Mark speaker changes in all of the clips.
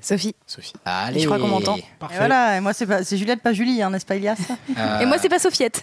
Speaker 1: Sophie.
Speaker 2: Sophie.
Speaker 1: Je crois qu'on m'entend.
Speaker 3: Et
Speaker 2: Parfait.
Speaker 3: voilà, et moi c'est pas- c'est Juliette, pas Julie, hein, n'est-ce pas Elias
Speaker 2: Euh,
Speaker 1: Et moi, c'est pas Sophiette.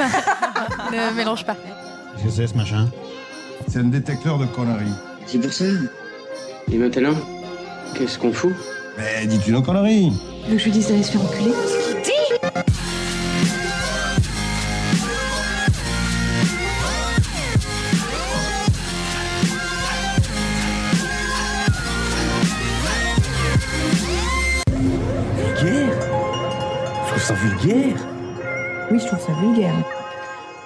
Speaker 1: ne Euh, mélange pas.
Speaker 4: Qu'est-ce que c'est ce machin
Speaker 5: C'est un détecteur de conneries.
Speaker 6: C'est pour ça. Et maintenant, qu'est-ce qu'on fout
Speaker 5: Mais dis-tu nos conneries
Speaker 7: Le je lui dis d'aller se faire enculer.
Speaker 8: Vulgaire Je trouve ça vulgaire
Speaker 7: Oui, je trouve ça vulgaire.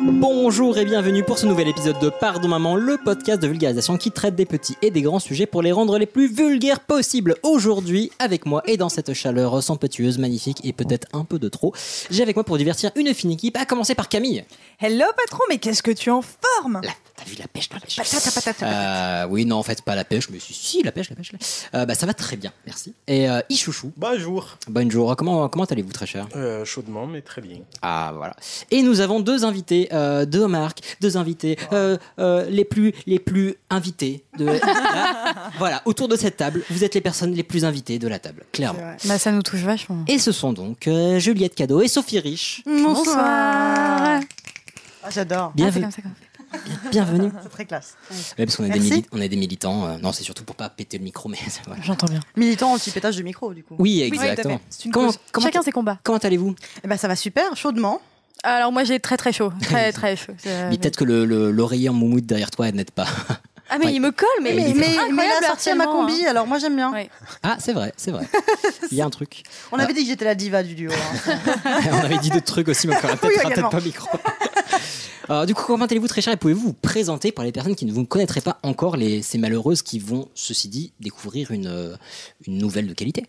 Speaker 8: Bonjour et bienvenue pour ce nouvel épisode de Pardon Maman, le podcast de vulgarisation qui traite des petits et des grands sujets pour les rendre les plus vulgaires possibles. Aujourd'hui, avec moi et dans cette chaleur somptueuse, magnifique et peut-être un peu de trop, j'ai avec moi pour divertir une fine équipe, à commencer par Camille.
Speaker 3: Hello patron, mais qu'est-ce que tu en formes
Speaker 8: La- T'as vu la pêche, toi, la pêche
Speaker 3: Patate, patate,
Speaker 8: Euh, Oui, non, en fait, pas la pêche, mais si, si, la pêche, la pêche. la- Euh, bah, ça va très bien, merci. Et euh, Ichouchou,
Speaker 2: Bonjour.
Speaker 8: bonjour, comment, comment allez-vous, très cher
Speaker 2: Euh, chaudement, mais très bien.
Speaker 8: Ah voilà. Et nous avons deux invités, euh, deux marques, deux invités, euh, euh, les plus les plus invités de Là, voilà autour de cette table. Vous êtes les personnes les plus invitées de la table, clairement.
Speaker 1: Bah, ça nous touche vachement.
Speaker 8: Et ce sont donc euh, Juliette Cadeau et Sophie Rich.
Speaker 1: Bonsoir.
Speaker 3: Ah, J'adore,
Speaker 1: Ah, c'est
Speaker 8: Bienvenue.
Speaker 1: comme ça qu'on fait.
Speaker 8: bienvenue.
Speaker 3: c'est très classe.
Speaker 8: Ouais, parce qu'on est, des
Speaker 3: Merci.
Speaker 8: mili- on est des militants. euh, non, c'est surtout pour pas péter le micro, mais voilà.
Speaker 1: J'entends bien.
Speaker 3: Militant anti-pétage de micro du coup.
Speaker 8: Oui,
Speaker 1: tout à
Speaker 8: exactement.
Speaker 1: fait. C'est une
Speaker 8: Comment-
Speaker 1: cause.
Speaker 8: comment-
Speaker 1: Chacun ses combats.
Speaker 8: Comment allez-vous
Speaker 3: Eh ben ça va super, chaudement.
Speaker 1: Alors moi j'ai très très chaud, très très chaud. Euh,
Speaker 8: Mais peut-être que le- le- l'oreiller en moumoute derrière toi n'aide pas.
Speaker 1: Ah mais
Speaker 8: Ouais.
Speaker 1: il me colle, mais,
Speaker 3: Mais,
Speaker 8: il est
Speaker 3: mais,
Speaker 1: incroyable,
Speaker 3: mais
Speaker 1: le
Speaker 3: la sortie à ma
Speaker 1: harcèlement,
Speaker 3: combi, alors moi j'aime bien.
Speaker 1: Ouais.
Speaker 8: Ah, c'est vrai, c'est vrai. Il y a un truc.
Speaker 3: On avait dit que j'étais la diva du duo. hein.
Speaker 8: on avait dit d'autres trucs aussi, mais on ne
Speaker 3: Oui,
Speaker 8: peut-être
Speaker 3: également.
Speaker 8: pas le micro. Euh, du coup, comment allez-vous très cher et pouvez-vous vous présenter par les personnes qui ne vous connaîtraient pas encore, les, ces malheureuses qui vont, ceci dit, découvrir une, euh, une nouvelle de qualité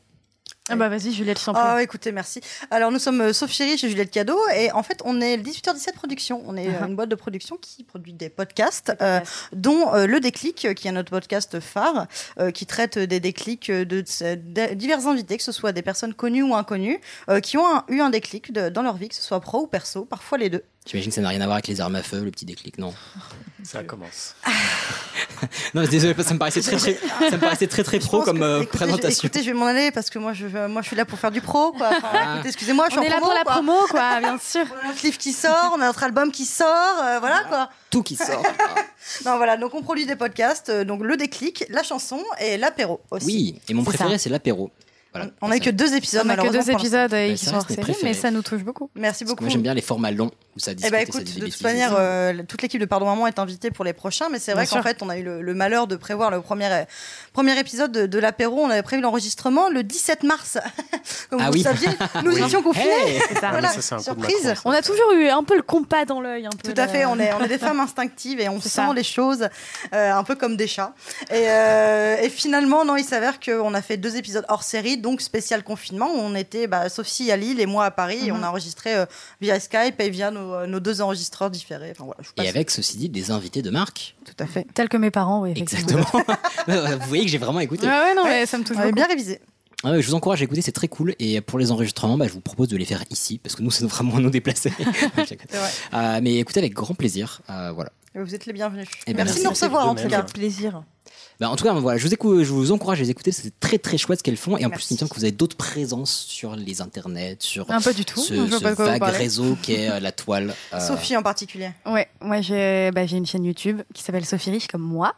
Speaker 1: Ah bah vas-y Juliette, je t'en prie.
Speaker 3: Ah écoutez, merci. Alors nous sommes euh, Sophie Rich et Juliette Cadeau et en fait on est le 18h17 Productions. On est euh,
Speaker 1: Ah.
Speaker 3: une boîte de production qui produit des podcasts,
Speaker 1: C'est
Speaker 3: euh,
Speaker 1: pas grave.
Speaker 3: dont euh, Le Déclic, euh, qui est notre podcast phare, euh, qui traite des déclics euh, de, de- de- divers invités, que ce soit des personnes connues ou inconnues, euh, qui ont un- eu un déclic de- dans leur vie, que ce soit pro ou perso, parfois les deux.
Speaker 8: J'imagine que ça n'a rien à voir avec les armes à feu, le petit déclic, non
Speaker 2: Ça commence. Ah,
Speaker 8: Non, mais désolé, ça me paraissait très très, ça me paraissait très, très pro
Speaker 3: Je pense
Speaker 8: comme
Speaker 3: que-
Speaker 8: euh,
Speaker 3: écoutez, je-
Speaker 8: présentation.
Speaker 3: écoutez, je vais m'en aller parce que moi je, veux- moi, je suis là pour faire du pro. quoi. Enfin,
Speaker 8: Ah.
Speaker 3: écoutez, Excusez-moi, je suis
Speaker 1: On
Speaker 3: en
Speaker 1: est là
Speaker 3: promo,
Speaker 1: pour la
Speaker 3: quoi.
Speaker 1: promo quoi, bien sûr.
Speaker 3: On a notre livre qui sort, on a notre album qui sort, euh, voilà quoi.
Speaker 8: Tout qui sort.
Speaker 3: Non, voilà, donc on produit des podcasts, euh, donc le déclic, la chanson et l'apéro aussi.
Speaker 8: Oui, et mon
Speaker 3: C'est
Speaker 8: préféré, c'est l'apéro. Voilà.
Speaker 3: On n'a eu que deux épisodes,
Speaker 1: On a que
Speaker 3: malheureusement,
Speaker 1: deux
Speaker 3: pour l'instant.
Speaker 1: épisodes euh,
Speaker 8: Mais
Speaker 1: qui
Speaker 8: ça
Speaker 1: sont hors
Speaker 8: reste mes
Speaker 1: série, mais
Speaker 8: préférés.
Speaker 1: ça nous touche beaucoup.
Speaker 3: Merci
Speaker 8: Parce que
Speaker 3: beaucoup.
Speaker 8: moi, j'aime bien les formats longs où ça discute.
Speaker 3: Eh ben
Speaker 8: et ça
Speaker 3: écoute,
Speaker 8: dit des
Speaker 3: de toute
Speaker 8: bêtises.
Speaker 3: manière, euh, la- toute l'équipe de Pardon Maman est invitée pour les prochains, mais c'est vrai
Speaker 1: Bien
Speaker 3: qu'en
Speaker 1: sûr.
Speaker 3: fait, on a eu le, le malheur de prévoir le premier, euh, premier épisode de, de l'apéro. On avait prévu l'enregistrement le 17 mars. Comme
Speaker 8: Ah
Speaker 3: vous
Speaker 8: oui.
Speaker 3: le saviez, nous
Speaker 8: Oui.
Speaker 3: étions confinés.
Speaker 8: Hey
Speaker 1: C'est ça.
Speaker 2: Ah,
Speaker 3: Voilà,
Speaker 2: mais ça, c'est un coup de
Speaker 3: surprise.
Speaker 2: Macron, ça.
Speaker 1: On a toujours eu un peu le compas dans l'œil. un peu,
Speaker 3: Tout
Speaker 1: là.
Speaker 3: à fait, on est, on est des femmes instinctives et on sent
Speaker 1: C'est ça.
Speaker 3: les choses euh, un peu comme des chats. Et, euh, et finalement, non, il s'avère qu'on a fait deux épisodes hors série, donc spécial confinement. où On était, bah, Sophie à Lille et moi à Paris, et
Speaker 1: Mhm.
Speaker 3: on a enregistré euh, via Skype et via nos, euh, nos deux enregistreurs différés. Enfin, voilà, je vous
Speaker 8: Et
Speaker 3: passe-
Speaker 8: avec, ceci dit, des invités de marque.
Speaker 3: Tout à fait.
Speaker 1: Tel que mes parents, oui. effectivement.
Speaker 8: Exactement. Vous voyez que j'ai vraiment écouté.
Speaker 1: Ah ouais, non, mais ça me touche
Speaker 3: On avait
Speaker 1: beaucoup.
Speaker 3: bien révisé.
Speaker 8: Ah ouais, je vous encourage à écouter, c'est très cool. Et pour les enregistrements, bah, je vous propose de les faire ici, parce que nous, ça nous fera moins nous déplacer.
Speaker 3: C'est vrai.
Speaker 8: Euh, mais écoutez avec grand plaisir. euh, voilà.
Speaker 3: Et Vous êtes les bienvenus.
Speaker 8: Eh ben,
Speaker 3: merci, de
Speaker 8: merci.
Speaker 3: nous recevoir en
Speaker 2: De
Speaker 3: tout
Speaker 2: même.
Speaker 3: cas. Plaisir.
Speaker 8: Bah, en tout cas, voilà, je vous, écou- je vous encourage à les écouter, c'est très très chouette ce qu'elles font. Et en
Speaker 3: Merci.
Speaker 8: plus, il me semble que vous avez d'autres présences sur les internets, sur
Speaker 1: Un peu du Ah, tout.
Speaker 8: ce,
Speaker 1: je vois
Speaker 8: ce
Speaker 1: pas de quoi vous
Speaker 8: vague
Speaker 1: parlez.
Speaker 8: réseau qu'est euh, la toile. euh,
Speaker 3: Sophie en particulier.
Speaker 1: Ouais, moi j'ai bah, j'ai une chaîne YouTube qui s'appelle Sophie Rich comme moi.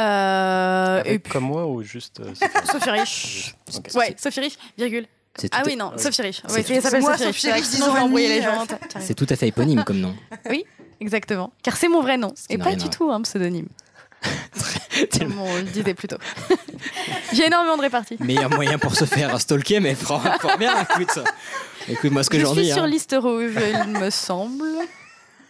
Speaker 1: Euh, et
Speaker 2: Avec
Speaker 1: puis-
Speaker 2: Comme moi ou juste. euh,
Speaker 1: Sophie Rich.
Speaker 2: juste- ok.
Speaker 1: Ouais, Sophie Rich, virgule.
Speaker 8: c'est tout
Speaker 1: Ah
Speaker 8: à-
Speaker 1: oui, non,
Speaker 2: oui.
Speaker 1: Sophie Rich.
Speaker 8: C'est
Speaker 1: Oui,
Speaker 8: tout.
Speaker 1: ça s'appelle
Speaker 3: Moi,
Speaker 1: Sophie Rich.
Speaker 3: Sophie
Speaker 1: c'est vrai
Speaker 3: Rich,
Speaker 1: que sinon, je vais
Speaker 3: disons
Speaker 1: embrouiller les
Speaker 3: Annie,
Speaker 1: gens.
Speaker 8: C'est tout à fait éponyme comme nom.
Speaker 1: Exactement. Car c'est mon vrai nom.
Speaker 8: qui
Speaker 1: Et
Speaker 8: n'a
Speaker 1: pas
Speaker 8: rien
Speaker 1: du
Speaker 8: à-
Speaker 1: tout un pseudonyme.
Speaker 8: C'est le
Speaker 1: Comme on le disait plus tôt. J'ai énormément de réparties.
Speaker 8: meilleur moyen pour se faire stalker, mais fran- fort bien, écoute. Écoute, moi, ce que
Speaker 1: je
Speaker 8: j'en hein.
Speaker 1: suis
Speaker 8: dis.
Speaker 1: sur
Speaker 8: hein.
Speaker 1: liste rouge, il me semble.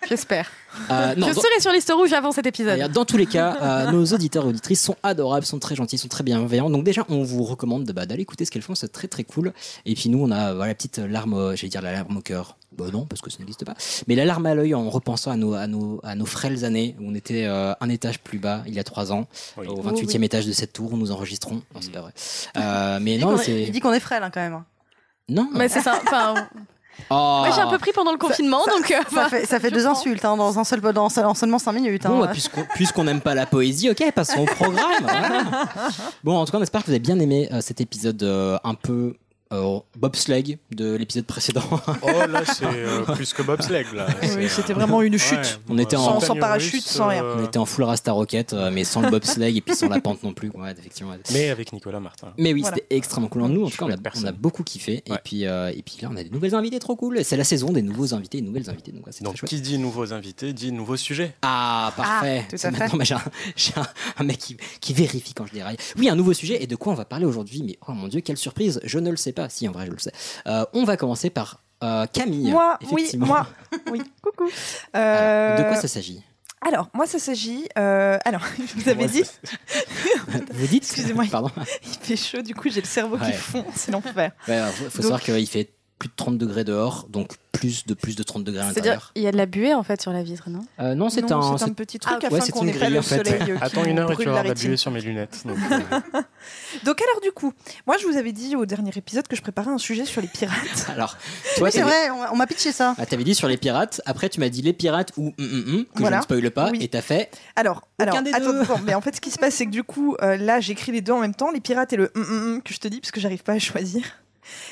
Speaker 1: J'espère.
Speaker 8: Euh, non,
Speaker 1: je
Speaker 8: dans-
Speaker 1: serai sur liste rouge avant cet épisode.
Speaker 8: D'ailleurs, Dans tous les cas, euh, nos auditeurs et auditrices sont adorables, sont très gentils, sont très bienveillants. Donc déjà, on vous recommande de- bah, d'aller écouter ce qu'elles font, c'est très très cool. Et puis nous, on a voilà, la petite larme, euh, j'allais dire la larme au cœur. Bah non, parce que ça n'existe pas. Mais la larme à l'œil en repensant à nos, à, nos, à nos frêles années où on était euh, un étage plus bas il y a trois ans,
Speaker 2: Oui.
Speaker 8: au 28e étage de cette tour où nous enregistrons. Non, c'est pas vrai. Euh, mais
Speaker 3: Il dit
Speaker 8: non,
Speaker 3: qu'on est-
Speaker 8: c'est...
Speaker 3: il dit qu'on est frêle hein, quand même.
Speaker 8: Non.
Speaker 1: Mais c'est ça. Enfin,
Speaker 8: Oh.
Speaker 1: moi j'ai un peu pris pendant le confinement, donc. euh,
Speaker 3: Ça fait, ça fait
Speaker 1: je
Speaker 3: deux
Speaker 1: prends.
Speaker 3: insultes hein, dans, un seul, dans seul- en seulement cinq minutes. hein.
Speaker 8: Bon, bah, puisqu'on puisqu'on n'aime pas la poésie, ok, passons au programme. Voilà. Bon, en tout cas, on espère que vous avez bien aimé euh, cet épisode euh, un peu euh, bobsleigh de l'épisode précédent.
Speaker 2: Oh là, c'est euh, plus que bobsleigh là. C'est, euh,
Speaker 4: c'était vraiment une chute.
Speaker 2: ouais,
Speaker 8: On était en-
Speaker 2: montagne
Speaker 4: Sans- sans parachute,
Speaker 2: russe,
Speaker 4: sans rien.
Speaker 2: euh,
Speaker 8: on était en full Rasta Rocket, euh, mais sans le bobsleigh et puis sans la pente non plus. Ouais, effectivement. ouais.
Speaker 2: Mais avec Nicolas Martin.
Speaker 8: Mais oui,
Speaker 4: Voilà.
Speaker 8: c'était extrêmement cool. Nous, en tout cas, on a,
Speaker 2: Chouette personne.
Speaker 8: on a beaucoup kiffé. Et,
Speaker 2: Ouais.
Speaker 8: puis, euh, et puis là, on a des nouvelles invités trop cool. C'est la saison des nouveaux invités, nouvelles invités. Donc, ouais, c'est
Speaker 2: Donc,
Speaker 8: très chouette.
Speaker 2: qui dit nouveaux invités dit nouveaux sujets.
Speaker 8: Ah, parfait.
Speaker 3: tout à
Speaker 8: C'est
Speaker 3: fait.
Speaker 8: maintenant- mais j'ai un, j'ai un- un mec qui, qui vérifie quand je déraille. Oui, un nouveau sujet. Et de quoi on va parler aujourd'hui Mais oh mon dieu, quelle surprise Je ne le sais pas. Si, en vrai, je le sais. Euh, on va commencer par euh, Camille.
Speaker 4: Moi, oui,
Speaker 8: Effectivement.
Speaker 4: moi, oui, coucou.
Speaker 8: Alors,
Speaker 4: Euh,
Speaker 8: De quoi ça s'agit
Speaker 4: alors, moi, ça s'agit. euh, alors, je vous avais
Speaker 2: Moi,
Speaker 4: dit,
Speaker 8: Vous dites
Speaker 4: Excusez-moi.
Speaker 8: Pardon.
Speaker 4: il fait chaud, du coup, j'ai le cerveau
Speaker 8: Ouais.
Speaker 4: qui fond, c'est l'enfer.
Speaker 8: Ouais, alors, faut faut
Speaker 4: Donc-
Speaker 8: savoir qu'il fait plus de 30 degrés dehors, donc plus de plus de 30 degrés à
Speaker 1: C'est-à-dire,
Speaker 8: l'intérieur.
Speaker 1: il y a de la buée en fait sur la vitre, non
Speaker 8: Euh, non, c'est
Speaker 4: Non,
Speaker 8: un.
Speaker 4: c'est
Speaker 8: c'est-
Speaker 4: un petit truc
Speaker 1: Ah, ouais,
Speaker 4: afin
Speaker 8: c'est
Speaker 4: qu'on
Speaker 8: une
Speaker 4: n'ait pas
Speaker 8: grille,
Speaker 4: le
Speaker 8: en fait.
Speaker 4: soleil. euh, qui
Speaker 2: Attends une heure et
Speaker 4: brûle
Speaker 2: tu vas avoir de la
Speaker 4: rétine.
Speaker 2: buée sur mes lunettes. Donc, euh,
Speaker 4: Donc alors du coup, moi je vous avais dit au dernier épisode que je préparais un sujet sur les pirates.
Speaker 8: Alors, toi,
Speaker 3: Oui, c'est
Speaker 8: t'avais-
Speaker 3: vrai, on, on m'a pitché ça.
Speaker 8: Ah, t'avais dit sur les pirates, après tu m'as dit les pirates ou hum, hum, hum, que je
Speaker 4: Voilà.
Speaker 8: ne spoile pas,
Speaker 4: Oui.
Speaker 8: et t'as fait.
Speaker 4: Alors,
Speaker 8: Aucun
Speaker 4: alors
Speaker 8: des
Speaker 4: attends,
Speaker 8: deux.
Speaker 4: bon, mais en fait ce qui se passe c'est que du coup euh, là j'écris les deux en même temps, les pirates et le hum, hum, hum que je te dis parce que j'arrive pas à choisir.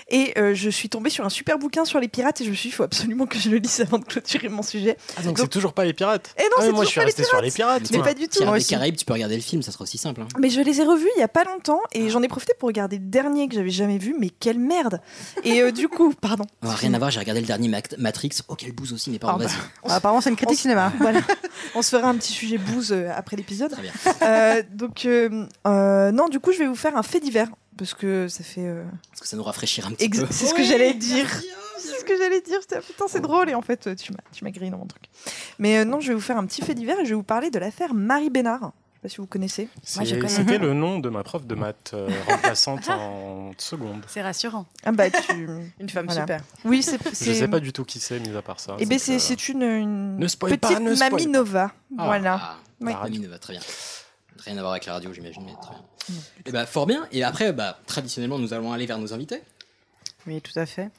Speaker 4: Et euh, je suis tombée sur un super bouquin sur les pirates et je me suis dit, il faut absolument que je le lise avant de clôturer mon sujet.
Speaker 2: Ah, donc, c'est toujours pas les pirates.
Speaker 4: Et non,
Speaker 2: Ah,
Speaker 4: c'est
Speaker 2: mais
Speaker 4: toujours
Speaker 2: moi, je suis
Speaker 4: pas les
Speaker 2: resté sur les
Speaker 4: pirates.
Speaker 2: pirates.
Speaker 8: Putain,
Speaker 4: Mais
Speaker 2: moi.
Speaker 4: Oh, pas du tout.
Speaker 8: Pirates
Speaker 4: moi
Speaker 8: des
Speaker 4: aussi.
Speaker 8: Caraïbes, tu peux regarder le film, ça sera aussi simple. hein.
Speaker 4: Mais je les ai revus il y a pas longtemps et j'en ai profité pour regarder le dernier que j'avais jamais vu, mais quelle merde Et euh, du coup, pardon.
Speaker 8: Ah, rien à voir, j'ai regardé le dernier Mac- Matrix. Oh, quel bouse aussi, mais pardon,
Speaker 4: Ah, bah.
Speaker 8: vas-y.
Speaker 3: apparemment, c'est une critique
Speaker 4: On-
Speaker 3: cinéma.
Speaker 4: Voilà. On se fera un petit sujet bouse euh, après l'épisode.
Speaker 8: Très bien.
Speaker 4: Euh, donc, euh, euh, non, du coup, je vais vous faire un fait divers. Parce que ça fait. euh,
Speaker 8: Parce que ça nous rafraîchira un petit
Speaker 4: ex-
Speaker 8: peu.
Speaker 4: C'est ce que j'allais dire. C'est ce que j'allais dire. J'étais, ah, putain, c'est drôle. Et en fait, euh, tu m'as, tu m'as grillé dans mon truc. Mais euh, non, je vais vous faire un petit fait divers et je vais vous parler de l'affaire Marie Bénard. Je sais pas si vous connaissez.
Speaker 1: Moi, je
Speaker 2: C'est-
Speaker 1: connais.
Speaker 2: C'était le nom de ma prof de maths euh, remplaçante en seconde.
Speaker 1: C'est rassurant.
Speaker 4: Ah bah, tu.
Speaker 3: Une femme
Speaker 4: super. Oui, c'est.
Speaker 2: Je
Speaker 4: c'est-
Speaker 2: sais pas du tout qui c'est, mis à part ça.
Speaker 4: Eh ben,
Speaker 2: Donc,
Speaker 4: c'est,
Speaker 2: euh,
Speaker 4: c'est une, une
Speaker 2: Ne spoil
Speaker 4: petite
Speaker 2: pas, ne spoil
Speaker 4: mamie
Speaker 2: pas.
Speaker 4: Nova.
Speaker 2: Ah.
Speaker 4: Voilà.
Speaker 8: Ah,
Speaker 4: Oui.
Speaker 8: la radio. va très bien. Rien à voir avec la radio, j'imagine, mais très bien. Et bah, fort bien. Et après, bah, traditionnellement, nous allons aller vers nos invités.
Speaker 3: Oui, tout à fait.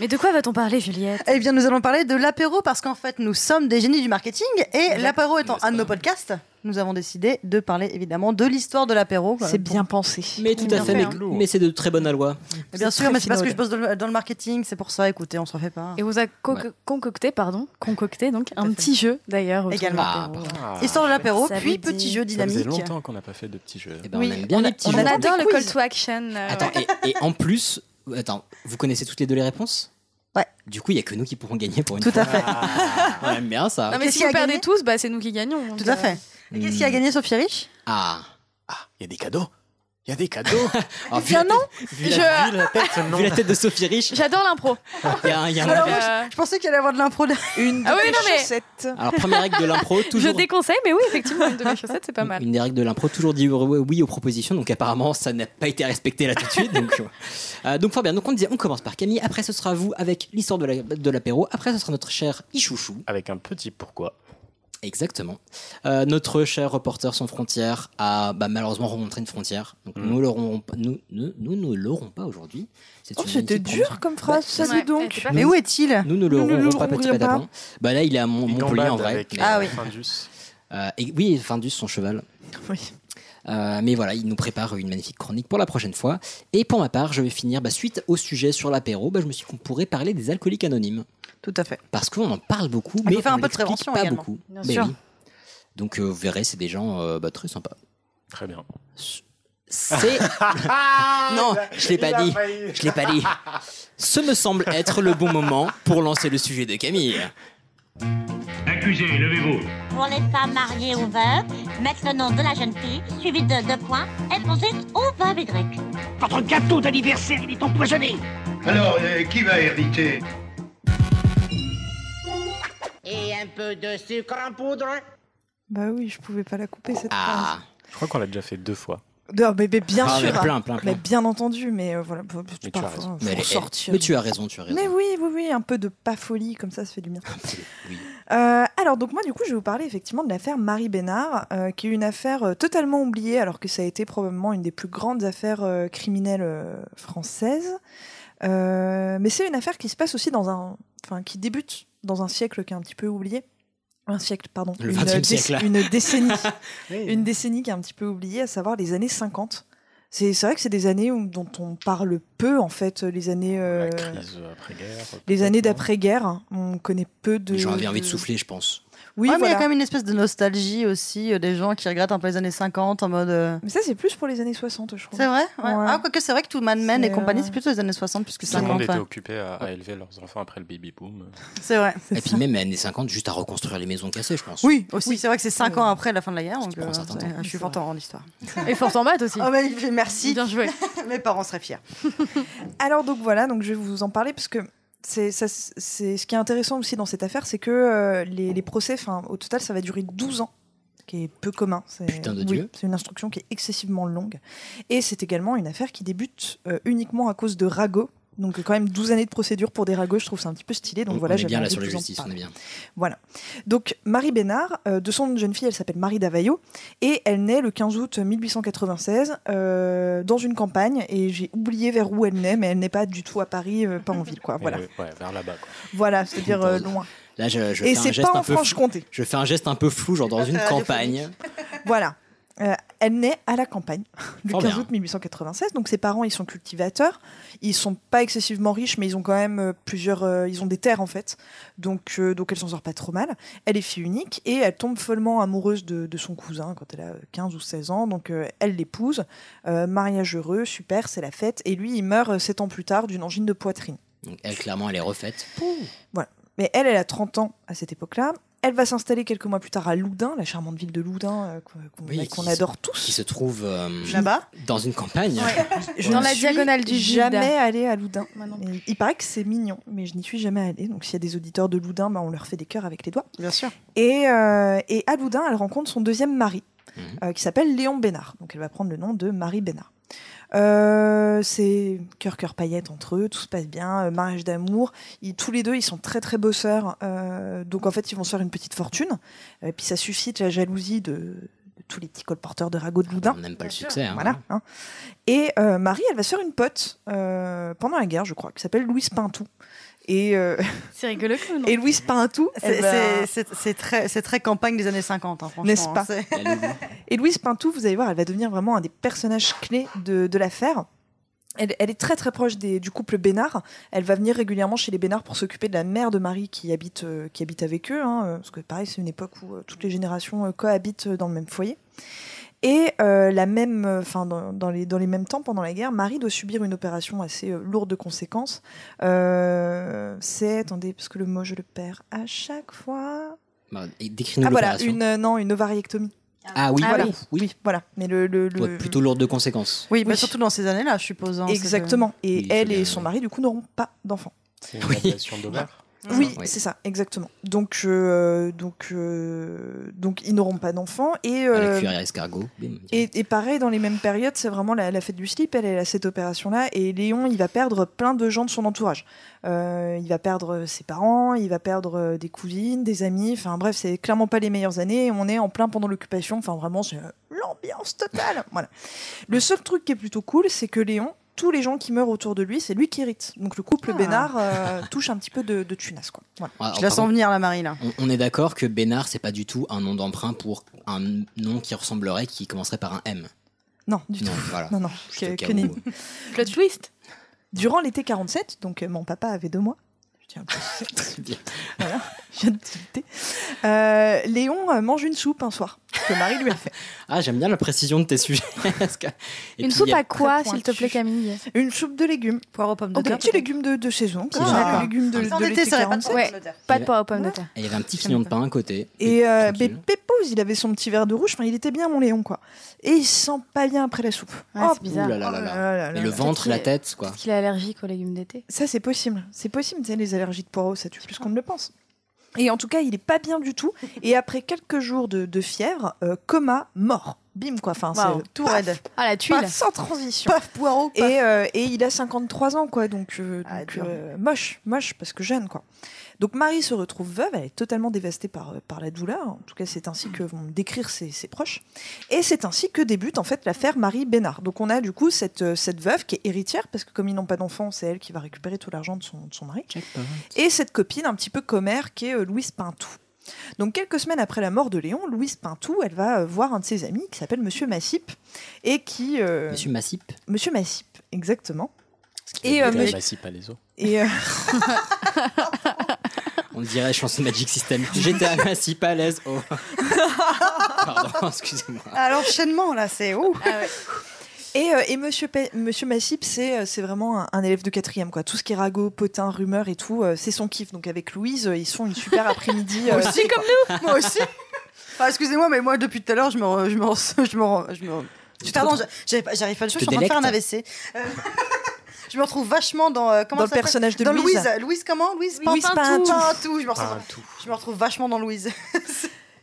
Speaker 1: Mais de quoi va-t-on parler, Juliette
Speaker 3: Eh bien, nous allons parler de l'apéro parce qu'en fait, nous sommes des génies du marketing et l'apéro étant
Speaker 8: N'est-ce
Speaker 3: un de
Speaker 8: pas
Speaker 3: nos podcasts, nous avons décidé de parler évidemment de l'histoire de l'apéro. Euh,
Speaker 4: C'est bien pensé.
Speaker 8: Mais tout à
Speaker 1: Bien
Speaker 8: fait,
Speaker 1: fait,
Speaker 8: mais,
Speaker 1: hein.
Speaker 8: mais c'est de très bonne aloi.
Speaker 3: Et Bien
Speaker 4: C'est
Speaker 3: sûr,
Speaker 4: très
Speaker 3: mais c'est parce que je
Speaker 4: finaude.
Speaker 3: bosse dans le, dans le marketing, c'est pour ça. Écoutez, on s'en fait pas.
Speaker 1: Et vous a co-
Speaker 8: Ouais.
Speaker 1: concocté, pardon, concocté donc
Speaker 3: à
Speaker 1: un
Speaker 3: fait.
Speaker 1: petit jeu d'ailleurs. autour
Speaker 3: Également.
Speaker 1: de
Speaker 8: Ah,
Speaker 1: l'apéro.
Speaker 2: ah,
Speaker 3: Histoire de l'apéro,
Speaker 1: Ça
Speaker 3: puis
Speaker 1: veut dire-
Speaker 3: petit jeu
Speaker 2: Ça faisait
Speaker 3: dynamique.
Speaker 2: longtemps qu'on n'a pas fait de petits jeux.
Speaker 8: Et ben,
Speaker 4: Oui,
Speaker 8: on aime bien
Speaker 4: on
Speaker 8: les
Speaker 4: a-
Speaker 8: petits
Speaker 4: on
Speaker 1: On
Speaker 8: jeux.
Speaker 4: a-
Speaker 1: adore
Speaker 4: des
Speaker 1: le
Speaker 4: quiz.
Speaker 1: call to action. euh,
Speaker 8: Attends, et, et en plus, attends, vous connaissez toutes les deux les réponses
Speaker 3: Ouais.
Speaker 8: Du coup, il y a que nous qui pourrons gagner pour une
Speaker 3: Tout
Speaker 8: fois.
Speaker 3: à fait.
Speaker 8: On aime bien ça.
Speaker 1: Non mais
Speaker 3: Qu'est-ce
Speaker 1: si
Speaker 3: qu'il y
Speaker 1: vous
Speaker 3: a
Speaker 1: perdez
Speaker 3: gagné
Speaker 1: tous, bah c'est nous qui gagnons. donc,
Speaker 3: Tout à
Speaker 1: euh,
Speaker 3: fait. Et qu'est-ce qui a gagné Sophie Rich
Speaker 8: Hmm. Ah.
Speaker 2: Ah, il y a des cadeaux. Il y a des cadeaux.
Speaker 8: Alors, vu
Speaker 1: Bien
Speaker 8: la-
Speaker 1: non
Speaker 8: vu,
Speaker 1: Je-
Speaker 8: la,
Speaker 1: Ah.
Speaker 2: Vu la tête, non.
Speaker 8: vu la tête de Sophie Rich,
Speaker 1: J'adore l'impro.
Speaker 8: il y a un. il y a un-
Speaker 3: Alors, moi,
Speaker 1: Euh,
Speaker 3: Je pensais qu'il allait y avoir de l'impro. derrière.
Speaker 4: Une de
Speaker 1: Ah oui,
Speaker 4: tes
Speaker 1: non, mais-
Speaker 4: chaussettes.
Speaker 8: Alors, première règle de l'impro,
Speaker 1: Je
Speaker 8: toujours.
Speaker 1: déconseille, mais oui, effectivement, une de mes chaussettes, c'est pas mal.
Speaker 8: Une des règles de l'impro, toujours dit oui aux propositions, donc apparemment ça n'a pas été respecté là tout de suite. Donc, euh, donc fort bien, donc on disait on commence par Camille, après ce sera vous avec l'histoire de la- de l'apéro, après ce sera notre cher Ichouchou,
Speaker 2: Avec un petit pourquoi.
Speaker 8: exactement. Euh, notre cher reporter sans frontières a bah, malheureusement rencontré une frontière, donc
Speaker 2: Mm.
Speaker 8: nous l'aurons pas- nous, nous, nous ne l'aurons pas aujourd'hui. C'est
Speaker 4: Oh,
Speaker 8: une
Speaker 4: c'était
Speaker 8: magnifique
Speaker 4: dur comme phrase,
Speaker 8: Bah,
Speaker 4: ça
Speaker 1: Ouais,
Speaker 4: dis
Speaker 1: elle était
Speaker 4: donc.
Speaker 1: pas
Speaker 3: Mais
Speaker 1: facile.
Speaker 3: où est-il
Speaker 8: Nous ne l'aurons
Speaker 4: Nous ne l'aurons
Speaker 8: pas, petit
Speaker 4: pas.
Speaker 8: patapon. Bah là, il est à Mont-
Speaker 2: Il
Speaker 8: Montpellier en
Speaker 2: gambade
Speaker 8: vrai.
Speaker 2: avec
Speaker 8: mais-
Speaker 3: Ah oui.
Speaker 2: Findus.
Speaker 8: Euh, et, oui, Findus, son cheval.
Speaker 4: Oui.
Speaker 8: Euh, mais voilà, il nous prépare une magnifique chronique pour la prochaine fois. Et pour ma part, je vais finir bah, suite au sujet sur l'apéro. bah, je me suis dit qu'on pourrait parler des alcooliques anonymes
Speaker 3: Tout à fait.
Speaker 8: parce qu'on en parle beaucoup,
Speaker 3: Ah,
Speaker 8: mais
Speaker 3: faut faire
Speaker 8: on
Speaker 3: un peu de
Speaker 8: l'explique
Speaker 3: prévention
Speaker 8: pas
Speaker 3: également.
Speaker 8: beaucoup.
Speaker 1: Bien
Speaker 8: Mais
Speaker 1: sûr.
Speaker 8: oui. Donc euh, vous verrez, c'est des gens euh, bah, très sympas.
Speaker 2: Très bien.
Speaker 8: C'est non, je l'ai pas dit. Je l'ai pas dit. Ce me semble être le bon moment pour lancer le sujet de Camille.
Speaker 9: Accusé, levez-vous.
Speaker 10: Pour les femmes mariées ou veuves, mettre le nom de la jeune fille, suivi de deux points, épouseuse ou veuve Y.
Speaker 9: Votre gâteau d'anniversaire, il est empoisonné.
Speaker 5: Alors, qui va hériter
Speaker 11: un peu de sucre en poudre
Speaker 4: Bah oui, je pouvais pas la couper cette phrase.
Speaker 2: Je crois qu'on l'a déjà fait deux fois.
Speaker 4: Non, mais, mais bien
Speaker 8: Ah, mais
Speaker 4: sûr. hein.
Speaker 8: plein, plein, plein.
Speaker 4: Mais bien entendu, mais euh, voilà. faut-
Speaker 2: Mais tu as
Speaker 4: parfois,
Speaker 2: raison.
Speaker 4: faut
Speaker 8: Mais, elle- elle-
Speaker 4: sortir.
Speaker 8: mais tu as raison, tu as raison.
Speaker 4: Mais oui, oui, oui, un peu de pas folie, comme ça, ça fait du bien.
Speaker 8: oui.
Speaker 4: Euh, alors, donc, moi, du coup, je vais vous parler effectivement de l'affaire Marie Bénard, euh, qui est une affaire euh, totalement oubliée, alors que ça a été probablement une des plus grandes affaires euh, criminelles euh, françaises. Euh, mais c'est une affaire qui se passe aussi dans un. Enfin, qui débute dans un siècle qui est un petit peu oublié. Un siècle, pardon.
Speaker 8: Le
Speaker 4: une
Speaker 8: 20e
Speaker 4: déc-
Speaker 8: siècle, là.
Speaker 4: Une décennie. Une décennie qui est un petit peu oubliée, à savoir les années 50. C'est c'est vrai que c'est des années où- dont on parle peu, en fait, les années. euh,
Speaker 2: Crise après-guerre.
Speaker 4: les années d'après-guerre, hein, on connaît peu de.
Speaker 8: Les gens avaient envie de souffler, je pense.
Speaker 4: Oui,
Speaker 3: Ouais, mais il y
Speaker 4: voilà.
Speaker 3: a quand même une espèce de nostalgie aussi euh, des gens qui regrettent un peu les années 50 en mode. euh,
Speaker 4: Mais ça, c'est plus pour les années 60, je crois.
Speaker 3: C'est vrai ouais.
Speaker 4: Ouais.
Speaker 3: Ah, quoique c'est vrai que tout Mad Men
Speaker 4: C'est,
Speaker 3: et compagnie,
Speaker 4: euh,
Speaker 3: c'est plutôt les années 60 puisque
Speaker 2: Tout le
Speaker 3: 50.
Speaker 2: monde était
Speaker 3: ouais.
Speaker 2: occupé à, à élever leurs enfants après le baby boom.
Speaker 3: C'est vrai.
Speaker 8: Et puis même les années 50, juste à reconstruire les maisons cassées, je pense.
Speaker 3: Oui, aussi, c'est vrai que c'est 5 ans après la fin de la guerre, donc
Speaker 8: prend un
Speaker 3: euh,
Speaker 8: certain
Speaker 3: c'est-
Speaker 8: temps.
Speaker 3: je suis forte en l'histoire.
Speaker 1: Et fort en maths aussi.
Speaker 3: Oh, bah, il fait merci.
Speaker 1: Bien joué.
Speaker 3: Mes parents seraient fiers.
Speaker 4: Alors donc voilà, donc je vais vous en parler parce que c'est ça, c'est ce qui est intéressant aussi dans cette affaire, c'est que euh, les, les procès, enfin au total, ça va durer 12 ans, ce qui est peu commun. C'est-
Speaker 8: Putain de
Speaker 4: oui,
Speaker 8: Dieu.
Speaker 4: C'est une instruction qui est excessivement longue, et c'est également une affaire qui débute euh, uniquement à cause de ragots. Donc quand même 12 années de procédure pour des ragots, je trouve ça un petit peu stylé. Donc
Speaker 8: on,
Speaker 4: voilà,
Speaker 8: on est
Speaker 4: j'avais
Speaker 8: bien là
Speaker 4: envie
Speaker 8: sur
Speaker 4: de
Speaker 8: la
Speaker 4: vous en
Speaker 8: justice, on
Speaker 4: parler.
Speaker 8: est bien.
Speaker 4: Voilà. Donc, Marie Bénard, euh, de son nom de jeune fille, elle s'appelle Marie Davaillot, et elle naît le 15 août 1896 euh, dans une campagne, et j'ai oublié vers où elle naît, mais elle n'est pas du tout à Paris, euh, pas en ville,
Speaker 8: Eh
Speaker 4: quoi.
Speaker 2: Mais
Speaker 4: Voilà,
Speaker 2: le- ouais, vers là-bas. quoi.
Speaker 4: voilà c'est-à-dire euh, loin.
Speaker 8: Là, je, je
Speaker 4: Et
Speaker 8: fais un
Speaker 4: c'est
Speaker 8: geste
Speaker 4: pas
Speaker 8: un
Speaker 4: en
Speaker 8: peu flou.
Speaker 4: Franche-Comté.
Speaker 8: Je fais un geste un peu flou, genre dans une campagne.
Speaker 4: Voilà. Euh, elle naît à la campagne, le
Speaker 8: Fort
Speaker 4: 15
Speaker 8: bien.
Speaker 4: août 1896. Donc ses parents, ils sont cultivateurs. Ils sont pas excessivement riches, mais ils ont quand même euh, plusieurs. euh, ils ont des terres en fait. Donc, euh, donc elle s'en sort pas trop mal. Elle est fille unique et elle tombe follement amoureuse de, de son cousin quand elle a euh, 15 ou 16 ans. Donc euh, elle l'épouse. Euh, mariage heureux, super, c'est la fête. Et lui, il meurt euh, 7 ans plus tard d'une angine de poitrine.
Speaker 8: Donc, elle, clairement, elle est refaite.
Speaker 4: Voilà. Mais elle, elle a 30 ans à cette époque-là. Elle va s'installer quelques mois plus tard à Loudun, la charmante ville de Loudun euh, qu'on- qu'on
Speaker 8: Oui,
Speaker 4: qu'on
Speaker 8: qui se-
Speaker 4: adore tous.
Speaker 8: Qui se trouve euh,
Speaker 3: Là-bas
Speaker 8: dans une campagne.
Speaker 4: Je
Speaker 1: Dans
Speaker 4: ne
Speaker 1: la
Speaker 4: suis
Speaker 1: diagonale du Gilles.
Speaker 4: jamais allée à Loudun.
Speaker 1: Moi non
Speaker 4: Et Il paraît que c'est mignon, mais je n'y suis jamais allée. Donc s'il y a des auditeurs de Loudun, bah, on leur fait des cœurs avec les doigts.
Speaker 3: Bien sûr.
Speaker 4: Et, euh, et à Loudun, elle rencontre son deuxième mari,
Speaker 8: Mhm.
Speaker 4: euh, qui s'appelle Léon Bénard. Donc elle va prendre le nom de Marie Bénard. Euh, c'est cœur cœur paillette entre eux, tout se passe bien, euh, mariage d'amour. Ils- Tous les deux, ils sont très très bosseurs, euh, donc en fait ils vont se faire une petite fortune. Et puis ça suscite la jalousie de, de tous les petits colporteurs de ragots de Loudun.
Speaker 8: On n'aime pas le succès. hein.
Speaker 4: Voilà. hein. Et euh, Marie, elle va se faire une pote euh, pendant la guerre, je crois, qui s'appelle Louise Pintou. Et, euh,
Speaker 1: C'est rigolo comme nom.
Speaker 4: et Louise Pintou,
Speaker 3: C'est
Speaker 4: elle va-
Speaker 3: c'est- c'est très, c'est très campagne des années 50, hein, franchement.
Speaker 4: N'est-ce pas
Speaker 3: C'est-
Speaker 8: La Louvre.
Speaker 4: et Louise Pintou, vous allez voir, elle va devenir vraiment un des personnages clés de, de l'affaire. Elle, elle est très très proche des- du couple Bénard. Elle va venir régulièrement chez les Bénard pour s'occuper de la mère de Marie qui habite, euh, qui habite avec eux. hein, euh, parce que pareil, c'est une époque où euh, toutes les générations euh, cohabitent euh, dans le même foyer. Et euh, la même, euh, 'fin, dans, dans les, dans les mêmes temps, pendant la guerre, Marie doit subir une opération assez euh, lourde de conséquences. Euh, c'est, attendez, parce que le mot je le perds à chaque fois.
Speaker 8: Bah, et Décris-nous
Speaker 4: ah voilà,
Speaker 8: l'opération.
Speaker 4: une, euh, non, une ovariectomie.
Speaker 8: Ah oui,
Speaker 1: Ah
Speaker 8: voilà.
Speaker 1: oui.
Speaker 8: oui.
Speaker 4: Voilà, mais le, le, le-
Speaker 8: Doit être plutôt lourde de conséquences.
Speaker 3: Oui, mais
Speaker 4: Oui.
Speaker 3: surtout dans ces années-là, je suppose. hein, c'est que-
Speaker 4: Exactement. Et
Speaker 8: Oui,
Speaker 4: elle
Speaker 8: c'est bien,
Speaker 4: et son
Speaker 8: oui.
Speaker 4: mari, du coup, n'auront pas d'enfants.
Speaker 2: C'est
Speaker 8: Oui.
Speaker 2: une relation d'Homère.
Speaker 4: Oui,
Speaker 8: Oui.
Speaker 4: c'est ça, exactement. Donc, euh, donc, euh, donc, ils n'auront pas d'enfants. Et,
Speaker 8: À la
Speaker 4: euh,
Speaker 8: cuillère à escargot. Bim. Ah,
Speaker 4: et, et pareil, dans les mêmes périodes, c'est vraiment la, la fête du slip. Elle, elle a cette opération-là. Et Léon, il va perdre plein de gens de son entourage. Euh, il va perdre ses parents, il va perdre euh, des cousines, des amis. Enfin, bref, c'est clairement pas les meilleures années. On est en plein pendant l'occupation. Enfin, vraiment, c'est euh, l'ambiance totale. voilà. Le seul truc qui est plutôt cool, c'est que Léon, tous les gens qui meurent autour de lui, c'est lui qui hérite. Donc, le couple
Speaker 3: Ah.
Speaker 4: Bénard euh, touche un petit peu de, de thunas, quoi. Voilà.
Speaker 8: Ah,
Speaker 3: Je
Speaker 8: alors,
Speaker 3: la
Speaker 8: par
Speaker 3: sens venir, la Marie, là.
Speaker 8: contre, on, on est d'accord que Bénard, c'est pas du tout un nom d'emprunt pour un nom qui ressemblerait, qui commencerait par un M.
Speaker 4: Non, du
Speaker 8: Non,
Speaker 4: tout.
Speaker 8: voilà.
Speaker 4: Non, non.
Speaker 8: Juste
Speaker 4: que-
Speaker 8: au cas
Speaker 4: que
Speaker 8: où,
Speaker 4: nenni.
Speaker 8: euh,
Speaker 1: Plot twist.
Speaker 4: Durant l'été 47, donc euh, mon papa avait deux mois. Je tiens à le préciser.
Speaker 8: bien.
Speaker 4: Voilà, je viens de tilter. Euh, Léon euh, mange une soupe un soir que Marie lui a fait.
Speaker 8: Ah, j'aime bien la précision de tes sujets. Parce que- Et
Speaker 1: Une
Speaker 8: puis,
Speaker 1: soupe
Speaker 8: il y a-
Speaker 1: à quoi,
Speaker 4: très
Speaker 1: s'il te plaît,
Speaker 4: pointu.
Speaker 1: Camille
Speaker 4: Une soupe de légumes.
Speaker 3: Poire aux pommes de
Speaker 4: Oh, des
Speaker 3: terre.
Speaker 4: petits légumes de, de saison, qui
Speaker 3: Ah,
Speaker 4: sont
Speaker 3: d'accord.
Speaker 4: les légumes de,
Speaker 3: peut-être. En
Speaker 4: de
Speaker 3: été,
Speaker 4: l'été
Speaker 3: ça répare pas
Speaker 4: 47.
Speaker 1: Ouais.
Speaker 3: de pommes de terre.
Speaker 1: Pas de poire aux pommes de terre.
Speaker 8: Et il y avait un petit quignon de pain à côté.
Speaker 4: Et euh, mais
Speaker 8: Tranquille.
Speaker 4: Pépose, il avait son petit verre de rouge, enfin, il était bien mon Léon quoi. Et il se sent pas bien après la soupe.
Speaker 1: Ah,
Speaker 4: Oh,
Speaker 1: c'est
Speaker 8: Ouh
Speaker 1: bizarre.
Speaker 8: là là là
Speaker 4: oh
Speaker 8: là.
Speaker 4: là là
Speaker 8: Et
Speaker 4: là
Speaker 8: le
Speaker 4: là.
Speaker 8: ventre, la tête, quoi.
Speaker 1: Est-ce qu'il est allergique aux légumes d'été
Speaker 4: Ça c'est possible, c'est possible, tu sais, les allergies de poireaux, ça tue plus qu'on ne le pense. Et en tout cas, il est pas bien du tout. Et après quelques jours de, de fièvre, euh, coma, mort. Bim, quoi. Enfin,
Speaker 3: Waouh,
Speaker 4: c'est
Speaker 3: tout
Speaker 4: paf,
Speaker 3: raide.
Speaker 1: Ah, la tuile.
Speaker 4: paf, sans transition.
Speaker 3: Paf, poireau. paf.
Speaker 4: Et, euh, et il a 53 ans, quoi. Donc, euh, donc,
Speaker 3: dur.
Speaker 4: euh, moche, moche, parce que jeune, quoi. Donc, Marie se retrouve veuve. Elle est totalement dévastée par, euh, par la douleur. En tout cas, c'est ainsi que vont décrire ses, ses proches. Et c'est ainsi que débute, en fait, l'affaire Marie Bénard. Donc, on a, du coup, cette, euh, cette veuve qui est héritière, parce que comme ils n'ont pas d'enfant, c'est elle qui va récupérer tout l'argent de son, de son mari et cette copine un petit peu commère qui est euh, Louise Pintou. Donc quelques semaines après la mort de Léon, Louise Pintou, elle va euh, voir un de ses amis qui s'appelle Monsieur Massip et qui euh,
Speaker 8: Monsieur Massip.
Speaker 4: Monsieur Massip exactement.
Speaker 2: Et
Speaker 4: Et, euh, monsieur-
Speaker 2: Massy Palaiso.
Speaker 4: Et euh,
Speaker 8: On dirait chanson de Magic System. J'étais à Massip à l'aise. Oh. Pardon, excusez-moi.
Speaker 3: Ah, l'enchaînement, là, c'est ouf.
Speaker 4: et, euh, et Monsieur Pa- Monsieur Massip, c'est euh, c'est vraiment un, un élève de quatrième quoi. Tout ce qui est ragot, potin, rumeur et tout, euh, c'est son kiff. Donc avec Louise, euh, ils sont une super après-midi. euh,
Speaker 3: comme nous. Moi aussi. Enfin, excusez-moi, mais moi, depuis tout à l'heure, je me, re- je me, re- je me, re- je me. re- Pardon, je- j'arrive pas- j'arrive pas à le
Speaker 8: Tu
Speaker 3: faire,
Speaker 8: te
Speaker 3: je suis en train de faire un
Speaker 8: délectes.
Speaker 3: AVC. Euh, je me retrouve vachement dans. euh, comment
Speaker 4: dans le
Speaker 3: ça s'appelle
Speaker 4: personnage de
Speaker 3: Dans
Speaker 4: Louise.
Speaker 3: Louise. Louise, comment Louise
Speaker 4: Louise
Speaker 3: Pintou.
Speaker 4: Pintou.
Speaker 3: Pintou, Je me
Speaker 2: Pas un
Speaker 4: Ah,
Speaker 3: retrouve,
Speaker 2: tout.
Speaker 3: je me retrouve vachement dans Louise.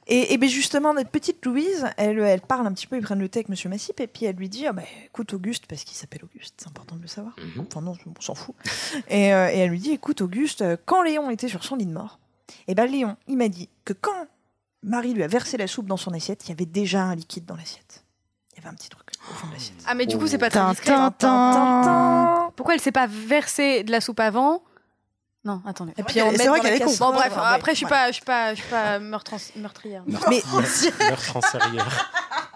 Speaker 4: Et, et ben justement, notre petite Louise, elle, elle parle un petit peu, ils prennent le thé avec Monsieur Massip, et puis elle lui dit Ah bah, écoute Auguste, parce qu'il s'appelle Auguste, c'est important de le savoir.
Speaker 8: Mhm.
Speaker 4: Enfin non, on s'en fout. et, euh, et elle lui dit Écoute Auguste, euh, quand Léon était sur son lit de mort, et ben Léon, il m'a dit que quand Marie lui a versé la soupe dans son assiette, il y avait déjà un liquide dans l'assiette. Il y avait un petit truc au fond de l'assiette.
Speaker 1: Ah, mais du coup, c'est pas très
Speaker 3: Tintin,
Speaker 1: discret. Pourquoi elle s'est pas versée de la soupe avant Non, attendez.
Speaker 4: Et
Speaker 3: puis, on met dans la caisse.
Speaker 1: Bon, bref,
Speaker 4: Ah,
Speaker 3: Ouais,
Speaker 1: après, je suis
Speaker 3: ouais.
Speaker 1: pas, je suis pas, je suis pas meurtran- meurtrière.
Speaker 4: Mais
Speaker 2: Meurtre en serrière.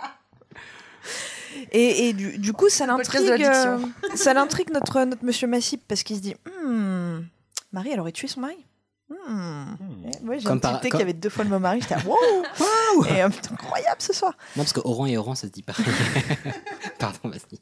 Speaker 4: Et, et du, du coup, ça
Speaker 3: podcast
Speaker 4: l'intrigue.
Speaker 3: de l'addiction.
Speaker 4: euh, ça l'intrigue notre, notre monsieur Massip parce qu'il se dit Hmm, Marie, elle aurait tué son mari Hmm.
Speaker 2: Hmm.
Speaker 4: Eh, Ouais, j'ai
Speaker 8: Comme
Speaker 4: un petit
Speaker 8: par-
Speaker 4: thé
Speaker 8: comme-
Speaker 4: qui avait deux fois le mot mari. J'étais à, wow Et euh, putain, incroyable ce soir
Speaker 8: Non, parce que Oran et Oran, ça se dit pas. Pardon, vas-y.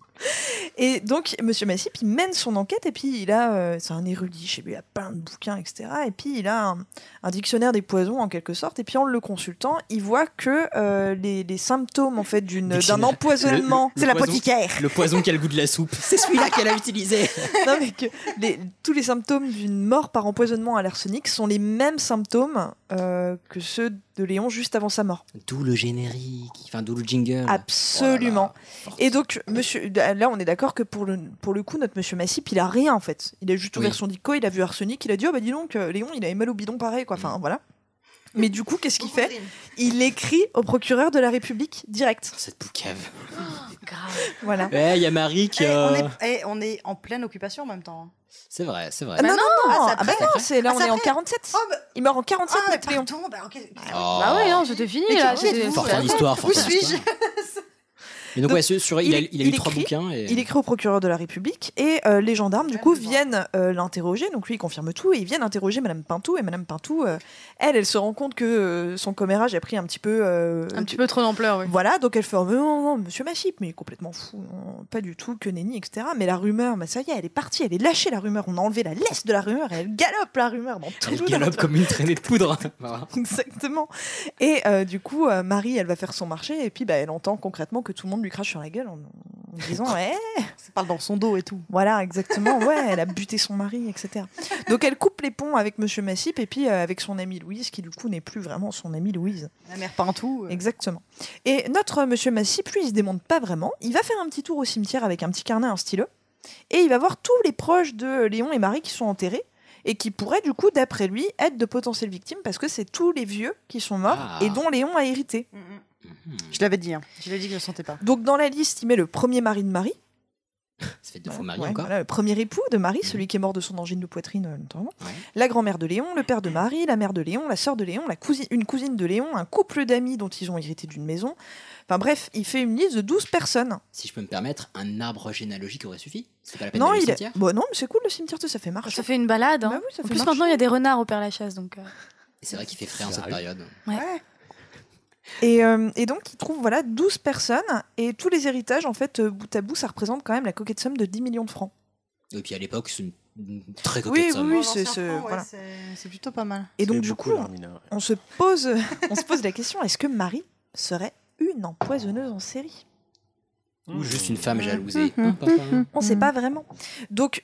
Speaker 4: Et donc, monsieur Massip, il mène son enquête et puis il a. euh, c'est un érudit, je sais plus, il a plein de bouquins, etc. Et puis il a un, un dictionnaire des poisons en quelque sorte. Et puis en le consultant, il voit que euh, les, les symptômes en fait d'une- d'un
Speaker 8: Dictionnaire.
Speaker 4: empoisonnement.
Speaker 8: Le- le- le poison- Le poison qui a le goût de la soupe. C'est celui-là qu'elle a utilisé.
Speaker 4: Non, mais que les- tous les symptômes d'une mort par empoisonnement à l'arsenic sont les mêmes symptômes euh, que ceux de Léon juste avant sa mort.
Speaker 8: D'où le générique. Enfin, d'où le
Speaker 4: Ah
Speaker 8: jingle.
Speaker 4: Absolument. Et donc, monsieur, là, on est d'accord que pour le, pour le coup, notre monsieur Massip, il a rien en fait. Il a juste ouvert
Speaker 8: Oui.
Speaker 4: son dico, il a vu arsenic, il a dit Oh bah dis donc, euh, Léon, il avait mal au bidon pareil, quoi. Enfin, voilà. Mais du coup, qu'est-ce qu'il fait Il écrit au procureur de la République direct.
Speaker 8: Cette boucave.
Speaker 1: Grave.
Speaker 4: Voilà.
Speaker 8: Eh, il y a Marie qui.
Speaker 3: Eh, on,
Speaker 8: euh,
Speaker 3: est, eh, on est en pleine occupation en même temps. hein.
Speaker 8: C'est vrai, c'est vrai.
Speaker 4: Ah, non, non,
Speaker 3: ah,
Speaker 4: non,
Speaker 3: c'est
Speaker 4: ah, bah
Speaker 3: après.
Speaker 4: non, c'est là,
Speaker 3: Ah,
Speaker 4: on
Speaker 3: c'est
Speaker 4: est en
Speaker 3: après.
Speaker 4: 47.
Speaker 3: Oh, bah-
Speaker 4: Il meurt en 47,
Speaker 3: Ah,
Speaker 4: notre Léon.
Speaker 3: pardon, bah, ok.
Speaker 8: Oh.
Speaker 4: Ah
Speaker 1: Bah ouais, non, je te finis
Speaker 3: Mais
Speaker 1: là.
Speaker 3: qui
Speaker 1: c'est-
Speaker 3: êtes-vous,
Speaker 1: c'est-
Speaker 4: euh,
Speaker 8: Fortin l'histoire,
Speaker 3: Où
Speaker 8: Fortin
Speaker 3: suis-je
Speaker 8: l'histoire. Et donc,
Speaker 4: Donc,
Speaker 8: ouais, sur, sur- il, a,
Speaker 4: il-
Speaker 8: il a
Speaker 4: il
Speaker 8: eu trois
Speaker 4: écrit-
Speaker 8: bouquins. Et...
Speaker 4: Il écrit au procureur de la République et euh, les gendarmes, du
Speaker 1: Ah,
Speaker 3: Même
Speaker 4: coup,
Speaker 3: droit.
Speaker 4: viennent euh, l'interroger. Donc lui, il confirme tout et ils viennent interroger Madame Pintou. Et Madame Pintou, euh, elle, elle se rend compte que euh, son commérage a pris un petit peu. euh,
Speaker 1: Un petit peu trop d'ampleur, oui.
Speaker 4: Voilà, donc elle fait oh, mais non, non, monsieur Machip, mais il est complètement fou, non, pas du tout, que nenni, etc. Mais la rumeur, bah, ça y est, elle est partie, elle est lâchée, la rumeur. On a enlevé la laisse de la rumeur et elle galope, la rumeur, dans tout
Speaker 8: Elle
Speaker 4: le
Speaker 8: galope comme une traînée de poudre.
Speaker 4: Exactement. Et euh, du coup, euh, Marie, elle va faire son marché et puis bah, elle entend concrètement que tout le monde lui crache sur la gueule en, en disant Eh, Ouais,
Speaker 3: Ça parle dans son dos et tout.
Speaker 4: voilà, exactement. Ouais, elle a buté son mari, etc. Donc elle coupe les ponts avec Monsieur Massip et puis euh, avec son amie Louise, qui du coup n'est plus vraiment son amie Louise.
Speaker 3: La mère Pintou. euh,
Speaker 4: Exactement. Et notre euh, Monsieur Massip, lui, il se démonte pas vraiment. Il va faire un petit tour au cimetière avec un petit carnet, et un stylo, et il va voir tous les proches de Léon et Marie qui sont enterrés et qui pourraient du coup, d'après lui, être de potentielles victimes parce que c'est tous les vieux qui sont morts
Speaker 8: Ah.
Speaker 4: et dont Léon a hérité.
Speaker 3: mm, mm. Je l'avais dit, hein. je l'ai dit que je ne sentais pas.
Speaker 4: Donc dans la liste, il met le premier mari de Marie.
Speaker 8: Ça fait deux fois
Speaker 4: Ouais,
Speaker 8: Marie
Speaker 4: ouais,
Speaker 8: encore.
Speaker 4: voilà, le premier époux de Marie, celui qui est mort de son angine de poitrine, euh, notamment.
Speaker 8: Ouais.
Speaker 4: La grand-mère de Léon, le père de Marie, la mère de Léon, la sœur de Léon, la cousine, une cousine de Léon, un couple d'amis dont ils ont hérité d'une maison. Enfin bref, il fait une liste de 12 personnes.
Speaker 8: Si je peux me permettre, un arbre généalogique aurait suffi. C'est pas la peine
Speaker 4: non,
Speaker 8: d'aller au
Speaker 4: il est...
Speaker 8: cimetière.
Speaker 4: bon, non, mais c'est cool le cimetière, ça, ça fait marcher.
Speaker 1: Ça fait une balade. Hein.
Speaker 4: Bah oui, ça
Speaker 1: en
Speaker 4: fait
Speaker 1: plus,
Speaker 4: marcher.
Speaker 1: maintenant, il y a des renards au Père-Lachaise, donc. euh,
Speaker 8: Et C'est vrai qu'il fait frais en cette
Speaker 2: Sérieux
Speaker 8: période.
Speaker 4: Et, euh, et donc, il trouve voilà 12 personnes et tous les héritages, en fait, euh, bout à bout, ça représente quand même la coquette somme de 10 millions de francs.
Speaker 8: Et puis à l'époque, c'est une, une très coquette
Speaker 4: Oui,
Speaker 8: somme.
Speaker 4: oui,
Speaker 3: Bon,
Speaker 4: c'est-
Speaker 3: l'ancien
Speaker 4: c'est-
Speaker 3: franc, ouais,
Speaker 4: voilà.
Speaker 3: c'est- c'est plutôt pas mal.
Speaker 4: Et
Speaker 2: C'est
Speaker 4: donc, du
Speaker 2: beaucoup, hein.
Speaker 4: coup,
Speaker 2: l'Hermina.
Speaker 4: on se pose, on se pose la question est-ce que Marie serait une empoisonneuse en série
Speaker 2: Mmh.
Speaker 4: Mm-hmm.
Speaker 8: Ou juste une femme hum, jalousée. Pom,
Speaker 3: Mhm.
Speaker 8: pom, pom.
Speaker 4: On ne sait pas vraiment. Donc,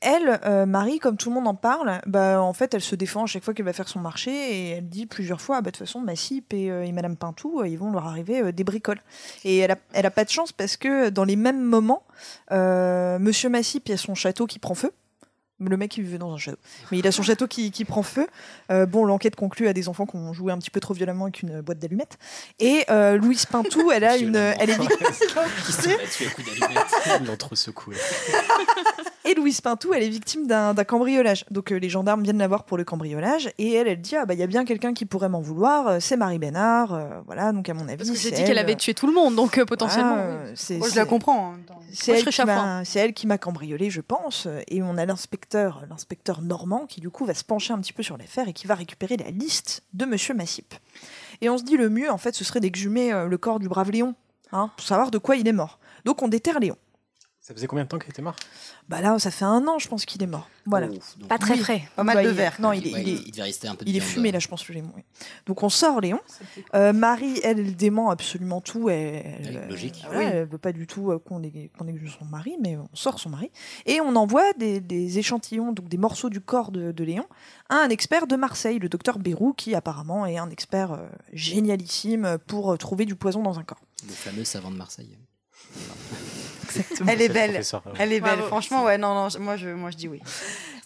Speaker 4: elle, euh, Marie, comme tout le monde en parle, bah, en fait, elle se défend à chaque fois qu'elle va faire son marché et elle dit plusieurs fois, Ah bah, de toute façon, Massip et, euh, et Madame Pintou, euh, ils vont leur arriver euh, des bricoles. Et elle a, elle a pas de chance parce que dans les mêmes moments, euh, Monsieur Massip, il y a son château qui prend feu. Le mec, il vivait dans un château. Mais il a son château qui, qui prend feu. Euh, bon, l'enquête conclut à des enfants qui ont joué un petit peu trop violemment avec une boîte d'allumettes. Et euh, Louise Pintou, elle a une, elle est
Speaker 2: Qui se bat dessus à coups d'allumettes. Ils l'ont trop secoué.
Speaker 4: Et Louise Pintou, elle est victime d'un d'un cambriolage. Donc euh, les gendarmes viennent la voir pour le cambriolage et elle, elle dit ah bah il y a bien quelqu'un qui pourrait m'en vouloir, euh, c'est Marie Bénard, euh, voilà donc à mon avis.
Speaker 1: Parce que j'ai
Speaker 4: c'est
Speaker 1: dit qu'elle
Speaker 4: elle,
Speaker 1: avait
Speaker 4: euh,
Speaker 1: tué tout le monde, donc euh, potentiellement.
Speaker 4: voilà, euh, c'est-
Speaker 3: Moi, je
Speaker 4: c'est-
Speaker 3: la comprends. hein, en même temps.
Speaker 1: Moi,
Speaker 4: C'est
Speaker 1: je
Speaker 4: elle,
Speaker 1: serais
Speaker 4: qui
Speaker 1: chafouin.
Speaker 4: m'a- c'est elle qui m'a cambriolé, je pense. Et on a l'inspecteur, l'inspecteur Normand, qui du coup va se pencher un petit peu sur l'affaire et qui va récupérer la liste de Monsieur Massip. Et on se dit le mieux, en fait, ce serait d'exhumer euh, le corps du brave Léon, hein, pour savoir de quoi il est mort. Donc on déterre Léon.
Speaker 2: Ça faisait combien de temps qu'il était mort
Speaker 4: Bah là, ça fait un an, je pense qu'il est mort. Voilà.
Speaker 8: Ouf, donc-
Speaker 1: Pas très
Speaker 4: Oui.
Speaker 1: frais.
Speaker 3: Pas mal
Speaker 4: Bah,
Speaker 3: de
Speaker 4: il-
Speaker 3: verre.
Speaker 4: Non, il est,
Speaker 8: Ouais,
Speaker 4: il est-
Speaker 8: devait rester un peu de
Speaker 4: il est
Speaker 8: viande.
Speaker 4: fumé là, je pense, le Léon. oui. Donc on sort Léon. Euh, Marie, elle, elle dément absolument tout. Elle, elle,
Speaker 8: Oui, logique.
Speaker 4: voilà, elle veut pas du tout euh, qu'on ex- qu'on exhume son mari, mais on sort son mari. Et on envoie des, des échantillons, donc des morceaux du corps de, de Léon, à un expert de Marseille, le docteur Bérou, qui apparemment est un expert euh, génialissime pour euh, trouver du poison dans un corps.
Speaker 8: euh, Le fameux savant de Marseille.
Speaker 3: Elle est
Speaker 2: C'est le
Speaker 3: belle.
Speaker 2: professeur, ouais.
Speaker 3: Elle est belle,
Speaker 1: Bravo.
Speaker 3: franchement, ouais, non, non, je- moi je, moi je dis oui.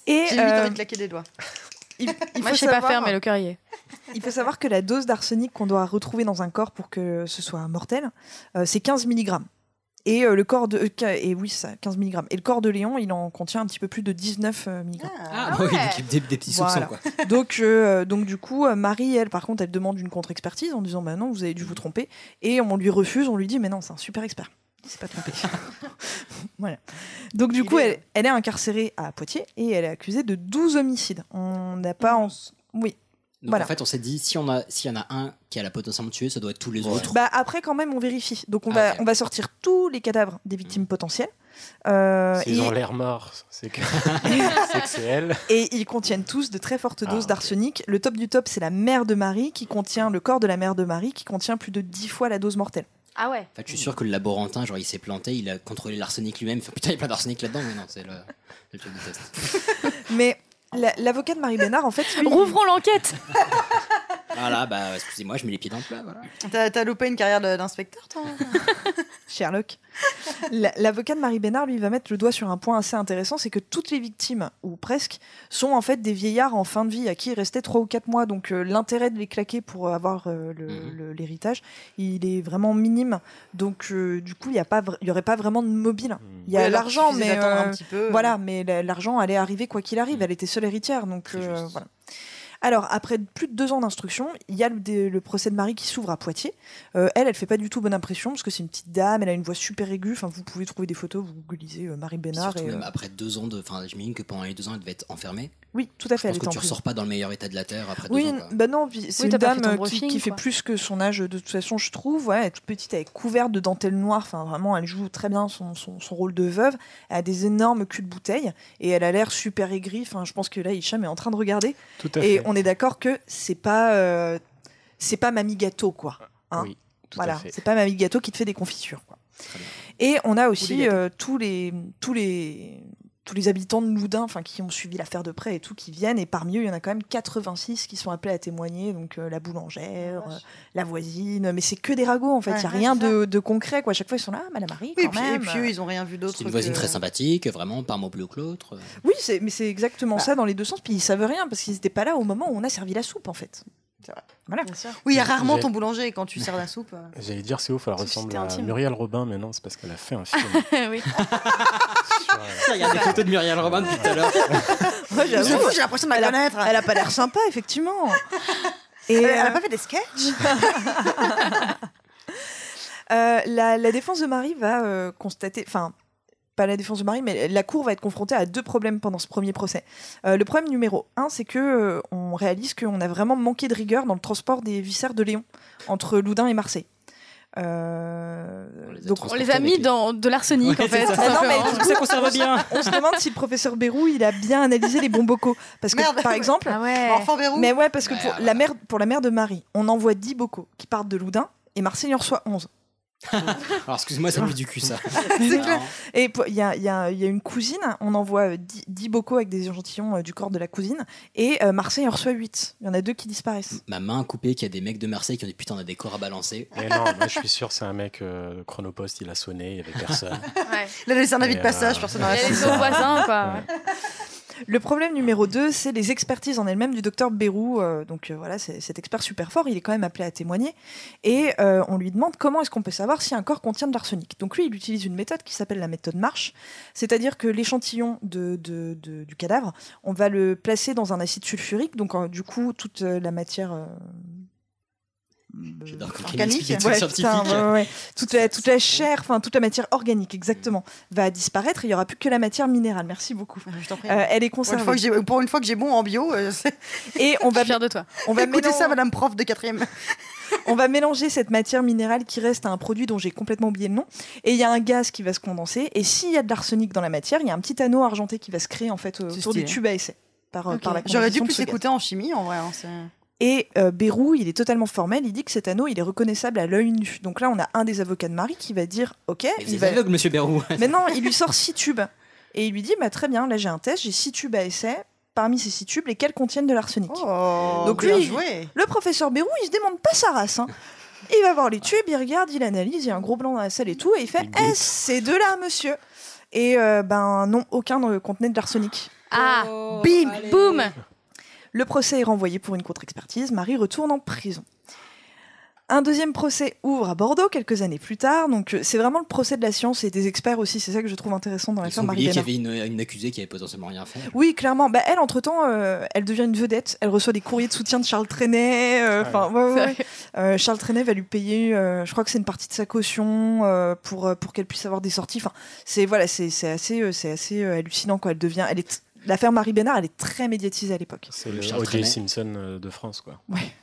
Speaker 4: Et
Speaker 3: J'ai limite
Speaker 4: euh,
Speaker 3: envie de claquer des doigts.
Speaker 4: il, il
Speaker 1: Moi,
Speaker 4: faut
Speaker 1: je sais pas
Speaker 4: savoir-
Speaker 1: faire, mais le cœur y est.
Speaker 4: Il faut savoir que la dose d'arsenic qu'on doit retrouver dans un corps pour que ce soit mortel, euh, c'est 15 mg. Et euh, le corps de euh, qu- et oui ça 15 mg. Et le corps de Léon, il en contient un petit peu plus de 19 mg.
Speaker 8: Ah, bah oui, donc des, des petits soupçons
Speaker 4: Voilà.
Speaker 8: quoi.
Speaker 3: Ah.
Speaker 4: Donc euh, donc du coup euh, Marie elle par contre elle demande une contre-expertise en disant bah non, vous avez dû vous tromper et on lui refuse, on lui dit mais non, c'est un super expert. Il s'est pas trompé. voilà. Donc du
Speaker 3: Il
Speaker 4: coup
Speaker 3: est-
Speaker 4: elle, elle est incarcérée à Poitiers et elle est accusée de 12 homicides. On n'a pas en... oui
Speaker 8: Donc
Speaker 4: Voilà.
Speaker 8: en fait, on s'est dit, si on a, s'il y en a un qui a la potentiellement tué, ça doit être tous les autres.
Speaker 4: Bah, après, quand même, on vérifie. Donc, on,
Speaker 8: Ah,
Speaker 4: va,
Speaker 8: ok.
Speaker 4: on va sortir tous les cadavres des victimes potentielles. Euh,
Speaker 2: S'ils
Speaker 4: et,
Speaker 2: ont l'air morts, c'est que c'est que c'est elle.
Speaker 4: et ils contiennent tous de très fortes
Speaker 2: Ah,
Speaker 4: doses
Speaker 2: ok.
Speaker 4: d'arsenic. Le top du top, c'est la mère de Marie qui contient le corps de la mère de Marie qui contient plus de 10 fois la dose mortelle.
Speaker 1: Ah ouais.
Speaker 8: En fait, je suis sûr que le laborantin, genre, il s'est planté, il a contrôlé l'arsenic lui-même. Il fait, putain, il y a plein d'arsenic là-dedans. Mais non, c'est le, c'est le truc du test.
Speaker 4: Mais la- l'avocat de Marie Bénard, en fait, lui,
Speaker 1: Rouvrons l'enquête
Speaker 8: Voilà, bah, excusez-moi, je mets les pieds dans le plat. Voilà.
Speaker 3: T'as t'as loupé une carrière de- d'inspecteur, toi hein
Speaker 4: Sherlock. La- L'avocat de Marie Bénard, lui, va mettre le doigt sur un point assez intéressant, c'est que toutes les victimes, ou presque, sont en fait des vieillards en fin de vie à qui il restait 3 ou 4 mois. Donc euh, l'intérêt de les claquer pour avoir euh, le-
Speaker 8: Mhm.
Speaker 4: le- l'héritage, il est vraiment minime. Donc euh, du coup, il n'y a pas vra- il y aurait pas vraiment de mobile. Il y a
Speaker 3: Oui, alors
Speaker 4: l'argent,
Speaker 3: qu'il suffisait
Speaker 4: mais...
Speaker 3: d'attendre
Speaker 4: euh,
Speaker 3: un petit peu.
Speaker 4: voilà, mais la- l'argent allait arriver quoi qu'il arrive.
Speaker 8: hein. Mm.
Speaker 4: Elle était seule héritière, donc
Speaker 8: C'est
Speaker 4: euh,
Speaker 8: juste.
Speaker 4: voilà. Alors, après plus de deux ans d'instruction, il y a le, dé- le procès de Marie qui s'ouvre à Poitiers. Euh, elle, elle fait pas du tout bonne impression parce que c'est une petite dame, elle a une voix super aiguë. Enfin, vous pouvez trouver des photos, vous googlisez euh, Marie
Speaker 8: Puis
Speaker 4: Bénard.
Speaker 8: surtout,
Speaker 4: et,
Speaker 8: même
Speaker 4: euh,
Speaker 8: après deux ans de. Enfin, j'imagine que pendant les deux ans, elle devait être enfermée.
Speaker 4: oui, tout à
Speaker 8: Je
Speaker 4: fait, elle
Speaker 8: pense
Speaker 4: est
Speaker 8: que
Speaker 4: en
Speaker 8: tu
Speaker 4: prison.
Speaker 8: ressors pas dans le meilleur état de la terre après
Speaker 4: Oui,
Speaker 8: deux ans.
Speaker 4: n-
Speaker 8: quoi.
Speaker 4: bah non, puis c'est
Speaker 1: Oui,
Speaker 4: une
Speaker 1: t'as pas
Speaker 4: dame
Speaker 1: fait ton
Speaker 4: euh, qui,
Speaker 1: brushing,
Speaker 4: qui fait
Speaker 1: quoi.
Speaker 4: plus que son âge, de toute façon, je trouve. Ouais, elle est toute petite, elle est couverte de dentelles noires. Enfin, vraiment, elle joue très bien son, son- son rôle de veuve. Elle a des énormes culs de bouteille et elle a l'air super aigrie. Enfin, je pense que là, Hicham est en train de regarder.
Speaker 2: Tout à
Speaker 4: Et
Speaker 2: fait.
Speaker 4: on est d'accord que c'est pas, euh, c'est pas Mamie Gâteau, quoi. hein.
Speaker 2: Oui, tout à
Speaker 4: Voilà,
Speaker 2: fait.
Speaker 4: c'est pas Mamie Gâteau qui te fait des confitures. quoi.
Speaker 8: Très bien.
Speaker 4: Et on a
Speaker 3: Ou des
Speaker 4: aussi
Speaker 3: gâteaux.
Speaker 4: euh, tous les tous les tous les habitants de Loudun, enfin qui ont suivi l'affaire de près et tout, qui viennent. Et parmi eux, il y en a quand même 86 qui sont appelés à témoigner. Donc euh, la boulangère,
Speaker 3: Ah,
Speaker 4: euh,
Speaker 3: vache.
Speaker 4: la voisine, mais c'est que des ragots en fait. Il
Speaker 3: Ouais,
Speaker 4: y a
Speaker 3: ouais,
Speaker 4: rien
Speaker 3: c'est ça.
Speaker 4: de, de concret quoi. À chaque fois, ils sont là, ah, Madame Marie,
Speaker 3: Oui, et
Speaker 4: quand
Speaker 3: puis, et
Speaker 4: même.
Speaker 3: puis eux, ils ont rien vu d'autre.
Speaker 8: C'est une voisine
Speaker 3: que-
Speaker 8: très sympathique, vraiment, pas un mot plus que l'autre.
Speaker 4: Oui, c'est- mais c'est exactement
Speaker 3: Bah.
Speaker 4: ça dans les deux sens. Puis ils savent rien parce qu'ils n'étaient pas là au moment où on a servi la soupe en fait. Voilà.
Speaker 3: Oui, il y a rarement
Speaker 2: J'ai-
Speaker 3: ton boulanger quand tu sers la soupe. euh.
Speaker 2: J'allais dire c'est ouf, elle
Speaker 1: Parce que
Speaker 2: ressemble
Speaker 1: c'était
Speaker 2: à
Speaker 1: intime.
Speaker 2: Muriel Robin, mais non, c'est parce qu'elle a fait un film.
Speaker 1: Oui.
Speaker 2: sur, euh,
Speaker 8: Regarde les photos de Muriel Robin depuis tout à l'heure.
Speaker 4: Moi,
Speaker 3: Mais
Speaker 4: j'avoue,
Speaker 3: C'est fou, j'ai l'impression de la
Speaker 4: Elle a-
Speaker 3: connaître.
Speaker 4: Elle a pas l'air sympa, effectivement. Et
Speaker 3: Elle elle
Speaker 4: euh,
Speaker 3: a pas fait des sketchs
Speaker 4: euh, la, la défense de Marie va euh, constater, enfin, pas la défense de Marie, mais la cour va être confrontée à deux problèmes pendant ce premier procès. Euh, le problème numéro un, c'est que euh, on réalise qu'on a vraiment manqué de rigueur dans le transport des viscères de Léon entre Loudun et Marseille. Euh,
Speaker 8: On les a
Speaker 4: donc
Speaker 8: transportés
Speaker 1: On les a mis
Speaker 8: avec
Speaker 1: dans de l'arsenic, en
Speaker 8: Ouais,
Speaker 1: fait.
Speaker 8: c'est
Speaker 1: tout
Speaker 4: Ah non, mais
Speaker 1: simplement.
Speaker 4: du coup, on se- On se demande si le professeur Bérou il a bien analysé les bons bocaux parce que
Speaker 3: Merde.
Speaker 4: par exemple,
Speaker 1: Ah ouais.
Speaker 3: Enfant Bérou
Speaker 4: Mais ouais, parce que
Speaker 8: Ouais,
Speaker 4: pour,
Speaker 8: voilà.
Speaker 4: la mère, pour la mère de Marie, on envoie 10 bocaux qui partent de Loudun et Marseille en reçoit 11.
Speaker 8: Alors, excuse-moi, ça me fait du cul, ça.
Speaker 4: C'est clair. Et pour- il y a, il y a- il y a une cousine, on envoie euh, 10 10 bocaux avec des échantillons euh, du corps de la cousine, et euh, Marseille en reçoit 8. Il y en a deux qui disparaissent.
Speaker 8: Ma main coupée, qu'il y a des mecs de Marseille qui ont dit putain, on a des corps à balancer.
Speaker 2: Mais non, moi je suis sûr, c'est un mec euh, Chronopost, il a sonné, il n'y avait personne.
Speaker 3: Il a laissé un avis
Speaker 2: Et,
Speaker 3: de passage,
Speaker 2: euh,
Speaker 3: personne n'a
Speaker 2: Il a
Speaker 3: répondu.
Speaker 2: laissé au voisin,
Speaker 1: quoi.
Speaker 4: Le problème numéro 2, c'est les expertises en elles-mêmes du docteur Bérou. euh, donc euh, voilà, c'est- cet expert super fort, il est quand même appelé à témoigner. Et euh, on lui demande comment est-ce qu'on peut savoir si un corps contient de l'arsenic. Donc lui, il utilise une méthode qui s'appelle la méthode marche. C'est-à-dire que l'échantillon de- de- de- du cadavre, on va le placer dans un acide sulfurique. Donc euh, du coup, toute euh, la matière... euh,
Speaker 8: J'adore quand quelqu'un
Speaker 4: organique.
Speaker 8: explique des trucs
Speaker 4: Ouais,
Speaker 8: scientifiques.
Speaker 4: putain, ouais, ouais. Toute, la, toute la chair, enfin toute la matière organique, exactement, va disparaître. Il n'y aura plus que la matière minérale. Merci beaucoup. Euh, elle est
Speaker 3: Pour une
Speaker 4: conservée.
Speaker 3: fois que j'ai- Pour une fois que j'ai bon en bio, euh, c'est-
Speaker 4: Et on va
Speaker 1: fier de toi.
Speaker 4: On va
Speaker 3: écouter
Speaker 4: mélanger-
Speaker 3: ça, Madame prof de quatrième.
Speaker 4: on va mélanger cette matière minérale qui reste à un produit dont j'ai complètement oublié le nom. Et il y a un gaz qui va se condenser. Et s'il y a de l'arsenic dans la matière, il y a un petit anneau argenté qui va se créer en fait euh, autour
Speaker 3: stylé.
Speaker 4: du tube à essai. Par, euh,
Speaker 3: Ok.
Speaker 4: par la
Speaker 3: J'aurais dû
Speaker 4: combustion de
Speaker 3: plus
Speaker 4: ce gaz.
Speaker 3: écouter en chimie, en vrai. hein, c'est-
Speaker 4: Et euh, Bérou, il est totalement formel. Il dit que cet anneau, il est reconnaissable à l'œil nu. Donc là, on a un des avocats de Marie qui va dire Ok,
Speaker 8: Mais vous
Speaker 4: il
Speaker 8: êtes
Speaker 4: va.
Speaker 8: aveugle, monsieur Berrou.
Speaker 4: Mais non, il lui sort six tubes. Et il lui dit bah, Très bien, là j'ai un test, j'ai six tubes à essai. Parmi ces six tubes, lesquels contiennent de l'arsenic
Speaker 8: Oh.
Speaker 4: Donc
Speaker 3: bien
Speaker 4: lui,
Speaker 3: joué.
Speaker 4: le professeur Bérou, il se demande pas sa race. hein. Il va voir les tubes, il regarde, il analyse, il y a un gros blanc dans la salle et tout, et il fait Eh, ces deux-là, monsieur Et euh, ben non, aucun ne contenait de l'arsenic.
Speaker 1: Ah, bim, boum.
Speaker 4: Le procès est renvoyé pour une contre-expertise. Marie retourne en prison. Un deuxième procès ouvre à Bordeaux quelques années plus tard. Donc euh, c'est vraiment le procès de la science et des experts aussi. C'est ça que je trouve intéressant dans
Speaker 8: Ils
Speaker 4: l'affaire
Speaker 8: ont
Speaker 4: Marie
Speaker 8: oublié qu'il y
Speaker 4: Bénard.
Speaker 8: avait une, une accusée qui avait potentiellement rien fait.
Speaker 4: Oui, clairement. Bah, elle, entre-temps, euh, elle devient une vedette. Elle reçoit des courriers de soutien de Charles Trenet. euh, Enfin, ouais, ouais, ouais. Euh, Charles Trenet va lui payer, euh, je crois que c'est une partie de sa caution euh, pour, euh, pour qu'elle puisse avoir des sorties. Enfin, c'est voilà, c'est c'est assez, euh, c'est assez euh, hallucinant. Quoi. Elle devient, elle est L'affaire Marie Bénard, elle est très médiatisée à l'époque.
Speaker 2: C'est le
Speaker 8: Charles
Speaker 2: O.J.
Speaker 8: Trenet.
Speaker 2: Simpson euh, de France, quoi.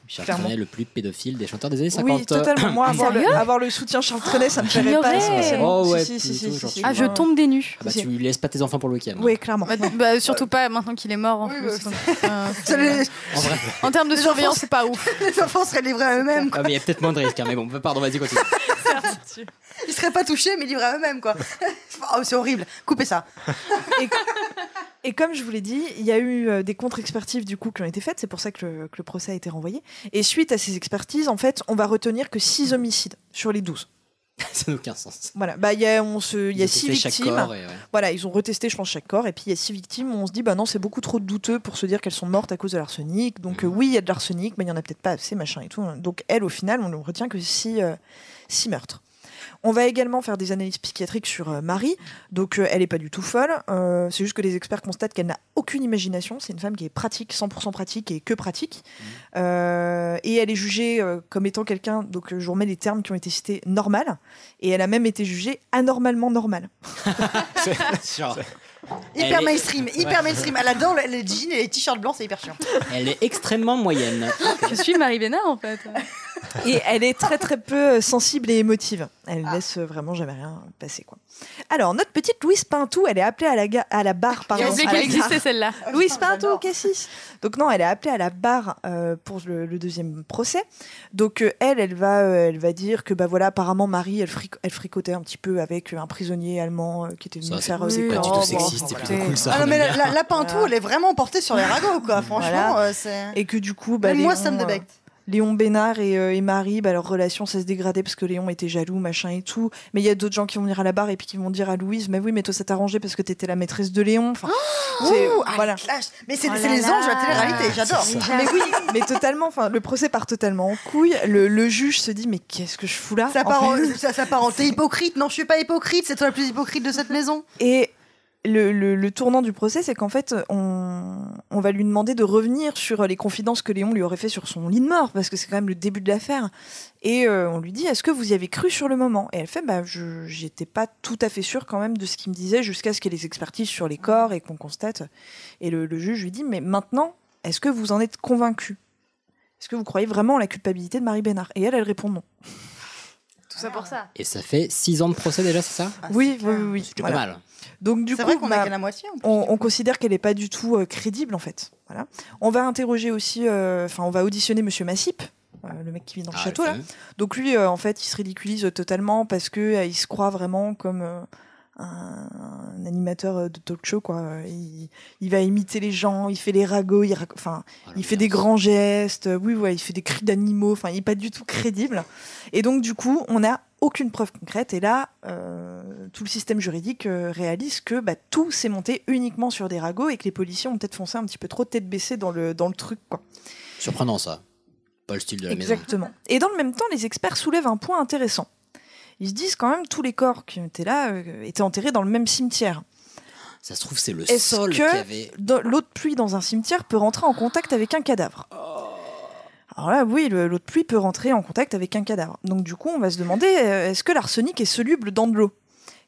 Speaker 8: Charles
Speaker 4: Clairement.
Speaker 8: Trenet, le plus pédophile des chanteurs des années 50.
Speaker 4: Oui, totalement. Moi, avoir le, avoir le soutien de Charles Trenet, ça me plairait pas.
Speaker 1: Oh, j'ignorais.
Speaker 4: spécialement.
Speaker 8: Oh
Speaker 4: Si,
Speaker 8: ouais,
Speaker 4: si, si,
Speaker 8: plutôt,
Speaker 4: si,
Speaker 8: genre,
Speaker 4: si,
Speaker 8: tu
Speaker 1: Ah, je
Speaker 4: ouais.
Speaker 1: tombe des nues.
Speaker 8: Ah bah, tu laisses pas tes enfants pour le week-end.
Speaker 4: Oui, clairement.
Speaker 1: Bah, bah, surtout pas maintenant qu'il est mort en plus. donc, euh,
Speaker 3: Ça, les...
Speaker 8: En vrai.
Speaker 1: en termes de
Speaker 3: Les
Speaker 1: surveillance,
Speaker 3: enfants-
Speaker 1: c'est pas ouf.
Speaker 3: les enfants seraient livrés à eux-mêmes. quoi.
Speaker 8: Ah, mais il y a peut-être moins de risques, hein, mais bon, pardon, vas-y, continue.
Speaker 3: Ils seraient pas touchés, mais livrés à eux-mêmes, quoi. Oh, c'est horrible. Coupez ça.
Speaker 4: Et comme je vous l'ai dit, il y a eu euh, des contre-expertises du coup qui ont été faites, c'est pour ça que le, que le procès a été renvoyé. Et suite à ces expertises, en fait, on va retenir que 6 homicides sur les 12.
Speaker 8: Ça n'a aucun sens.
Speaker 4: Voilà, bah, il y a, on se, il y a
Speaker 8: Ils ont
Speaker 4: 6
Speaker 8: testé chaque
Speaker 4: victimes.
Speaker 8: corps et ouais.
Speaker 4: Voilà, ils ont retesté, je pense, chaque corps. Et puis il y a six victimes où on se dit, bah non, c'est beaucoup trop douteux pour se dire qu'elles sont mortes à cause de l'arsenic. Donc euh, oui, il y a de l'arsenic, mais il n'y en a peut-être pas assez, machin et tout. Donc elle, au final, on ne retient que six, euh, six meurtres. On va également faire des analyses psychiatriques sur euh, Marie. Donc euh, elle n'est pas du tout folle. Euh, c'est juste que les experts constatent qu'elle n'a aucune imagination. C'est une femme qui est pratique, 100% pratique et que pratique. Euh, et elle est jugée euh, comme étant quelqu'un, donc euh, je vous remets les termes qui ont été cités, normal. Et elle a même été jugée anormalement normale.
Speaker 8: Genre,
Speaker 3: Hyper
Speaker 8: Elle est-
Speaker 3: mainstream. Hyper mainstream. Elle adore le- les jeans et les t-shirts blancs, c'est hyper chiant.
Speaker 8: elle est extrêmement moyenne.
Speaker 1: Je suis Marie Bénard en fait.
Speaker 4: Et elle est très très peu euh, sensible et émotive. Elle
Speaker 8: Ah.
Speaker 4: laisse euh, vraiment jamais rien passer quoi. Alors notre petite Louise Pintou, elle est appelée à la, ga- à la barre par
Speaker 1: J'ai oublié qu'elle existait celle-là.
Speaker 4: Louise Pintou, Cassis. Donc non, elle est appelée à la barre euh, pour le, le deuxième procès. Donc euh, elle, elle va, euh, elle va dire que bah voilà, apparemment Marie, elle, fric- elle fricotait un petit peu avec euh, un prisonnier allemand euh, qui était venu
Speaker 8: Ça,
Speaker 4: faire. euh,
Speaker 8: c'est
Speaker 4: des-
Speaker 8: pas du
Speaker 4: Oh,
Speaker 8: tout
Speaker 4: bon,
Speaker 8: sexiste, c'est
Speaker 4: voilà.
Speaker 8: plutôt cool ça.
Speaker 3: Ah non,
Speaker 8: on
Speaker 3: mais
Speaker 8: aime
Speaker 3: la,
Speaker 8: bien.
Speaker 3: la, la Pintou,
Speaker 4: Voilà.
Speaker 3: elle est vraiment portée sur les ragots, quoi. Franchement,
Speaker 4: Voilà.
Speaker 3: euh, c'est.
Speaker 4: Et que du coup, bah,
Speaker 3: Même moi,
Speaker 4: Léon,
Speaker 3: ça me
Speaker 4: euh,
Speaker 3: débecte.
Speaker 4: Léon Bénard et, euh, et Marie, bah, leur relation, ça se dégradait parce que Léon était jaloux, machin et tout. Mais il y a d'autres gens qui vont venir à la barre et puis qui vont dire à Louise, mais oui, mais toi, ça t'a arrangé parce que t'étais la maîtresse de Léon. Enfin,
Speaker 3: Oh,
Speaker 4: c'est-
Speaker 3: Ouh, ah,
Speaker 4: voilà.
Speaker 3: les clashs. Mais c'est
Speaker 1: Oh
Speaker 3: c'est
Speaker 1: là
Speaker 3: les
Speaker 1: là.
Speaker 3: anges de la télé-réalité, j'adore.
Speaker 4: Mais oui, mais totalement. Enfin, le procès part totalement en couille. Le, le juge se dit, mais qu'est-ce que je fous là
Speaker 3: Ça
Speaker 4: En
Speaker 3: part,
Speaker 4: fait-
Speaker 3: en- ça, ça part en t'es hypocrite. Non, je suis pas hypocrite. C'est toi la plus hypocrite de cette maison.
Speaker 4: Et le, le- le tournant du procès, c'est qu'en fait, on, on va lui demander de revenir sur les confidences que Léon lui aurait fait sur son lit de mort, parce que c'est quand même le début de l'affaire. Et euh, on lui dit Est-ce que vous y avez cru sur le moment Et elle fait Bah, je- j'étais pas tout à fait sûre quand même de ce qu'il me disait, jusqu'à ce qu'il y ait les expertises sur les corps et qu'on constate. Et le, le juge lui dit Mais maintenant, est-ce que vous en êtes convaincu Est-ce que vous croyez vraiment en la culpabilité de Marie Bénard Et elle, elle répond non.
Speaker 1: Tout ça pour ça.
Speaker 8: Et ça fait 6 ans de procès déjà, c'est ça
Speaker 3: Ah,
Speaker 4: oui, oui, oui, oui.
Speaker 8: C'est
Speaker 4: Ah, Voilà.
Speaker 8: pas mal.
Speaker 4: Donc, du
Speaker 3: C'est
Speaker 4: coup,
Speaker 3: vrai qu'on
Speaker 4: bah,
Speaker 3: a qu'à la moitié. en plus.
Speaker 4: on, on considère qu'elle n'est pas du tout euh, crédible en fait. Voilà. On va interroger aussi, euh, enfin on va auditionner Monsieur Massip, euh, le mec qui vit dans le
Speaker 12: Ah,
Speaker 4: château là.
Speaker 12: oui.
Speaker 4: Donc lui, euh, en fait, il se ridiculise totalement parce que euh, il se croit vraiment comme euh, un, un animateur euh, de talk-show quoi. Euh, Il, il va imiter les gens, il fait les ragots, il, rac- enfin,
Speaker 8: Ah,
Speaker 4: il fait des grands gestes. euh, Oui, ouais, il fait des cris d'animaux. Enfin, il est pas du tout crédible. Et donc du coup, on a aucune preuve concrète. Et là, euh, tout le système juridique euh, réalise que bah, tout s'est monté uniquement sur des ragots et que les policiers ont peut-être foncé un petit peu trop tête baissée dans le dans le truc quoi.
Speaker 8: Surprenant ça. Pas le style de la maison.
Speaker 4: Exactement. Et dans le même temps, les experts soulèvent un point intéressant. Ils se disent quand même tous les corps qui étaient là euh, étaient enterrés dans le même cimetière.
Speaker 8: Ça se trouve, c'est le
Speaker 4: Est-ce
Speaker 8: sol
Speaker 4: que
Speaker 8: qui avait.
Speaker 4: dans- l'eau de pluie dans un cimetière peut rentrer en contact avec un cadavre Alors là, oui, le- l'eau de pluie peut rentrer en contact avec un cadavre. Donc du coup, on va se demander euh, est-ce que l'arsenic est soluble dans de l'eau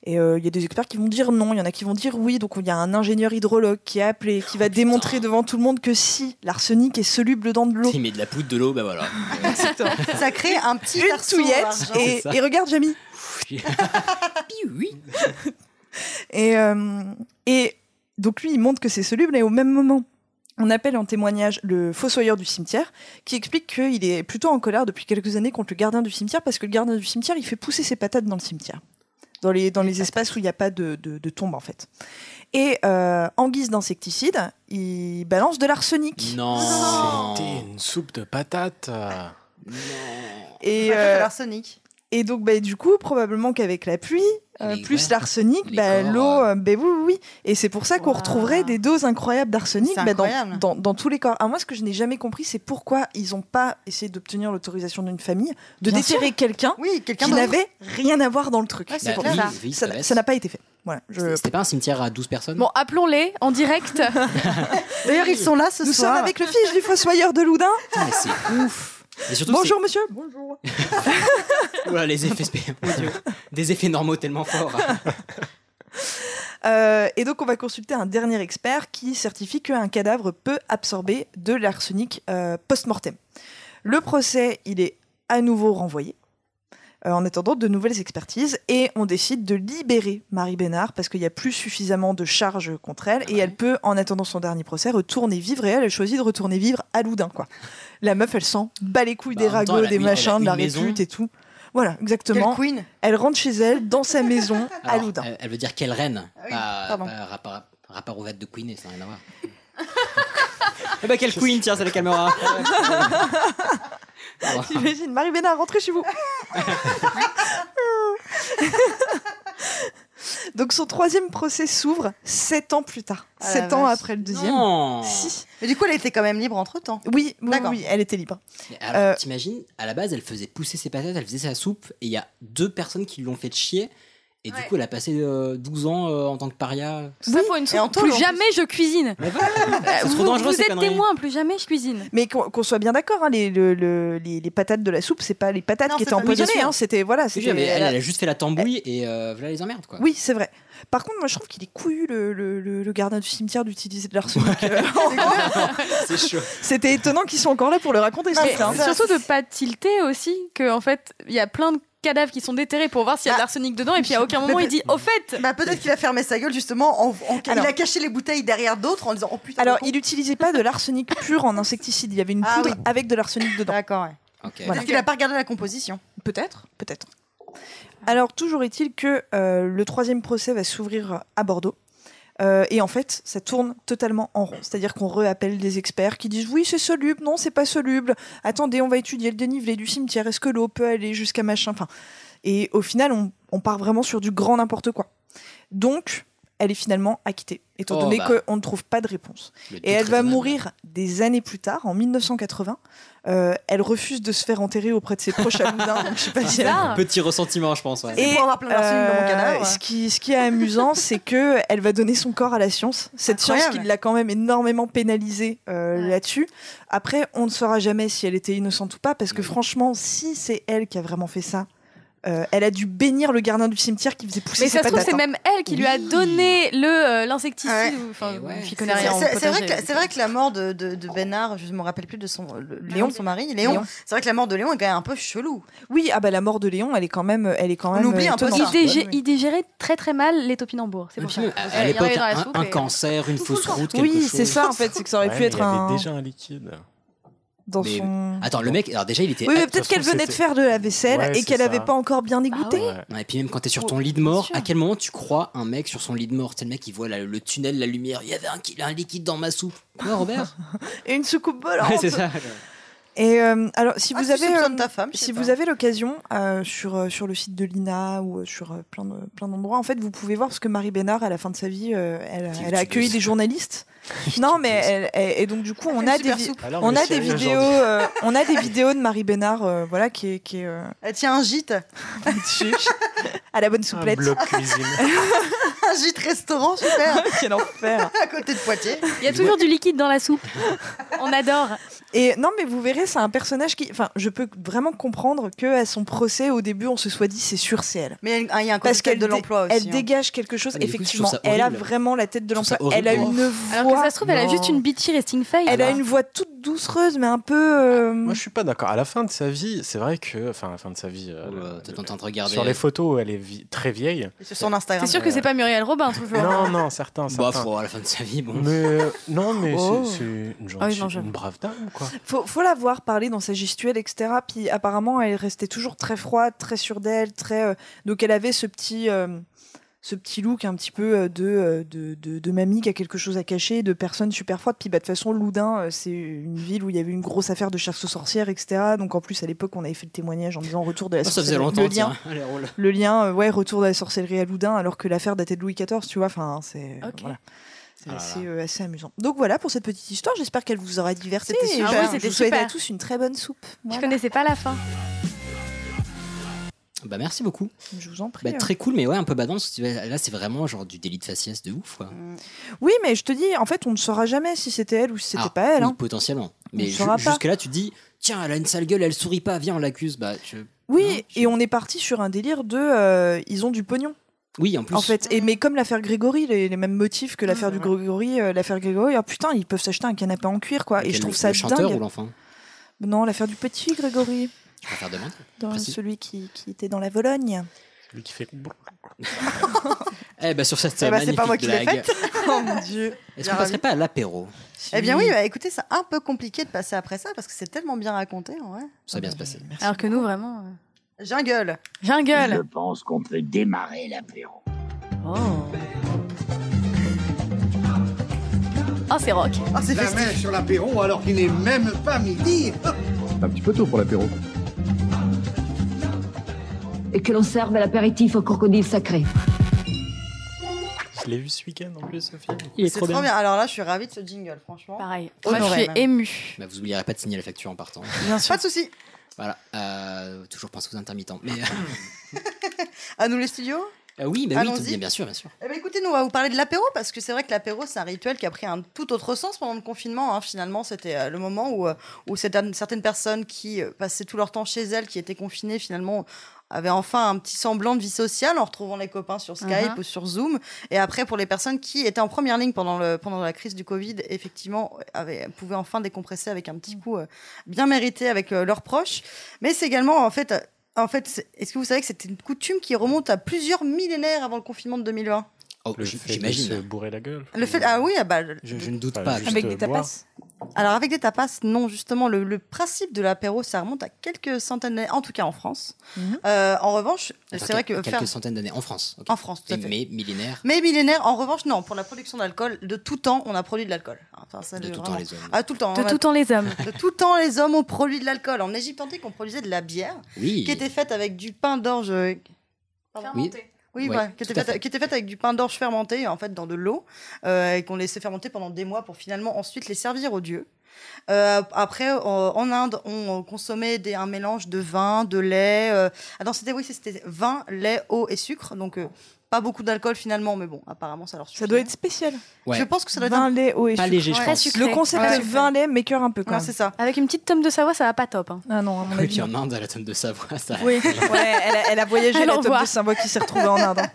Speaker 4: et euh, il y a des experts qui vont dire non, il y en a qui vont dire oui. Donc il y a un ingénieur hydrologue qui est appelé, qui va démontrer devant tout le monde que si l'arsenic est soluble dans de l'eau.
Speaker 8: Il met de la poudre, de l'eau, bah voilà.
Speaker 3: Ça crée un petit
Speaker 4: Une
Speaker 3: garçon
Speaker 4: touillette
Speaker 3: argent.
Speaker 4: et,
Speaker 8: C'est ça.
Speaker 4: et regarde Jamie. Et, euh, et donc lui, il montre que c'est soluble et au même moment, on appelle en témoignage le fossoyeur du cimetière qui explique qu'il est plutôt en colère depuis quelques années contre le gardien du cimetière parce que le gardien du cimetière, il fait pousser ses patates dans le cimetière. Dans les, dans les espaces où il n'y a pas de, de, de tombe en fait. Et euh, en guise d'insecticide, il balance de l'arsenic.
Speaker 2: Non. C'était une soupe de patates. euh.
Speaker 4: Et
Speaker 3: Patates à
Speaker 4: euh,
Speaker 3: l'arsenic.
Speaker 4: Et donc, bah, du coup, probablement qu'avec la pluie, euh, plus l'arsenic,
Speaker 3: les
Speaker 4: bah,
Speaker 3: corps,
Speaker 4: l'eau, euh, bah, oui, oui, oui. Et c'est pour ça qu'on retrouverait des doses incroyables d'arsenic
Speaker 3: C'est
Speaker 4: bah, dans,
Speaker 3: incroyable.
Speaker 4: dans- dans tous les corps. Alors, moi, ce que je n'ai jamais compris, c'est pourquoi ils n'ont pas essayé d'obtenir l'autorisation d'une famille de
Speaker 3: Bien
Speaker 4: déterrer
Speaker 3: sûr.
Speaker 4: quelqu'un
Speaker 3: Oui, quelqu'un
Speaker 4: qui
Speaker 3: d'autre.
Speaker 4: n'avait rien à voir dans le truc.
Speaker 3: Ouais, c'est
Speaker 8: Bah,
Speaker 3: clair.
Speaker 8: oui, oui,
Speaker 4: Ça
Speaker 8: ça va
Speaker 4: n'a-
Speaker 8: être.
Speaker 4: ça n'a pas été fait. Voilà, je-
Speaker 8: C'était pas un cimetière à 12 personnes
Speaker 1: Bon, appelons-les en direct.
Speaker 3: D'ailleurs, ils sont là ce
Speaker 4: Nous
Speaker 3: soir.
Speaker 4: sommes avec le fils du fossoyeur de Loudun.
Speaker 8: Putain, mais c'est ouf. Et surtout,
Speaker 4: Bonjour, monsieur. Bonjour.
Speaker 8: c'est- Oula, les effets spé- mon Dieu. Des effets normaux tellement forts.
Speaker 4: Euh, et donc, on va consulter un dernier expert qui certifie qu'un cadavre peut absorber de l'arsenic euh, post-mortem. Le procès, il est à nouveau renvoyé euh, en attendant de nouvelles expertises et on décide de libérer Marie Bénard parce qu'il n'y a plus suffisamment de charges contre elle et elle peut, en attendant son dernier procès, retourner vivre et elle, elle choisit de retourner vivre à Loudun. Quoi. La meuf, elle s'en bat les couilles
Speaker 8: Bah,
Speaker 4: des
Speaker 8: en même temps,
Speaker 4: ragots,
Speaker 8: elle a
Speaker 4: des
Speaker 8: une- elle a
Speaker 4: machins, de la
Speaker 8: une maison.
Speaker 4: répute et tout. Voilà, exactement.
Speaker 3: Quelle queen.
Speaker 4: Elle rentre chez elle, dans sa maison, à
Speaker 8: Alors,
Speaker 4: Loudun.
Speaker 8: Elle, elle veut dire quelle reine
Speaker 4: oui,
Speaker 8: Pas-
Speaker 4: pardon.
Speaker 8: pas rapport, rapport aux vêtements de Queen, et ça n'a rien à voir. eh ben, quelle Queen, tiens, ça la calmera.
Speaker 4: J'imagine, Marie Bénard, rentrez chez vous. Donc son troisième procès s'ouvre sept ans plus tard.
Speaker 3: Ah la
Speaker 4: sept ans
Speaker 3: vache.
Speaker 4: après le deuxième.
Speaker 8: Non.
Speaker 4: Si.
Speaker 3: Mais du coup, elle était quand même libre entre temps.
Speaker 4: Oui, oui,
Speaker 3: D'accord.
Speaker 4: oui, elle était libre.
Speaker 8: Mais Alors,
Speaker 4: Euh,
Speaker 8: t'imagines, à la base, elle faisait pousser ses patates, elle faisait sa soupe, et il y a deux personnes qui l'ont fait chier, et du coup, elle a passé euh, 12 ans euh, en tant que paria.
Speaker 1: Ça pour une soupe.
Speaker 3: Et en tôle,
Speaker 1: plus
Speaker 3: en
Speaker 1: jamais je cuisine. Euh,
Speaker 8: C'est
Speaker 1: vous
Speaker 8: trop dangereux,
Speaker 1: vous
Speaker 8: ces
Speaker 1: êtes
Speaker 8: conneries.
Speaker 1: témoin, plus jamais je cuisine.
Speaker 4: Mais qu'on qu'on soit bien d'accord, hein, les, le- le- les, les patates de la soupe, c'est pas les patates
Speaker 1: Non,
Speaker 4: qui
Speaker 1: c'est
Speaker 4: étaient
Speaker 1: pas- oui, bien
Speaker 4: empoisonnées.
Speaker 1: sûr.
Speaker 4: hein, C'était voilà,
Speaker 8: Oui,
Speaker 4: c'était.
Speaker 8: mais elle,
Speaker 4: elle a-
Speaker 8: elle a juste fait la tambouille, et euh, voilà les emmerdes, quoi.
Speaker 4: Oui, c'est vrai. Par contre, moi, je trouve qu'il est couillu le, le- le- le gardien du cimetière d'utiliser de l'arsenic.
Speaker 8: C'est chaud.
Speaker 4: C'était étonnant qu'ils soient encore là pour le raconter. ce truc, hein.
Speaker 1: Mais Bah, surtout de pas tilter aussi que en fait il y a plein de cadavres qui sont déterrés pour voir s'il y a de l'arsenic dedans et puis à aucun moment il dit au fait
Speaker 3: Bah, peut-être qu'il a fermé sa gueule justement. En, en-
Speaker 4: Alors.
Speaker 3: il a caché les bouteilles derrière d'autres en disant Oh putain.
Speaker 4: Alors,
Speaker 3: le con.
Speaker 4: il n'utilisait pas de l'arsenic pur en insecticide. Il y avait une
Speaker 3: Ah
Speaker 4: poudre
Speaker 3: oui. Ah.
Speaker 4: avec de l'arsenic dedans.
Speaker 3: D'accord, ouais.
Speaker 8: Ok.
Speaker 4: Voilà.
Speaker 3: Peut-être qu'il a pas regardé la composition.
Speaker 4: Peut-être, peut-être. Alors, toujours est-il que euh, le troisième procès va s'ouvrir à Bordeaux. Euh, et en fait, ça tourne totalement en rond. C'est-à-dire qu'on reappelle des experts qui disent oui, c'est soluble, non, c'est pas soluble. Attendez, on va étudier le dénivelé du cimetière. Est-ce que l'eau peut aller jusqu'à machin enfin, Et au final, on, on part vraiment sur du grand n'importe quoi. Donc, elle est finalement acquittée, étant
Speaker 8: Oh,
Speaker 4: donné
Speaker 8: bah.
Speaker 4: qu'on ne trouve pas de réponse.
Speaker 8: Le
Speaker 4: Et
Speaker 8: doute
Speaker 4: elle va
Speaker 8: raisonnable.
Speaker 4: mourir des années plus tard, en 1980. Euh, elle refuse de se faire enterrer auprès de ses proches à Loudun. donc je sais pas si elle-
Speaker 8: Petit ressentiment, je pense. ouais.
Speaker 3: C'est pour avoir plein d'arsenic dans mon cadavre.
Speaker 4: ce qui, ce qui est amusant, c'est que elle va donner son corps à la science. Cette
Speaker 3: Incroyable.
Speaker 4: science qui l'a quand même énormément pénalisée euh, là-dessus. Après, on ne saura jamais si elle était innocente ou pas, parce
Speaker 3: Mm.
Speaker 4: que franchement, si c'est elle qui a vraiment fait ça, euh, elle a dû bénir le gardien du cimetière qui faisait pousser
Speaker 1: mais
Speaker 4: ses
Speaker 1: ça se trouve
Speaker 4: patates,
Speaker 1: c'est
Speaker 4: hein.
Speaker 1: même elle qui lui a donné le euh, l'insecticide
Speaker 3: Ouais.
Speaker 1: ou- enfin
Speaker 8: ouais,
Speaker 1: j'y
Speaker 3: C'est
Speaker 1: connais rien en
Speaker 3: c'est- c'est vrai,
Speaker 1: potager.
Speaker 3: que- c'est vrai que la mort de, de, de Bénard, je me rappelle plus de son le- le
Speaker 4: Léon.
Speaker 3: nom de son mari, Léon.
Speaker 4: Léon.
Speaker 3: C'est vrai que la mort de Léon est quand même un peu chelou.
Speaker 4: Oui, ah bah la mort de Léon, elle est quand même, elle est quand
Speaker 3: On
Speaker 4: même. euh,
Speaker 3: oublie un peu
Speaker 4: étonnante.
Speaker 1: il, dégé- il digérait très très mal les topinambours c'est
Speaker 8: Et
Speaker 1: pour
Speaker 8: puis,
Speaker 1: ça
Speaker 8: même, à- à
Speaker 1: Il y en
Speaker 8: l'époque,
Speaker 1: avait dans la
Speaker 8: un,
Speaker 1: soupe
Speaker 8: un
Speaker 1: et-
Speaker 8: cancer, une fausse route, quelque
Speaker 4: Oui,
Speaker 8: chose.
Speaker 4: c'est ça en fait, c'est que ça aurait
Speaker 2: Ouais,
Speaker 4: pu
Speaker 2: mais
Speaker 4: être
Speaker 2: Il y
Speaker 4: un.
Speaker 2: avait déjà un liquide.
Speaker 4: dans
Speaker 8: Mais-
Speaker 4: son.
Speaker 8: Attends, le mec, alors déjà, il était.
Speaker 4: Oui, mais
Speaker 8: De toute
Speaker 4: peut-être qu'elle
Speaker 8: façon,
Speaker 4: venait de
Speaker 8: c'était-
Speaker 4: faire de la vaisselle
Speaker 8: Ouais,
Speaker 4: et
Speaker 8: c'est
Speaker 4: qu'elle
Speaker 8: ça.
Speaker 4: n'avait pas encore
Speaker 3: Ah
Speaker 4: bien égoutté.
Speaker 8: Ouais, et puis même quand t'es sur ton lit de mort, à quel moment tu crois un mec sur son lit de mort C'est le mec qui voit la- le tunnel, la lumière. Il y avait un, ki- un liquide dans ma soupe. Quoi, Robert
Speaker 4: Et une soucoupe volante.
Speaker 8: Ouais, c'est ça.
Speaker 4: Et euh, alors, si
Speaker 3: Ah,
Speaker 4: vous
Speaker 3: tu
Speaker 4: avez,
Speaker 3: soupçonnes
Speaker 4: euh,
Speaker 3: ta femme, je sais
Speaker 4: si
Speaker 3: pas.
Speaker 4: vous avez l'occasion euh, sur euh, sur le site de Lina ou euh, sur euh, plein de, plein d'endroits, en fait, vous pouvez voir parce que Marie Bénard, à la fin de sa vie, euh, elle, elle a accueilli des journalistes. non, mais elle- elle- et donc du coup, on
Speaker 3: fait
Speaker 4: a
Speaker 3: une
Speaker 4: des
Speaker 3: super
Speaker 4: vi-
Speaker 3: soupe. Alors,
Speaker 4: on
Speaker 3: mais
Speaker 4: a
Speaker 3: c'est
Speaker 4: des
Speaker 3: rien
Speaker 4: vidéos,
Speaker 3: aujourd'hui.
Speaker 4: euh, on a des vidéos de Marie Bénard, euh, voilà, qui est qui est euh,
Speaker 3: Elle tient un gîte.
Speaker 4: à la bonne souplette.
Speaker 2: bloc cuisine.
Speaker 3: un gîte restaurant, super.
Speaker 4: Quel enfer.
Speaker 3: à côté de Poitiers.
Speaker 1: Il y a toujours du liquide dans la soupe. On adore.
Speaker 4: Et non, mais vous verrez, c'est un personnage qui. Enfin, je peux vraiment comprendre que à son procès, au début, on se soit dit c'est sûr, c'est elle.
Speaker 3: Mais il y a un concept
Speaker 4: Parce qu'elle
Speaker 3: de
Speaker 4: dé-
Speaker 3: l'emploi aussi,
Speaker 4: Elle
Speaker 3: hein.
Speaker 4: dégage quelque chose.
Speaker 3: Ah, mais du coup, je trouve
Speaker 4: Effectivement,
Speaker 3: ça
Speaker 4: elle a
Speaker 3: horrible.
Speaker 4: vraiment la tête de l'emploi.
Speaker 3: ça
Speaker 4: Elle a
Speaker 3: horrible,
Speaker 4: une
Speaker 3: hein.
Speaker 4: voix.
Speaker 1: Alors que ça se trouve, elle a juste une bitchy resting face.
Speaker 4: Elle a une voix toute doucereuse, mais un peu. euh,
Speaker 2: Moi, je suis pas d'accord. À la fin de sa vie, c'est vrai que. Enfin, à la fin de sa vie. euh, le-
Speaker 8: Oh, bah, T'es en train de regarder.
Speaker 2: sur les photos, elle est vi- très vieille.
Speaker 3: Sur son Instagram.
Speaker 1: T'es sûr que c'est pas Muriel Robin toujours
Speaker 2: Non, non, certains.
Speaker 8: Bah,
Speaker 2: certains.
Speaker 8: faut, à la fin de sa vie, bon.
Speaker 2: Mais, euh, non, mais c'est-
Speaker 8: Oh.
Speaker 2: c'est une
Speaker 4: Ah oui,
Speaker 2: gentille,
Speaker 4: non, j'avoue.
Speaker 2: une brave dame, quoi.
Speaker 4: Faut, faut la voir parler dans sa gestuelle, etc. Puis apparemment, elle restait toujours très froide, très sûre d'elle, très. euh, Donc elle avait ce petit. euh, Ce petit look un petit peu euh, de, euh, de, de, de mamie qui a quelque chose à cacher, de personne super froide. Puis bah, de toute façon, Loudun, euh, c'est une ville où il y avait une grosse affaire de chasse aux sorcières, etc. Donc en plus, à l'époque, on avait fait le témoignage en disant retour de la
Speaker 8: Oh, ça
Speaker 4: sorcellerie.
Speaker 8: faisait longtemps,
Speaker 4: le lien,
Speaker 8: tiens. Allez, roule.
Speaker 4: le lien euh, ouais, retour de la sorcellerie à Loudun, alors que l'affaire datait de Louis XIV, tu vois. Enfin, c'est. euh, voilà. C'est
Speaker 8: Ah là
Speaker 4: assez, euh, assez amusant. Donc voilà pour cette petite histoire. J'espère qu'elle vous aura diverti.
Speaker 1: C'était
Speaker 4: Et
Speaker 1: super. Ah
Speaker 4: je-
Speaker 1: oui,
Speaker 4: je
Speaker 1: c'était
Speaker 4: vous souhaite à
Speaker 1: super.
Speaker 4: tous une très bonne soupe.
Speaker 1: Je connaissais pas la fin.
Speaker 8: Bah, merci beaucoup.
Speaker 4: Je vous en prie.
Speaker 8: Bah,
Speaker 1: hein.
Speaker 8: très cool, mais ouais, un peu badant. parce que tu vois, Là, c'est vraiment genre du délit de faciès de ouf, quoi.
Speaker 4: Mmh. Oui, mais je te dis, en fait, on ne saura jamais si c'était elle ou si c'était
Speaker 8: Ah,
Speaker 4: pas elle.
Speaker 8: oui,
Speaker 4: hein.
Speaker 8: potentiellement.
Speaker 4: On
Speaker 8: Mais
Speaker 4: le saura pas.
Speaker 8: jusque là, tu dis, tiens, elle a une sale gueule, elle sourit pas, viens, on l'accuse. Bah, je-
Speaker 4: Oui, et on est parti sur un délire de euh, ils ont du pognon.
Speaker 8: oui, en plus.
Speaker 4: En fait,
Speaker 1: Ah.
Speaker 4: et mais comme l'affaire Grégory, les, les mêmes motifs que l'affaire du Grégory, euh, l'affaire Grégory, ah putain, ils peuvent s'acheter un canapé en cuir, quoi. Et
Speaker 8: Quel-
Speaker 4: je trouve ça
Speaker 8: le chanteur
Speaker 4: dingue.
Speaker 8: ou l'enfant
Speaker 4: non, l'affaire du petit Grégory,
Speaker 8: Je préfère demain.
Speaker 4: dans
Speaker 8: Précis.
Speaker 4: celui qui, qui était dans la Vologne.
Speaker 2: Lui qui fait.
Speaker 8: Eh
Speaker 4: ben,
Speaker 8: bah, sur cette
Speaker 3: Eh bah,
Speaker 8: magnifique
Speaker 3: c'est pas moi qui l'ai
Speaker 8: blague.
Speaker 3: faite. oh mon dieu.
Speaker 8: Est-ce qu'on passerait pas à l'apéro
Speaker 3: Eh bien oui, bah, écoutez, c'est un peu compliqué de passer après ça parce que c'est tellement bien raconté en vrai.
Speaker 8: Ça va bien se passer.
Speaker 1: Alors que nous, vraiment. euh,
Speaker 3: Jingle.
Speaker 1: Jingle.
Speaker 9: Je pense qu'on peut démarrer l'apéro.
Speaker 1: Oh, c'est rock.
Speaker 12: Ah, c'est la main sur l'apéro alors qu'il n'est même pas midi.
Speaker 5: Un petit peu tôt pour l'apéro.
Speaker 13: Et que l'on serve l'apéritif au crocodile sacré.
Speaker 2: Je l'ai vu ce week-end en plus, Sophie.
Speaker 3: C'est trop bien. Alors là, je suis ravie de ce jingle, franchement.
Speaker 1: Pareil.
Speaker 8: Moi, je suis
Speaker 1: émue.
Speaker 8: Bah, vous oublierez pas de signer la facture en partant.
Speaker 3: Pas de souci.
Speaker 8: Voilà. Euh, toujours penser aux intermittents. Mais,
Speaker 3: À nous les studios.
Speaker 8: euh, oui, bah, oui, tout-
Speaker 3: Allons-y.
Speaker 8: bien, bien sûr, bien sûr.
Speaker 3: Eh ben, écoutez, nous on va vous parler de l'apéro parce que c'est vrai que l'apéro c'est un rituel qui a pris un tout autre sens pendant le confinement. hein. Finalement, c'était euh, le moment où, euh, où certaines certaines personnes qui euh, passaient tout leur temps chez elles, qui étaient confinées finalement, avaient enfin un petit semblant de vie sociale en retrouvant les copains sur Skype
Speaker 1: Mhm.
Speaker 3: ou sur Zoom. Et après, pour les personnes qui étaient en première ligne pendant, le, pendant la crise du Covid, effectivement, avaient, pouvaient enfin décompresser avec un petit coup euh, bien mérité avec euh, leurs proches. Mais c'est également en fait. euh, en fait, c'est- est-ce que vous savez que c'était une coutume qui remonte à plusieurs millénaires avant le confinement de 2020
Speaker 8: Oh,
Speaker 2: le
Speaker 8: j-
Speaker 2: fait de
Speaker 8: j'imagine.
Speaker 2: se bourrer la gueule.
Speaker 3: le fait, ah oui, ah bah, le-
Speaker 8: Je, je ne doute
Speaker 2: Enfin,
Speaker 8: pas.
Speaker 2: juste, Avec des euh, boire. tapas
Speaker 3: alors avec des tapas, non, justement, le, le principe de l'apéro, ça remonte à quelques centaines d'années, en tout cas en France.
Speaker 1: Mhm.
Speaker 3: Euh, en revanche,
Speaker 8: Attends,
Speaker 3: c'est vrai que
Speaker 8: quelques
Speaker 3: faire-
Speaker 8: centaines d'années en France. ok.
Speaker 3: En France, tout à
Speaker 8: Et-
Speaker 3: fait.
Speaker 8: Mais millénaire.
Speaker 3: Mais millénaire, en revanche, non, pour la production d'alcool, de tout temps, on a produit de l'alcool. Enfin, ça,
Speaker 8: De
Speaker 3: je-
Speaker 8: tout temps,
Speaker 3: vraiment-
Speaker 8: les hommes.
Speaker 3: Ah, tout le temps.
Speaker 1: De
Speaker 3: on a-
Speaker 1: tout temps, les hommes.
Speaker 3: De tout temps, les hommes ont produit de l'alcool. En Égypte antique, on produisait de la bière
Speaker 8: Oui.
Speaker 3: qui était faite avec du pain d'orge. euh,
Speaker 8: Oui.
Speaker 3: Oui,
Speaker 8: Ouais,
Speaker 3: voilà, qui,
Speaker 8: tout
Speaker 3: était
Speaker 8: à
Speaker 3: faite,
Speaker 8: fait.
Speaker 3: qui était faite avec du pain d'orge fermenté en fait dans de l'eau euh, et qu'on laissait fermenter pendant des mois pour finalement ensuite les servir aux dieux. Euh, après, euh, en Inde, on consommait des, un mélange de vin, de lait. euh, ah non, c'était oui, c'était vin, lait, eau et sucre. Donc euh, pas beaucoup d'alcool finalement, mais bon, apparemment ça leur suffit. hein.
Speaker 4: Ça doit être spécial.
Speaker 8: Ouais.
Speaker 3: Je pense que ça doit être
Speaker 4: Vin,
Speaker 3: un-
Speaker 4: lait, eau et sucre. Le concept
Speaker 3: Ouais.
Speaker 4: de vin, lait, m'écœure un peu quand
Speaker 3: Ouais,
Speaker 4: même.
Speaker 3: c'est ça.
Speaker 1: Avec une petite tome de Savoie, ça va pas top. hein.
Speaker 4: Ah non, à mon
Speaker 8: Et
Speaker 4: avis,
Speaker 8: puis
Speaker 4: non.
Speaker 8: en Inde, à la tonne de Savoie, ça. hein,
Speaker 4: Oui, ouais, elle, a, elle a voyagé
Speaker 1: Elle
Speaker 4: la
Speaker 1: en
Speaker 4: top
Speaker 1: voit.
Speaker 4: de Savoie qui s'est retrouvée en Inde. hein.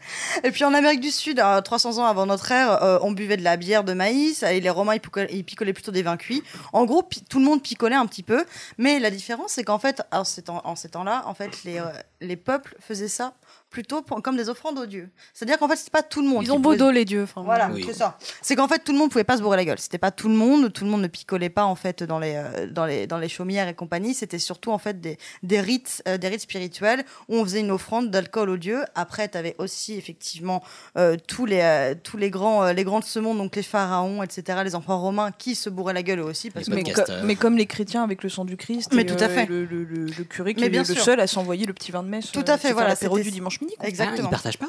Speaker 3: Et puis en Amérique du Sud, à 300 ans avant notre ère, euh, on buvait de la bière de maïs et les Romains ils pico- ils picolaient plutôt des vins cuits. En gros, pi- tout le monde picolait un petit peu, mais la différence c'est qu'en fait, en ces temps- en ces temps-là, en fait, les, euh, les peuples faisaient ça plutôt pour- comme des offrandes aux dieux. C'est-à-dire qu'en fait, c'était pas tout le monde.
Speaker 1: Ils
Speaker 3: qui
Speaker 1: ont beau
Speaker 3: pouvait-
Speaker 1: dos, les dieux, enfin,
Speaker 3: voilà,
Speaker 1: oui.
Speaker 3: c'est ça. C'est qu'en fait, tout le monde pouvait pas se bourrer la gueule. C'était pas tout le monde. Tout le monde ne picolait pas en fait dans les euh, dans les dans les chaumières et compagnie. C'était surtout en fait des des rites euh, des rites spirituels où on faisait une offrande d'alcool aux dieux. Après, tu avais aussi effectivement euh, tous les euh, tous les grands euh, les grands de ce monde, donc les pharaons, etc. Les empereurs romains qui se bourraient la gueule eux aussi parce que
Speaker 4: mais, co-
Speaker 8: euh.
Speaker 4: mais comme les chrétiens avec le sang du Christ,
Speaker 3: Mais
Speaker 4: et,
Speaker 3: tout à
Speaker 4: euh,
Speaker 3: fait.
Speaker 4: et le, le- le- le curé qui
Speaker 3: Mais
Speaker 4: est
Speaker 3: bien
Speaker 4: le
Speaker 3: sûr.
Speaker 4: seul à s'envoyer le petit vin de messe.
Speaker 3: Tout
Speaker 4: euh,
Speaker 3: à fait,
Speaker 4: se faire
Speaker 3: voilà,
Speaker 4: l'apéro
Speaker 3: c'était-
Speaker 4: du dimanche midi.
Speaker 3: Exactement. Ah, ils partagent
Speaker 8: pas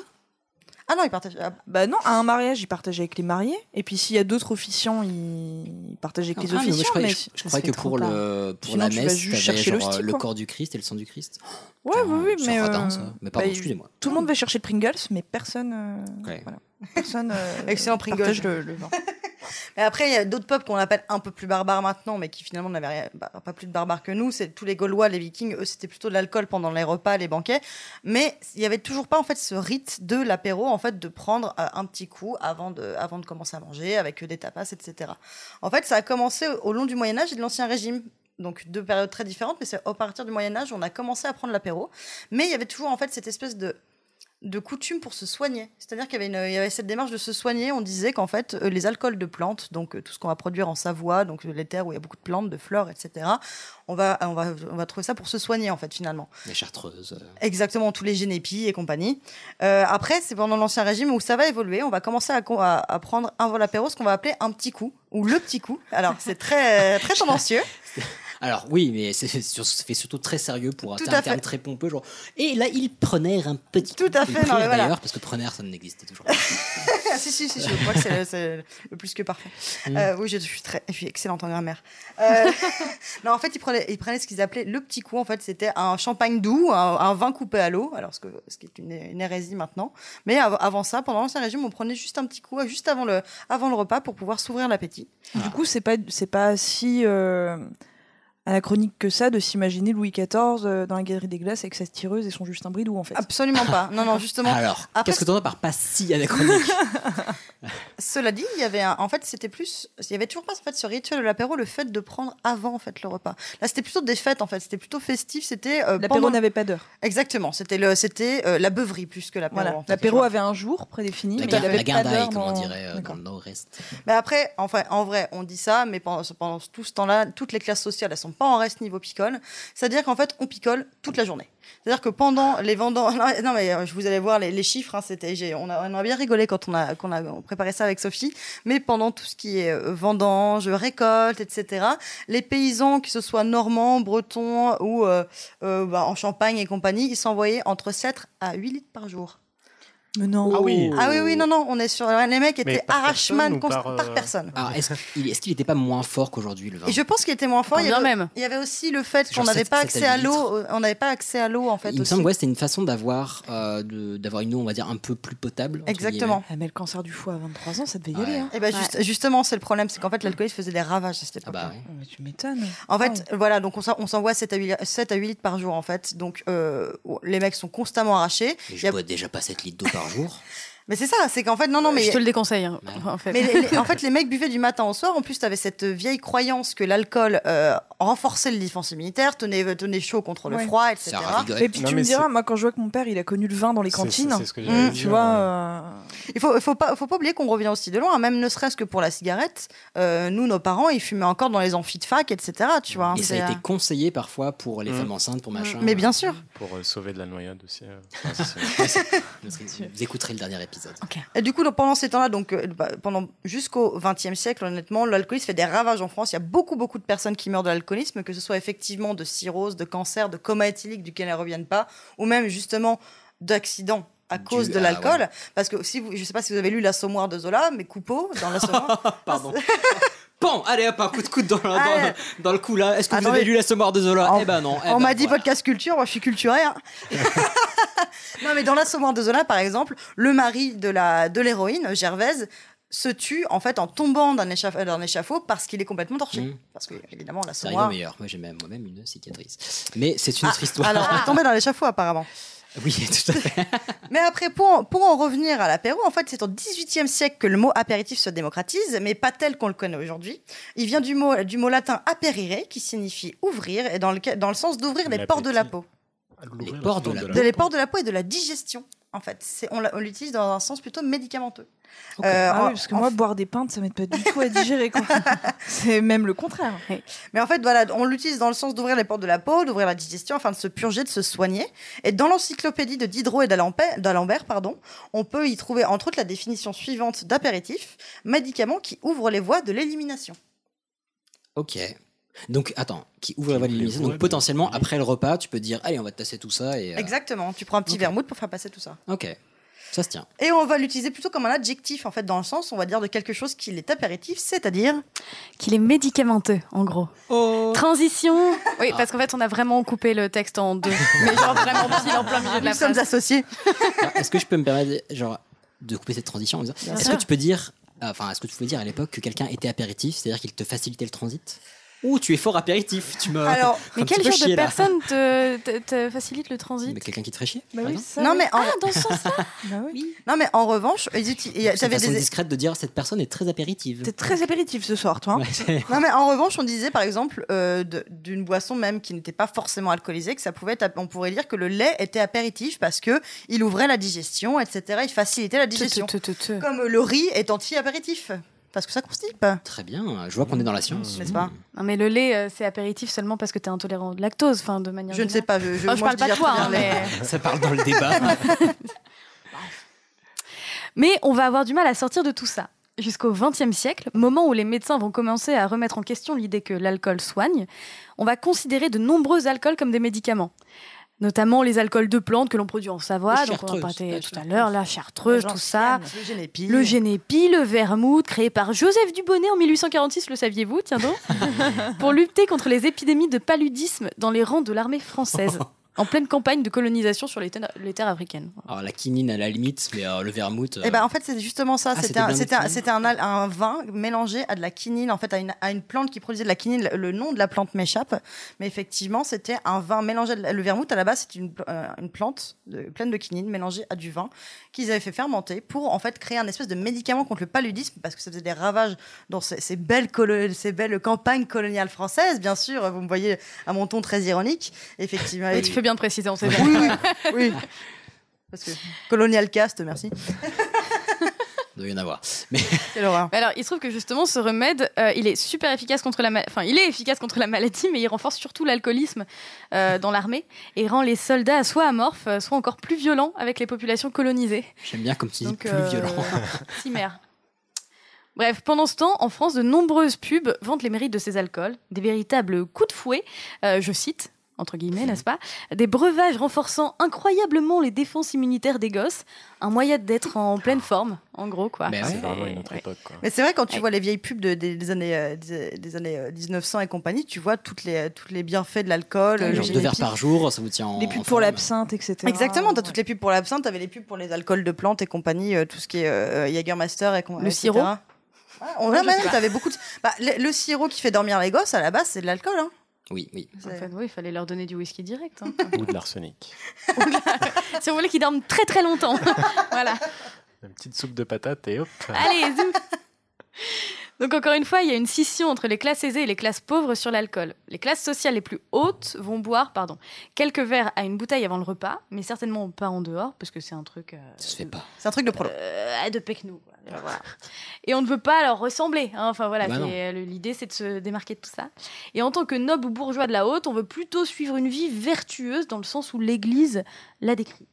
Speaker 3: Ah non, ils partagent.
Speaker 4: Bah non, à un mariage, ils partagent avec les mariés. Et puis s'il y a d'autres officiants, ils partagent avec les
Speaker 8: Ah, mais moi,
Speaker 4: officiants.
Speaker 8: je croyais,
Speaker 4: mais
Speaker 8: je-
Speaker 4: ça
Speaker 8: je
Speaker 4: se
Speaker 8: croyais
Speaker 4: fait
Speaker 8: que pour,
Speaker 4: trop tard.
Speaker 8: le, pour
Speaker 4: Sinon,
Speaker 8: la
Speaker 4: tu vas
Speaker 8: messe,
Speaker 4: juste
Speaker 8: t'avais
Speaker 4: chercher le
Speaker 8: genre,
Speaker 4: stick,
Speaker 8: le
Speaker 4: quoi.
Speaker 8: corps du Christ et le sang du Christ.
Speaker 4: Ouais, oui, oui,
Speaker 8: c'est
Speaker 3: euh,
Speaker 4: mais.
Speaker 8: radin, ça. Mais pardon,
Speaker 4: bah,
Speaker 8: excusez-moi.
Speaker 4: Tout le monde va chercher le Pringles, mais personne. euh,
Speaker 8: Ouais.
Speaker 4: voilà. Personne. euh,
Speaker 3: Excellent Pringles.
Speaker 4: partage le, le vin.
Speaker 3: Et après, il y a d'autres peuples qu'on appelle un peu plus barbares maintenant, mais qui finalement n'avaient rien- bah, pas plus de barbares que nous. C'est tous les Gaulois, les Vikings, eux, c'était plutôt de l'alcool pendant les repas, les banquets. Mais il y avait toujours pas en fait ce rite de l'apéro, en fait, de prendre euh, un petit coup avant de, avant de commencer à manger avec des tapas, etc. En fait, ça a commencé au- au long du Moyen Âge et de l'Ancien Régime. Donc deux périodes très différentes, mais c'est à partir du Moyen Âge on a commencé à prendre l'apéro. Mais il y avait toujours en fait cette espèce de de coutume pour se soigner. C'est-à-dire qu'il y, avait une- il y avait cette démarche de se soigner. On disait qu'en fait, euh, les alcools de plantes, donc euh, tout ce qu'on va produire en Savoie, donc euh, les terres où il y a beaucoup de plantes, de fleurs, etc., on va, on va, on va trouver ça pour se soigner, en fait, finalement.
Speaker 8: Les chartreuses. euh,
Speaker 3: Exactement, tous les génépies et compagnie. Euh, après, c'est pendant l'Ancien Régime où ça va évoluer. On va commencer à, co- à, à prendre avant l'apéro ce qu'on va appeler un petit coup, ou le petit coup. Alors, c'est très, très tendancieux.
Speaker 8: Alors oui, mais c'est c'est sur- ça fait surtout très sérieux pour un
Speaker 3: Tout
Speaker 8: terme,
Speaker 3: à fait.
Speaker 8: terme très pompeux. Genre. Et là, il prenait un petit.
Speaker 3: Tout à
Speaker 8: coup.
Speaker 3: fait,
Speaker 8: Il
Speaker 3: non, mais
Speaker 8: prenait
Speaker 3: voilà.
Speaker 8: D'ailleurs, parce que preneur, ça n'existait toujours.
Speaker 3: Ah, si, si, si, je crois que c'est le- c'est le plus que parfait.
Speaker 8: Mm.
Speaker 3: Euh, oui, je suis très, je suis excellente en grammaire. Euh, non, en fait, ils prenaient, ils prenaient ce qu'ils appelaient le petit coup. En fait, c'était un champagne doux, un, un vin coupé à l'eau, alors ce, que, ce qui est une, une hérésie maintenant. Mais av- avant ça, pendant l'ancien régime, on prenait juste un petit coup, euh, juste avant le, avant le repas, pour pouvoir s'ouvrir l'appétit.
Speaker 4: Du coup, c'est pas, c'est pas si euh, anachronique que ça de s'imaginer Louis XIV euh, dans la Galerie des Glaces avec sa tireuse et son Justin Bridou, en fait.
Speaker 3: Absolument pas. Non, non, justement.
Speaker 8: Alors,
Speaker 3: Après,
Speaker 8: qu'est-ce que t'entends par pas si anachronique
Speaker 3: Cela dit, il y avait un- en fait c'était plus il y avait toujours pas en fait ce rituel de l'apéro le fait de prendre avant en fait le repas. Là c'était plutôt des fêtes en fait, c'était plutôt festif, c'était euh,
Speaker 4: L'apéro
Speaker 3: pendant-
Speaker 4: n'avait pas d'heure.
Speaker 3: Exactement, c'était le c'était euh, la beuverie plus que l'apéro.
Speaker 4: Voilà.
Speaker 3: en fait, tu
Speaker 4: L'apéro
Speaker 3: vois.
Speaker 4: avait un jour prédéfini,
Speaker 8: La
Speaker 4: mais il
Speaker 8: guerre-
Speaker 4: avait
Speaker 8: la
Speaker 4: pas d'heure.
Speaker 8: guindaille, comme on
Speaker 4: dans-
Speaker 8: dirait euh, dans le nord-est.
Speaker 3: Mais après, enfin, en vrai, on dit ça, mais pendant, pendant tout ce temps-là, toutes les classes sociales, elles sont pas en reste niveau picole. C'est-à-dire qu'en fait, on picole toute la journée. C'est-à-dire que pendant les vendanges, non, non, mais euh, je vous allez voir les, les chiffres, hein, c'était, j'ai- on, a, on a bien rigolé quand on a, qu'on a préparé ça avec Sophie. Mais pendant tout ce qui est euh, vendange, récolte, etc., les paysans, que ce soit normands, bretons ou euh, euh, bah, en Champagne et compagnie, ils s'envoyaient entre 7 à 8 litres par jour.
Speaker 4: Mais non.
Speaker 2: Ah oui.
Speaker 3: Ah oui, oui, non, non, on est sur. Les mecs
Speaker 8: Mais
Speaker 3: étaient
Speaker 8: par
Speaker 3: arrachman
Speaker 8: personne ou
Speaker 3: const-
Speaker 8: par, euh,
Speaker 3: par personne.
Speaker 8: Alors, est-ce qu'il est-ce qu'il était pas moins fort qu'aujourd'hui, le vin
Speaker 3: Et je pense qu'il était moins fort. Il y,
Speaker 1: Quand
Speaker 3: avait,
Speaker 1: bien même.
Speaker 3: il y avait aussi le fait qu'on
Speaker 8: Genre
Speaker 3: n'avait
Speaker 8: sept-
Speaker 3: pas
Speaker 8: sept à
Speaker 3: accès à
Speaker 8: huit
Speaker 3: l'eau. euh, On n'avait pas accès à l'eau en fait.
Speaker 8: Il me
Speaker 3: aussi.
Speaker 8: semble que ouais, c'était une façon d'avoir euh, de- d'avoir une eau, on va dire, un peu plus potable. entre
Speaker 3: Exactement.
Speaker 4: Ah, mais le cancer du foie à 23 ans, ça devait y aller. hein.
Speaker 3: Et ben juste- justement, c'est le problème, c'est qu'en fait l'alcoolisme faisait des ravages à cette
Speaker 8: Ah bah
Speaker 3: époque.
Speaker 4: Mais tu m'étonnes.
Speaker 3: En fait, voilà, donc on s'en- on s'envoie 7 à 8, sept à huit litres par jour en fait. Donc euh, les mecs sont constamment arrachés.
Speaker 8: guillemets. Et
Speaker 3: Il y
Speaker 8: je
Speaker 3: a-
Speaker 8: bois déjà pas 7 litres d'eau par jour.
Speaker 3: Mais c'est ça, c'est qu'en fait, non, non, mais.
Speaker 1: Je te le déconseille. hein, en fait.
Speaker 3: Mais les- les- en fait, les mecs buvaient du matin au soir. En plus, tu avais cette vieille croyance que l'alcool euh, renforçait le défense immunitaire, tenait, tenait chaud contre le
Speaker 4: Ouais.
Speaker 3: froid, etc.
Speaker 4: Et puis tu me diras, moi quand je vois que mon père il a connu le vin dans les
Speaker 3: C'est- c'est-
Speaker 4: cantines,
Speaker 3: c'est ce que j'allais
Speaker 4: tu
Speaker 3: dire,
Speaker 4: vois,
Speaker 3: ouais.
Speaker 4: euh,
Speaker 3: Il faut, faut pas, faut pas oublier qu'on revient aussi de loin, hein. même ne serait-ce que pour la cigarette. Euh, nous, nos parents, ils fumaient encore dans les amphis de fac, etc. Tu vois, hein,
Speaker 8: Et ça
Speaker 3: c'est- Mm.
Speaker 8: a été conseillé parfois pour les femmes enceintes, pour machin.
Speaker 3: Mais bien sûr.
Speaker 2: Pour euh, sauver de la noyade aussi. euh. Enfin, c'est-
Speaker 8: Vous écouterez le dernier épisode.
Speaker 3: Et du coup, donc, pendant ces temps-là, donc euh, bah, pendant jusqu'au XXe siècle, honnêtement, l'alcoolisme fait des ravages en France. Il y a beaucoup, beaucoup de personnes qui meurent de l'alcoolisme, que ce soit effectivement de cirrhose, de cancer, de coma éthylique duquel elles reviennent pas, ou même justement d'accidents à cause de
Speaker 8: ah,
Speaker 3: l'alcool.
Speaker 8: ouais.
Speaker 3: Parce que si vous, je sais pas si vous avez lu l'assommoir de Zola, mais Coupeau dans l'assommoir.
Speaker 8: Pardon. Pan, allez hop, un coup de coude dans, dans-
Speaker 3: Allez.
Speaker 8: dans le cou là. Est-ce que vous
Speaker 3: Attendez.
Speaker 8: avez lu la sommar de Zola Eh ben non. eh
Speaker 3: Ah. On
Speaker 8: ben
Speaker 3: m'a dit
Speaker 8: voilà.
Speaker 3: podcast culture, moi je suis culturée. hein. non mais dans l'assommoir de Zola par exemple, le mari de la de l'héroïne Gervaise se tue en fait en tombant d'un échaf- d'un échafaud parce qu'il est complètement torché.
Speaker 8: Mm.
Speaker 3: Parce que évidemment
Speaker 8: C'est rien
Speaker 3: l'assommoir.
Speaker 8: meilleur. Moi j'ai même moi-même une cicatrice. Mais c'est
Speaker 3: Ah,
Speaker 8: une autre histoire.
Speaker 3: Alors, on est tombé dans l'échafaud apparemment.
Speaker 8: Oui, tout à fait.
Speaker 3: Mais après, pour en, pour en revenir à l'apéro, en fait, c'est au XVIIIe siècle que le mot apéritif se démocratise, mais pas tel qu'on le connaît aujourd'hui. Il vient du mot, du mot latin aperire, qui signifie ouvrir, et dans le, dans le sens d'ouvrir les portes de la peau. les
Speaker 2: l'ouvrir,
Speaker 3: pores de,
Speaker 2: la
Speaker 3: la...
Speaker 2: peau.
Speaker 3: de- les pores de la peau et de la digestion. En fait, C'est- on l'a- on l'utilise dans un sens plutôt médicamenteux. Euh,
Speaker 4: Ah
Speaker 3: en-
Speaker 4: oui, parce que moi, boire des pintes, ça m'aide pas du tout à digérer. quoi. C'est même le contraire.
Speaker 3: Mais en fait, voilà, on l'utilise dans le sens d'ouvrir les portes de la peau, d'ouvrir la digestion, afin de se purger, de se soigner. Et dans l'encyclopédie de Diderot et d'Alembert, d'Alembert, pardon, on peut y trouver entre autres la définition suivante d'apéritif, médicament qui ouvre les voies de l'élimination.
Speaker 8: Ok. Donc, attends, qui ouvre la voie de l'élimination.
Speaker 2: voies
Speaker 8: Donc,
Speaker 2: de
Speaker 8: potentiellement, après le repas, tu peux dire Allez, on va te tasser tout ça. Et, euh,
Speaker 3: Exactement, tu prends un petit vermouth pour faire passer tout ça.
Speaker 8: Ok. Ça se tient.
Speaker 3: Et on va l'utiliser plutôt comme un adjectif, en fait, dans le sens, on va dire de quelque chose qu'il est apéritif, c'est-à-dire
Speaker 1: qu'il est médicamenteux, en gros. Transition. Oh. Oui, parce qu'en fait, on a vraiment coupé le texte en deux. Mais genre vraiment pile en plein milieu de la
Speaker 3: Nous sommes
Speaker 1: phrase.
Speaker 3: associés.
Speaker 8: Alors, Est-ce que je peux me permettre genre, de couper cette transition en disant,
Speaker 1: Bien
Speaker 8: Est-ce
Speaker 1: sûr.
Speaker 8: que tu peux dire, euh, enfin, est-ce que tu pouvais dire à l'époque que quelqu'un était apéritif, c'est-à-dire qu'il te facilitait le transit Ou tu es fort apéritif Tu m'as.
Speaker 1: Alors,
Speaker 8: un
Speaker 1: mais
Speaker 8: petit
Speaker 1: quel
Speaker 8: peu
Speaker 1: genre
Speaker 8: chié,
Speaker 1: de
Speaker 8: là.
Speaker 1: personne te, te- te facilite le transit
Speaker 8: Mais quelqu'un qui te fait chier
Speaker 1: Bah oui,
Speaker 8: par exemple.
Speaker 1: ça,
Speaker 3: Non,
Speaker 1: oui.
Speaker 3: mais en-
Speaker 1: Ah, dans ce sens-là
Speaker 4: Bah
Speaker 1: oui.
Speaker 3: Non, mais en revanche, ils uti- il y a-
Speaker 8: C'est une
Speaker 3: j'avais
Speaker 8: façon
Speaker 3: des.
Speaker 8: discrète de dire cette personne est très apéritive.
Speaker 3: T'es
Speaker 4: très apéritif ce soir, toi. hein.
Speaker 3: Non, mais en revanche, on disait par exemple euh, de- d'une boisson même qui n'était pas forcément alcoolisée que ça pouvait être, on pourrait dire que le lait était apéritif parce que il ouvrait la digestion, etc. Il facilitait la digestion. Comme le riz est anti-apéritif parce que ça constipe.
Speaker 8: Très bien, je vois qu'on est dans la science. Hmm.
Speaker 3: N'est-ce pas
Speaker 1: Non, mais le lait, euh, c'est apéritif seulement parce que t'es intolérant au lactose, enfin, de manière.
Speaker 3: Je ne sais
Speaker 1: générale.
Speaker 3: pas. Je, je,
Speaker 1: Enfin, je
Speaker 3: moi,
Speaker 1: parle pas de
Speaker 3: digère
Speaker 1: toi,
Speaker 3: très
Speaker 1: hein,
Speaker 3: bien le lait.
Speaker 1: mais.
Speaker 8: Ça parle dans le débat.
Speaker 1: Mais on va avoir du mal à sortir de tout ça. Jusqu'au XXe siècle, moment où les médecins vont commencer à remettre en question l'idée que l'alcool soigne, on va considérer de nombreux alcools comme des médicaments. Notamment les alcools de plantes que l'on produit en Savoie,
Speaker 3: Le
Speaker 1: donc on en
Speaker 3: chartreuse,
Speaker 1: parlait
Speaker 3: la
Speaker 1: tout à l'heure, la chartreuse, tout ça.
Speaker 3: Le génépi.
Speaker 1: Le Génépi, le vermouth, créé par Joseph Dubonnet en 1846, le saviez-vous, tiens donc Pour lutter contre les épidémies de paludisme dans les rangs de l'armée française, en pleine campagne de colonisation sur les terres, les terres africaines.
Speaker 3: Ah
Speaker 8: Alors, la quinine à la limite, mais euh, le vermouth. euh,
Speaker 3: Eh ben, en fait, c'est justement ça.
Speaker 8: Ah,
Speaker 3: c'était
Speaker 8: c'était
Speaker 3: un,
Speaker 8: blindé de
Speaker 3: c'était un,
Speaker 8: quinine.
Speaker 3: c'était un al- un vin mélangé à de la quinine, en fait, à une, à une plante qui produisait de la quinine. Le- Le nom de la plante m'échappe, mais effectivement, c'était un vin mélangé. à de la- Le vermouth, à la base, c'est une, pl- euh, une plante de- pleine de quinine mélangée à du vin qu'ils avaient fait fermenter pour, en fait, créer un espèce de médicament contre le paludisme parce que ça faisait des ravages dans ces, ces belles, colo- ces belles campagnes coloniales françaises, bien sûr. Vous me voyez à mon ton très ironique, effectivement.
Speaker 1: Et tu fais bien de préciser, on sait
Speaker 3: Oui,
Speaker 1: pas.
Speaker 3: oui, oui. Parce que colonial caste, merci.
Speaker 8: doit y en avoir. Mais
Speaker 3: Quelle horreur.
Speaker 1: Mais Alors, il se trouve que justement, ce remède, euh, il est super efficace contre la, ma- enfin, il est efficace contre la maladie, mais il renforce surtout l'alcoolisme euh, dans l'armée et rend les soldats soit amorphes, euh, soit encore plus violents avec les populations colonisées.
Speaker 8: j'aime bien comme tu dis
Speaker 1: Donc,
Speaker 8: plus
Speaker 1: euh,
Speaker 8: violent.
Speaker 1: Cimère. Bref, pendant ce temps, en France, de nombreuses pubs vantent les mérites de ces alcools, des véritables coups de fouet, euh, je cite, entre guillemets, n'est-ce pas Des breuvages renforçant incroyablement les défenses immunitaires des gosses, un moyen d'être en pleine forme, en gros, quoi.
Speaker 8: Mais
Speaker 2: Ah, C'est
Speaker 8: ouais.
Speaker 2: vraiment une autre époque. Quoi.
Speaker 3: Mais c'est vrai, quand tu vois les vieilles pubs de- des, des années, euh, des, des années euh, 1900 et compagnie, tu vois toutes les, toutes les bienfaits de l'alcool. euh,
Speaker 8: Genre
Speaker 3: les
Speaker 8: deux verres
Speaker 3: pubs-
Speaker 8: par jour, ça vous tient en.
Speaker 4: Les
Speaker 8: en
Speaker 4: pubs pour
Speaker 8: forme.
Speaker 4: l'absinthe, etc.
Speaker 1: Ah,
Speaker 3: Exactement, t'as toutes les pubs pour l'absinthe, t'avais les pubs pour les alcools de plantes et compagnie, euh, tout ce qui est euh, Jägermeister et compagnie.
Speaker 1: Le sirop
Speaker 3: on,
Speaker 1: Ouais,
Speaker 3: là,
Speaker 1: je
Speaker 3: même,
Speaker 1: sais pas.
Speaker 3: t'avais beaucoup de... bah, le, le sirop qui fait dormir les gosses, à la base, c'est de l'alcool. Hein.
Speaker 8: Oui, oui.
Speaker 1: Enfin, oui, il fallait leur donner du whisky direct. hein.
Speaker 2: Ou de l'arsenic.
Speaker 1: si on voulait qu'ils dorment très très longtemps. voilà.
Speaker 2: Une petite soupe de patates et hop.
Speaker 1: Allez, zou Donc encore une fois, il y a une scission entre les classes aisées et les classes pauvres sur l'alcool. Les classes sociales les plus hautes vont boire, pardon, quelques verres à une bouteille avant le repas, mais certainement pas en dehors, parce que c'est un truc euh,
Speaker 8: Ça se fait pas.
Speaker 3: C'est un truc de prolo.
Speaker 1: euh, de pecnou. quoi. Voilà. Et on ne veut pas leur ressembler. hein. Enfin voilà,
Speaker 8: Bah non.
Speaker 1: c'est- le- l'idée c'est de se démarquer de tout ça. Et en tant que noble ou bourgeois de la haute, on veut plutôt suivre une vie vertueuse dans le sens où l'Église la décrit.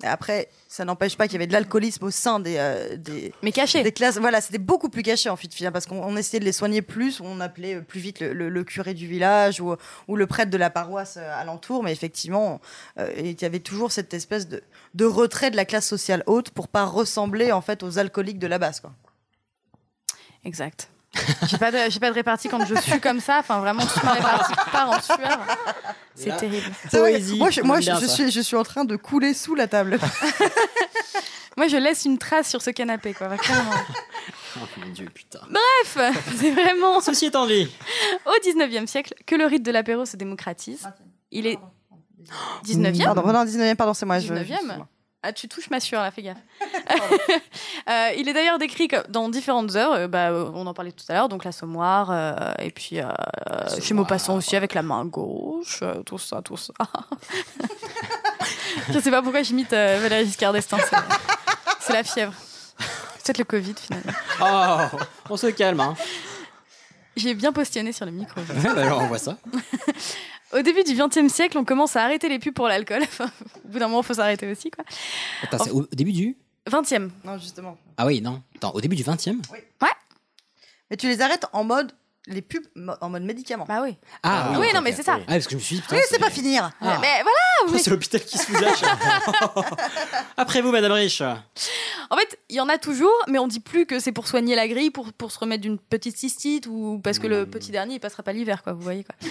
Speaker 3: Mais Après, ça n'empêche pas qu'il y avait de l'alcoolisme au sein des, euh, des,
Speaker 1: Mais caché.
Speaker 3: des classes. Voilà, c'était beaucoup plus caché en fait, finalement, parce qu'on on essayait de les soigner plus, on appelait euh, plus vite le, le- le curé du village ou, ou le prêtre de la paroisse euh, alentour, mais effectivement, euh, il y avait toujours cette espèce de, de retrait de la classe sociale haute pour pas ressembler en fait aux alcooliques de la base. Quoi.
Speaker 1: Exact. J'ai pas de, j'ai pas de répartie quand je suis comme ça. Enfin, vraiment, je suis en répartie qui part en sueur. C'est
Speaker 8: Là.
Speaker 1: terrible.
Speaker 8: Poésie.
Speaker 3: moi, je, moi,
Speaker 8: J'aime
Speaker 3: je,
Speaker 8: bien
Speaker 3: je
Speaker 8: ça.
Speaker 3: suis, je suis en train de couler sous la table.
Speaker 1: Moi, je laisse une trace sur ce canapé, quoi. Vraiment.
Speaker 8: Oh mon dieu, putain.
Speaker 1: Bref, c'est vraiment
Speaker 8: Ceci étant dit.
Speaker 1: au 19e siècle que le rite de l'apéro se démocratise. Il est 19e.
Speaker 3: Pardon, non, 19e, pardon, c'est moi. je-
Speaker 1: 19e
Speaker 3: je-
Speaker 1: ah, tu touches ma sueur, là, fais gaffe. Euh, il est d'ailleurs décrit que dans différentes œuvres, euh, bah, euh, on en parlait tout à l'heure, donc la Sommoire, euh, et puis euh, chez Maupassant aussi avec la main gauche, euh, tout ça, tout ça. Je sais pas pourquoi j'imite euh, Valérie Giscard d'Estaing. c'est- C'est la fièvre. C'est peut-être le Covid finalement.
Speaker 8: Oh, on se calme. Hein.
Speaker 1: J'ai bien postionné sur le micro.
Speaker 8: Ouais, bah alors on voit ça.
Speaker 1: Au début du XXe siècle, on commence à arrêter les pubs pour l'alcool. Enfin, Au bout d'un moment, il faut s'arrêter aussi. quoi.
Speaker 8: Attends, c'est au au début du.
Speaker 1: 20e.
Speaker 3: Non, justement.
Speaker 8: Ah oui, non. Attends, au début du 20 e
Speaker 1: Ouais.
Speaker 3: Mais tu les arrêtes en mode les pubs mo- en mode médicament.
Speaker 1: Bah oui.
Speaker 8: Ah,
Speaker 1: oui, non, mais c'est ça.
Speaker 8: Ah, parce que je me suis dit, putain,
Speaker 3: Oui, c'est pas finir.
Speaker 8: Ah.
Speaker 1: Mais voilà vous-
Speaker 8: C'est l'hôpital qui se vous lâche. Après vous, Madame Riche.
Speaker 1: En fait, il y en a toujours, mais on dit plus que c'est pour soigner la grille, pour, pour se remettre d'une petite cystite ou parce que le petit dernier il passera pas l'hiver, quoi. Vous voyez quoi.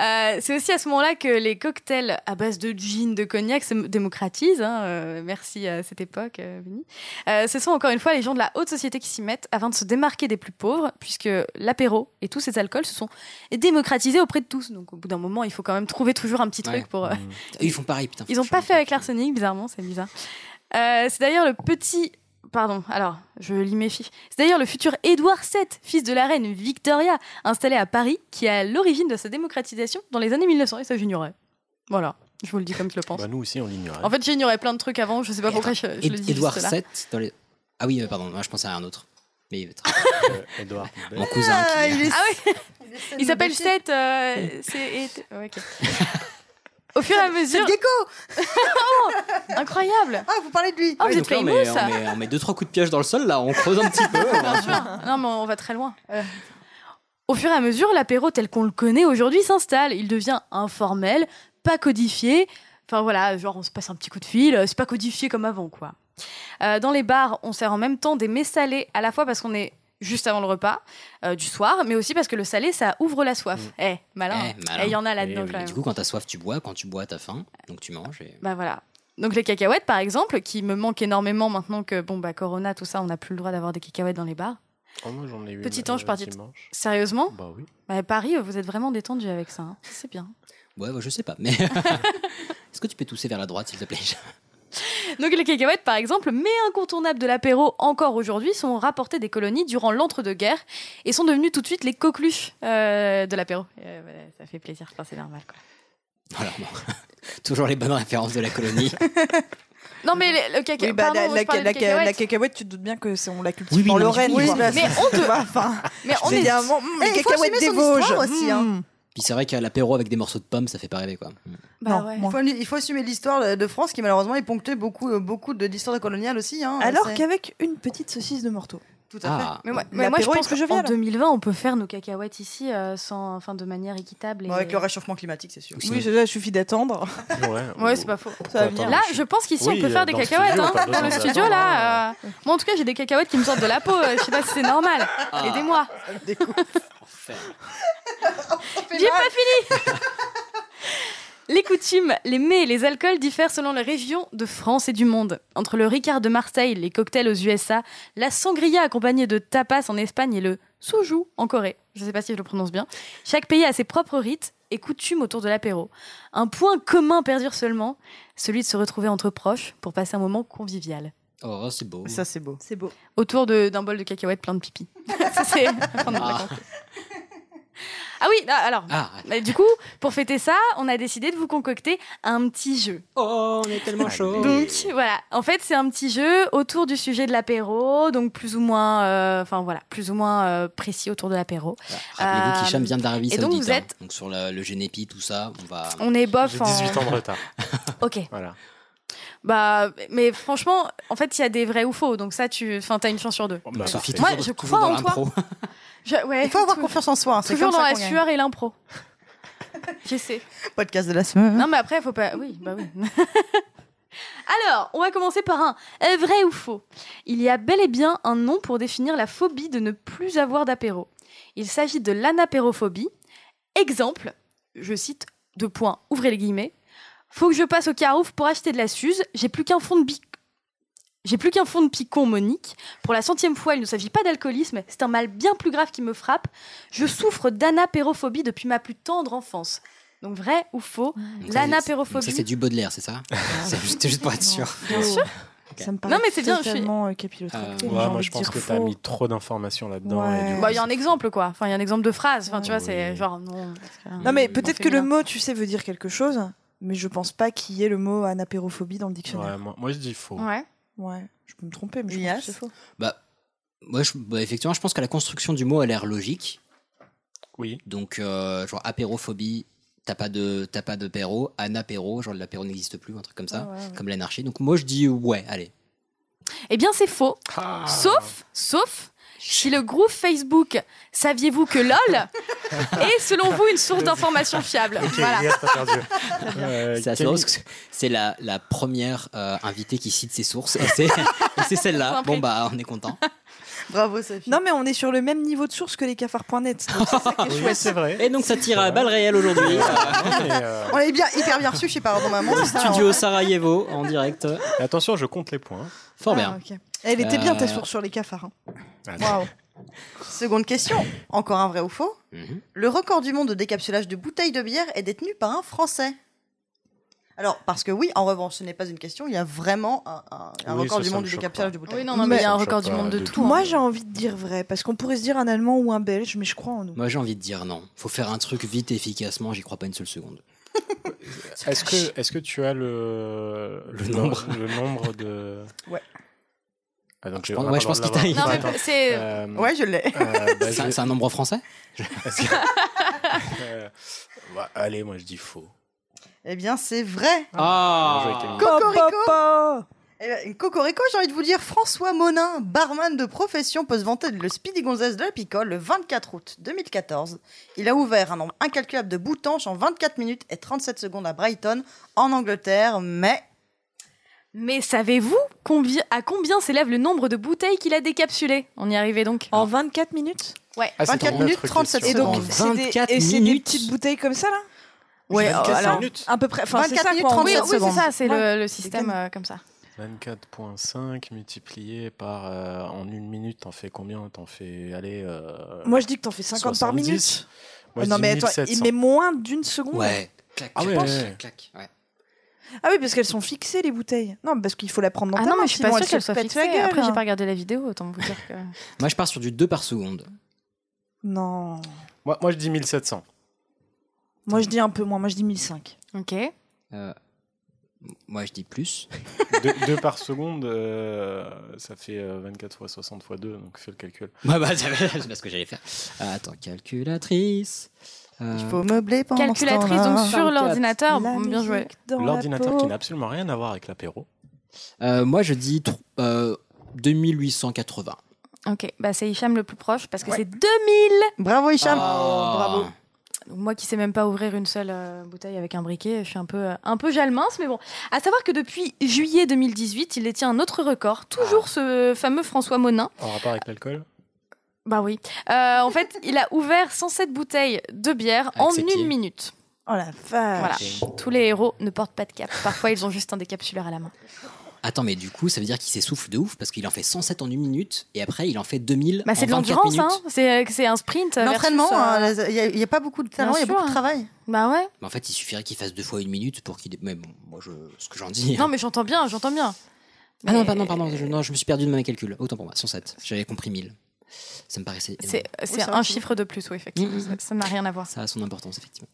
Speaker 1: Euh, c'est aussi à ce moment-là que les cocktails à base de gin, de cognac se m- démocratisent. hein, euh, merci à cette époque, euh, Benny. Euh, ce sont encore une fois les gens de la haute société qui s'y mettent afin de se démarquer des plus pauvres, puisque l'apéro et tous ces alcools se sont démocratisés auprès de tous. Donc au bout d'un moment, il faut quand même trouver toujours un petit truc
Speaker 8: Ouais.
Speaker 1: pour. euh,
Speaker 2: Mmh.
Speaker 8: Ils font pareil, putain.
Speaker 1: ils n'ont pas fait avec l'arsenic, bizarrement, c'est bizarre. Euh, c'est d'ailleurs le petit. Pardon, alors, je lis mes fiches. C'est d'ailleurs le futur Édouard VII, fils de la reine Victoria, installé à Paris, qui est à l'origine de sa démocratisation dans les années 1900, et ça j'ignorais. Voilà, je vous le dis comme je le pense.
Speaker 2: Bah, nous aussi, on l'ignorait.
Speaker 1: En fait, j'ignorais plein de trucs avant, je sais pas pourquoi je, je le dis.
Speaker 8: Edouard
Speaker 1: juste là.
Speaker 8: VII dans les. Ah oui, euh, pardon, moi, je pensais à un autre. Mais il va être-
Speaker 2: Euh, Edouard.
Speaker 8: mon cousin. qui-
Speaker 1: Ah, il est- Ah oui Il s'appelle
Speaker 3: Boucher.
Speaker 1: 7. euh, c'est... et- ouais, ok. Au fur et à mesure.
Speaker 3: Gecko
Speaker 1: Oh, Incroyable
Speaker 3: Ah, vous parlez de lui
Speaker 1: Oh, vous
Speaker 8: Ouais,
Speaker 1: êtes
Speaker 8: donc là, on,
Speaker 1: famous,
Speaker 8: met,
Speaker 1: ça
Speaker 8: on, met, on met deux trois coups de pioche dans le sol là, on creuse un petit peu.
Speaker 1: Bien sûr. Ah, Non, mais on va très loin. Euh, Au fur et à mesure, l'apéro tel qu'on le connaît aujourd'hui s'installe. Il devient informel, pas codifié. Enfin voilà, genre on se passe un petit coup de fil, euh, c'est pas codifié comme avant quoi. Euh, dans les bars, on sert en même temps des mets salés, à la fois parce qu'on est juste avant le repas euh, du soir, mais aussi parce que le salé, ça ouvre la soif. Eh, malin. hein.
Speaker 8: Mm. Eh, malin.
Speaker 1: Eh, il y en a
Speaker 8: Eh
Speaker 1: là-dedans
Speaker 8: oui.
Speaker 1: quand même.
Speaker 8: Du coup, quand t'as soif, tu bois. Quand tu bois, t'as faim. Donc tu manges. Et...
Speaker 1: Bah voilà. Donc les cacahuètes, par exemple, qui me manquent énormément maintenant que, bon, bah Corona, tout ça, on n'a plus le droit d'avoir des cacahuètes dans les bars.
Speaker 2: Oh, moi, j'en ai eu
Speaker 1: Petit
Speaker 2: une,
Speaker 1: ange
Speaker 2: euh,
Speaker 1: parti.
Speaker 2: dimanche.
Speaker 1: Sérieusement
Speaker 2: Bah oui.
Speaker 1: Bah, Paris, vous êtes vraiment détendu avec ça. hein. C'est bien.
Speaker 8: Ouais, bah, je sais pas. Mais est-ce que tu peux tousser vers la droite, s'il te plaît
Speaker 1: Donc les cacahuètes, par exemple, mais incontournables de l'apéro encore aujourd'hui, sont rapportées des colonies durant l'entre-deux-guerres et sont devenues tout de suite les coqueluches euh, de l'apéro. Euh, voilà, ça fait plaisir, enfin, c'est normal. quoi.
Speaker 8: Voilà, bon. Toujours les bonnes références de la colonie.
Speaker 1: Non mais le, le caca-
Speaker 4: Oui, bah,
Speaker 1: pardon,
Speaker 4: la, la-
Speaker 1: je parlais de
Speaker 4: la- la
Speaker 1: cacahuètes.
Speaker 4: cacahuète, tu te doutes bien que c'est on la cultive
Speaker 8: Oui, oui,
Speaker 4: en
Speaker 8: non, mais
Speaker 4: Lorraine.
Speaker 8: oui,
Speaker 4: tu
Speaker 8: oui,
Speaker 4: vois.
Speaker 1: mais on te-
Speaker 4: Bah, enfin,
Speaker 1: Mais on
Speaker 4: je
Speaker 1: est-
Speaker 4: veux dire, bon, mm,
Speaker 3: Eh,
Speaker 4: les
Speaker 3: il faut assumer
Speaker 4: cacahuètes des
Speaker 3: son histoire
Speaker 4: Vosges.
Speaker 1: Hmm.
Speaker 3: aussi, hein.
Speaker 4: mm.
Speaker 8: Puis c'est vrai qu'à l'apéro avec des morceaux de pommes, ça fait pas rêver quoi.
Speaker 1: Bah
Speaker 4: Non,
Speaker 1: ouais.
Speaker 3: Il faut, il faut assumer l'histoire de- de France qui malheureusement est ponctuée beaucoup, euh, beaucoup de l'histoire coloniale aussi. hein.
Speaker 4: Alors
Speaker 3: C'est-
Speaker 4: qu'avec une petite saucisse de morteau.
Speaker 3: Tout à fait.
Speaker 8: Ah,
Speaker 1: Mais moi, mais moi, je
Speaker 4: L'apéro est
Speaker 1: pense
Speaker 4: plus
Speaker 1: qu'en
Speaker 4: jovial.
Speaker 1: 2020, on peut faire nos cacahuètes ici euh, sans, enfin, de manière équitable. Et...
Speaker 3: Bon, avec le réchauffement climatique, c'est sûr.
Speaker 8: Ou sinon-
Speaker 4: Oui, Ah, ça, il suffit d'attendre.
Speaker 2: Ouais,
Speaker 1: Ouais, c'est pas faux.
Speaker 4: Ça va venir.
Speaker 1: Là, je pense qu'ici,
Speaker 2: Oui,
Speaker 1: on peut faire
Speaker 2: euh,
Speaker 1: des
Speaker 2: dans le
Speaker 1: cacahuètes.
Speaker 2: studio,
Speaker 1: hein.
Speaker 2: pas besoin
Speaker 1: Dans le
Speaker 2: de-
Speaker 1: studio, là. euh, Moi, en tout cas, j'ai des cacahuètes qui me sortent de la peau. euh, Je sais pas si c'est normal.
Speaker 2: Ah.
Speaker 1: Aidez-moi. J'ai pas fini Les coutumes, les mets et les alcools diffèrent selon les régions de France et du monde. Entre le Ricard de Marseille, les cocktails aux USA, la sangria accompagnée de tapas en Espagne et le soju en Corée. Je sais pas si je le prononce bien. Chaque pays a ses propres rites et coutumes autour de l'apéro. Un point commun perdure seulement, celui de se retrouver entre proches pour passer un moment convivial.
Speaker 8: Oh, c'est beau.
Speaker 3: Ça, c'est beau.
Speaker 4: C'est beau.
Speaker 1: Autour de- d'un bol de cacahuètes plein de pipi. Ça, c'est-
Speaker 8: Ah,
Speaker 1: Ah oui, ah, alors,
Speaker 8: Ah.
Speaker 1: bah, du coup, pour fêter ça, on a décidé de vous concocter un petit jeu.
Speaker 8: Oh, on est tellement chaud.
Speaker 1: Donc voilà, en fait c'est un petit jeu autour du sujet de l'apéro, donc plus ou moins, euh, enfin voilà, plus ou moins euh, précis autour de l'apéro.
Speaker 8: Voilà. Rappelez-vous
Speaker 1: Euh,
Speaker 8: qu'Hicham vient d'Arabie
Speaker 1: et
Speaker 8: Saoudite.
Speaker 1: donc vous
Speaker 8: hein.
Speaker 1: êtes-
Speaker 8: Donc sur la- le Génépi, tout ça, on va.
Speaker 1: On est bof
Speaker 2: J'ai
Speaker 1: en.
Speaker 2: 18 ans de retard.
Speaker 1: Ok.
Speaker 2: Voilà.
Speaker 1: Bah, mais franchement, en fait il y a des vrais ou faux, donc ça tu, enfin t'as une chance sur deux.
Speaker 2: Bon, bah,
Speaker 8: Sophie,
Speaker 2: parfait.
Speaker 1: Oh, Moi,
Speaker 8: toujours-
Speaker 1: je
Speaker 8: toujours
Speaker 1: crois
Speaker 8: dans
Speaker 1: en toi.
Speaker 8: l'impro.
Speaker 1: Je- ouais,
Speaker 3: Il faut avoir
Speaker 1: tou-
Speaker 3: confiance en soi. hein, C'est
Speaker 1: Toujours
Speaker 3: comme
Speaker 1: dans
Speaker 3: ça
Speaker 1: la
Speaker 3: qu'on gagne.
Speaker 1: sueur et l'impro. J'essaie.
Speaker 3: Podcast de la semaine.
Speaker 1: Non mais après faut pas. Oui, bah oui. Alors, on va commencer par un euh, vrai ou faux. Il y a bel et bien un nom pour définir la phobie de ne plus avoir d'apéro. Il s'agit de l'anapérophobie. Exemple, je cite deux points, ouvrez les guillemets. Faut que je passe au Carouf pour acheter de la Suze, j'ai plus qu'un fond de bic. J'ai plus qu'un fond de picon, Monique. Pour la centième fois, il ne s'agit pas d'alcoolisme, c'est un mal bien plus grave qui me frappe. Je souffre d'anapérophobie depuis ma plus tendre enfance. Donc vrai ou faux
Speaker 8: Donc ça, c'est- donc Ça,
Speaker 1: L'anapérophobie. Ah,
Speaker 8: c'est du Baudelaire, c'est ça C'est juste, juste pour être sûr.
Speaker 1: Bien sûr.
Speaker 4: Ça me
Speaker 1: Non,
Speaker 4: paraît
Speaker 1: mais c'est bien, je suis-
Speaker 4: totalement, euh, capillotracté,
Speaker 8: Euh,
Speaker 4: mais
Speaker 2: Ouais,
Speaker 4: j'ai
Speaker 2: moi,
Speaker 4: envie
Speaker 2: je
Speaker 4: de
Speaker 2: pense
Speaker 4: dire
Speaker 2: que t'as
Speaker 4: faux.
Speaker 2: mis trop d'informations là-dedans.
Speaker 4: Ouais.
Speaker 2: et du coup,
Speaker 1: Bah, il y a un
Speaker 2: c'est-
Speaker 1: exemple quoi. Enfin, il y a un exemple de phrase. Enfin, tu vois,
Speaker 2: Oui.
Speaker 1: c'est genre non. parce que- hein.
Speaker 4: Non mais
Speaker 1: on
Speaker 4: peut-être
Speaker 1: fait
Speaker 4: que le
Speaker 1: bien.
Speaker 4: mot, tu sais, veut dire quelque chose, mais je pense pas qu'il y ait le mot anapérophobie dans le dictionnaire.
Speaker 2: Ouais, moi, moi, je dis faux.
Speaker 4: Ouais. Ouais. Je peux me tromper, mais je pense que c'est faux.
Speaker 8: Bah, moi, je- bah, effectivement, je pense que la construction du mot a l'air logique.
Speaker 2: Oui.
Speaker 8: Donc, euh, genre, apérophobie, t'as pas de, t'as pas de péro, anapéro, genre l'apéro n'existe plus, un truc comme ça,
Speaker 1: Ah ouais, ouais.
Speaker 8: comme l'anarchie. Donc, moi, je dis ouais, allez.
Speaker 1: Eh bien, c'est faux.
Speaker 2: Ah.
Speaker 1: Sauf, sauf, si le groupe Facebook Saviez-vous que LOL est, selon vous, une source d'information fiable. voilà.
Speaker 2: Euh,
Speaker 8: C'est assez drôle parce que c'est la, la première euh, invitée qui cite ses sources. Et c'est, et c'est celle-là. Bon, bah, on est content.
Speaker 3: Bravo Sophie.
Speaker 4: Non mais on est sur le même niveau de source que les cafards.net. donc c'est ça
Speaker 2: Ah
Speaker 4: qui est
Speaker 8: Oui,
Speaker 4: chouette.
Speaker 8: c'est vrai. Et donc, ça tire à balles réelles aujourd'hui.
Speaker 2: euh,
Speaker 3: On est bien, hyper bien reçu chez Pardon Maman. c'est ça,
Speaker 8: Studio
Speaker 3: hein.
Speaker 8: Sarajevo en direct.
Speaker 2: Attention, je compte les points.
Speaker 8: Fort bien.
Speaker 4: Ah, ok. Elle était bien ta
Speaker 8: Euh,
Speaker 4: source sur les cafards. hein.
Speaker 3: Waouh. Seconde question. Encore un vrai ou faux
Speaker 8: Mhm.
Speaker 3: Le record du monde de décapsulage de bouteilles de bière est détenu par un Français. Alors, parce que oui, en revanche, ce n'est pas une question, il y a vraiment un, un- un
Speaker 2: Oui,
Speaker 3: record
Speaker 2: ça,
Speaker 3: du
Speaker 2: ça
Speaker 3: monde
Speaker 2: me
Speaker 3: de
Speaker 2: choque
Speaker 3: décapsulage
Speaker 2: pas.
Speaker 3: de bouteilles.
Speaker 1: Oui, non, non, mais il y a un record du monde de tout. hein.
Speaker 4: Moi j'ai envie de dire vrai parce qu'on pourrait se dire un Allemand ou un Belge, mais je crois en nous.
Speaker 8: Moi, j'ai envie de dire non. Faut faire un truc vite et efficacement. J'y crois pas une seule seconde.
Speaker 2: Est-ce que, est-ce que tu as le,
Speaker 8: Le nombre.
Speaker 2: le nombre de.
Speaker 3: Ouais.
Speaker 2: Ah, donc,
Speaker 8: pense-
Speaker 2: on va
Speaker 8: ouais,
Speaker 2: pas
Speaker 8: je pense
Speaker 2: le
Speaker 8: qu'il
Speaker 2: droit de
Speaker 8: t'a-
Speaker 2: l'avoir.
Speaker 8: Non, mais
Speaker 2: Attends.
Speaker 1: c'est-
Speaker 3: Ouais, je l'ai.
Speaker 2: euh, bah, je
Speaker 8: c'est, un-
Speaker 2: vais-
Speaker 8: c'est un nombre français
Speaker 2: Euh, bah, allez, moi je dis faux.
Speaker 3: Eh bien, c'est vrai.
Speaker 2: Ah. Bien joué, Camille.
Speaker 3: Cocorico Eh ben, une Cocorico, j'ai envie de vous dire, François Monin, barman de profession, peut se vanter de le Speedy Gonzès de la Picole le 24 août 2014. Il a ouvert un nombre incalculable de boutanches en 24 minutes et 37 secondes à Brighton, en Angleterre, mais...
Speaker 1: Mais savez-vous combien, à combien s'élève le nombre de bouteilles qu'il a décapsulées On y arrivait donc
Speaker 4: En 24 minutes
Speaker 1: Ouais.
Speaker 2: Ah, c'est
Speaker 3: 24
Speaker 2: en
Speaker 3: minutes,
Speaker 2: quatre
Speaker 3: 37
Speaker 2: questions.
Speaker 4: Et donc
Speaker 8: En
Speaker 4: c'est des,
Speaker 8: 24
Speaker 4: et c'est des
Speaker 8: minutes.
Speaker 4: petites bouteilles comme ça là
Speaker 1: Ouais,
Speaker 2: 24
Speaker 1: euh, alors,
Speaker 2: minutes.
Speaker 4: À peu près. Enfin, c'est
Speaker 3: 24
Speaker 4: ça,
Speaker 3: minutes,
Speaker 4: quoi, en
Speaker 3: 37
Speaker 1: Oui,
Speaker 4: gros.
Speaker 1: oui, c'est
Speaker 3: secondes.
Speaker 1: ça, c'est le-
Speaker 4: Ouais.
Speaker 1: le, système euh, comme ça.
Speaker 2: 24.5 multiplié par euh, en une minute, t'en fais combien T'en fais allez. euh,
Speaker 4: Moi je dis que t'en fais 50 par
Speaker 2: 70.
Speaker 4: minute. Euh,
Speaker 2: Moi, je
Speaker 4: non
Speaker 2: dis
Speaker 4: mais attends,
Speaker 2: 1700.
Speaker 4: il met moins d'une seconde.
Speaker 8: Ouais. Clac,
Speaker 2: Ah
Speaker 8: clac,
Speaker 2: ouais,
Speaker 8: clac,
Speaker 2: ouais.
Speaker 8: clac, ouais.
Speaker 4: Ah oui, parce qu'elles sont fixées les bouteilles. Non, parce qu'il faut la prendre dans
Speaker 1: Ah
Speaker 4: ta
Speaker 1: non,
Speaker 4: main,
Speaker 1: mais je suis
Speaker 4: sinon
Speaker 1: pas
Speaker 4: elle
Speaker 1: sûre
Speaker 4: se
Speaker 1: qu'elle soit
Speaker 4: pète la
Speaker 1: fixée.
Speaker 4: gueule. hein.
Speaker 1: Après, j'ai pas regardé la vidéo, autant vous dire que.
Speaker 8: Moi, je pars sur du 2 par seconde.
Speaker 4: Non.
Speaker 2: Moi, moi, je dis 1700.
Speaker 4: Moi je dis un peu moins, moi je dis 1005.
Speaker 1: Ok.
Speaker 8: Euh, moi, je dis plus.
Speaker 2: Deux deux par seconde, euh, ça fait euh, 24 fois 60 fois 2, donc fais le calcul.
Speaker 8: Ouais, bah, c'est pas ce que j'allais faire. Euh, Attends, calculatrice. Euh,
Speaker 3: Il faut meubler pendant ce
Speaker 1: Calculatrice,
Speaker 3: temps-là.
Speaker 1: donc sur l'ordinateur.
Speaker 4: La
Speaker 1: Bien joué.
Speaker 4: musique dans la
Speaker 2: L'ordinateur
Speaker 4: peau.
Speaker 2: qui n'a absolument rien à voir avec l'apéro.
Speaker 8: euh, moi, je dis tr- euh, 2880.
Speaker 1: Ok, bah c'est Hicham le plus proche parce que
Speaker 3: Ouais.
Speaker 1: c'est 2000
Speaker 3: Bravo Hicham
Speaker 8: Ah.
Speaker 3: Bravo
Speaker 1: Donc moi qui sais même pas ouvrir une seule euh, bouteille avec un briquet, je suis un peu euh, un peu jalmince, mais bon. À savoir que depuis juillet 2018, il détient un autre record, toujours ce fameux François Monin.
Speaker 2: En rapport avec l'alcool
Speaker 1: Bah oui. Euh, en fait, il a ouvert 107 bouteilles de bière
Speaker 8: Avec
Speaker 1: en
Speaker 8: ses
Speaker 1: une
Speaker 8: pieds.
Speaker 1: minute.
Speaker 4: Oh la
Speaker 3: Ah,
Speaker 4: vache.
Speaker 1: Voilà. Tous les héros ne portent pas de cap. Parfois, ils ont juste un décapsuleur à la main.
Speaker 8: Attends, mais du coup, ça veut dire qu'il s'essouffle de ouf parce qu'il en fait 107 en une minute et après, il en fait 2000
Speaker 1: Bah
Speaker 8: en
Speaker 1: c'est de
Speaker 8: 24
Speaker 1: l'endurance,
Speaker 8: minutes.
Speaker 1: hein. C'est euh, c'est un sprint. euh,
Speaker 3: L'entraînement,
Speaker 1: versus, euh,
Speaker 3: hein, il n'y a, pas beaucoup de talent, il y a
Speaker 1: sûr,
Speaker 3: beaucoup de
Speaker 1: hein.
Speaker 3: travail.
Speaker 1: Bah ouais.
Speaker 8: Mais en fait, il suffirait qu'il fasse deux fois une minute pour qu'il. Mais bon, moi, je... ce que j'en dis. hein.
Speaker 1: Non mais j'entends bien, j'entends bien.
Speaker 8: Ah non,
Speaker 1: Mais-
Speaker 8: pardon, pardon, je, non, je me suis perdu de mes calculs. Autant pour moi, 107. J'avais compris 1000. Ça me paraissait. énorme.
Speaker 1: C'est c'est
Speaker 3: c'est vrai
Speaker 1: un
Speaker 3: que-
Speaker 1: chiffre de plus, oui, effectivement.
Speaker 8: Mhm.
Speaker 1: Ça- Ça n'a rien à voir.
Speaker 8: Ça a son importance, effectivement.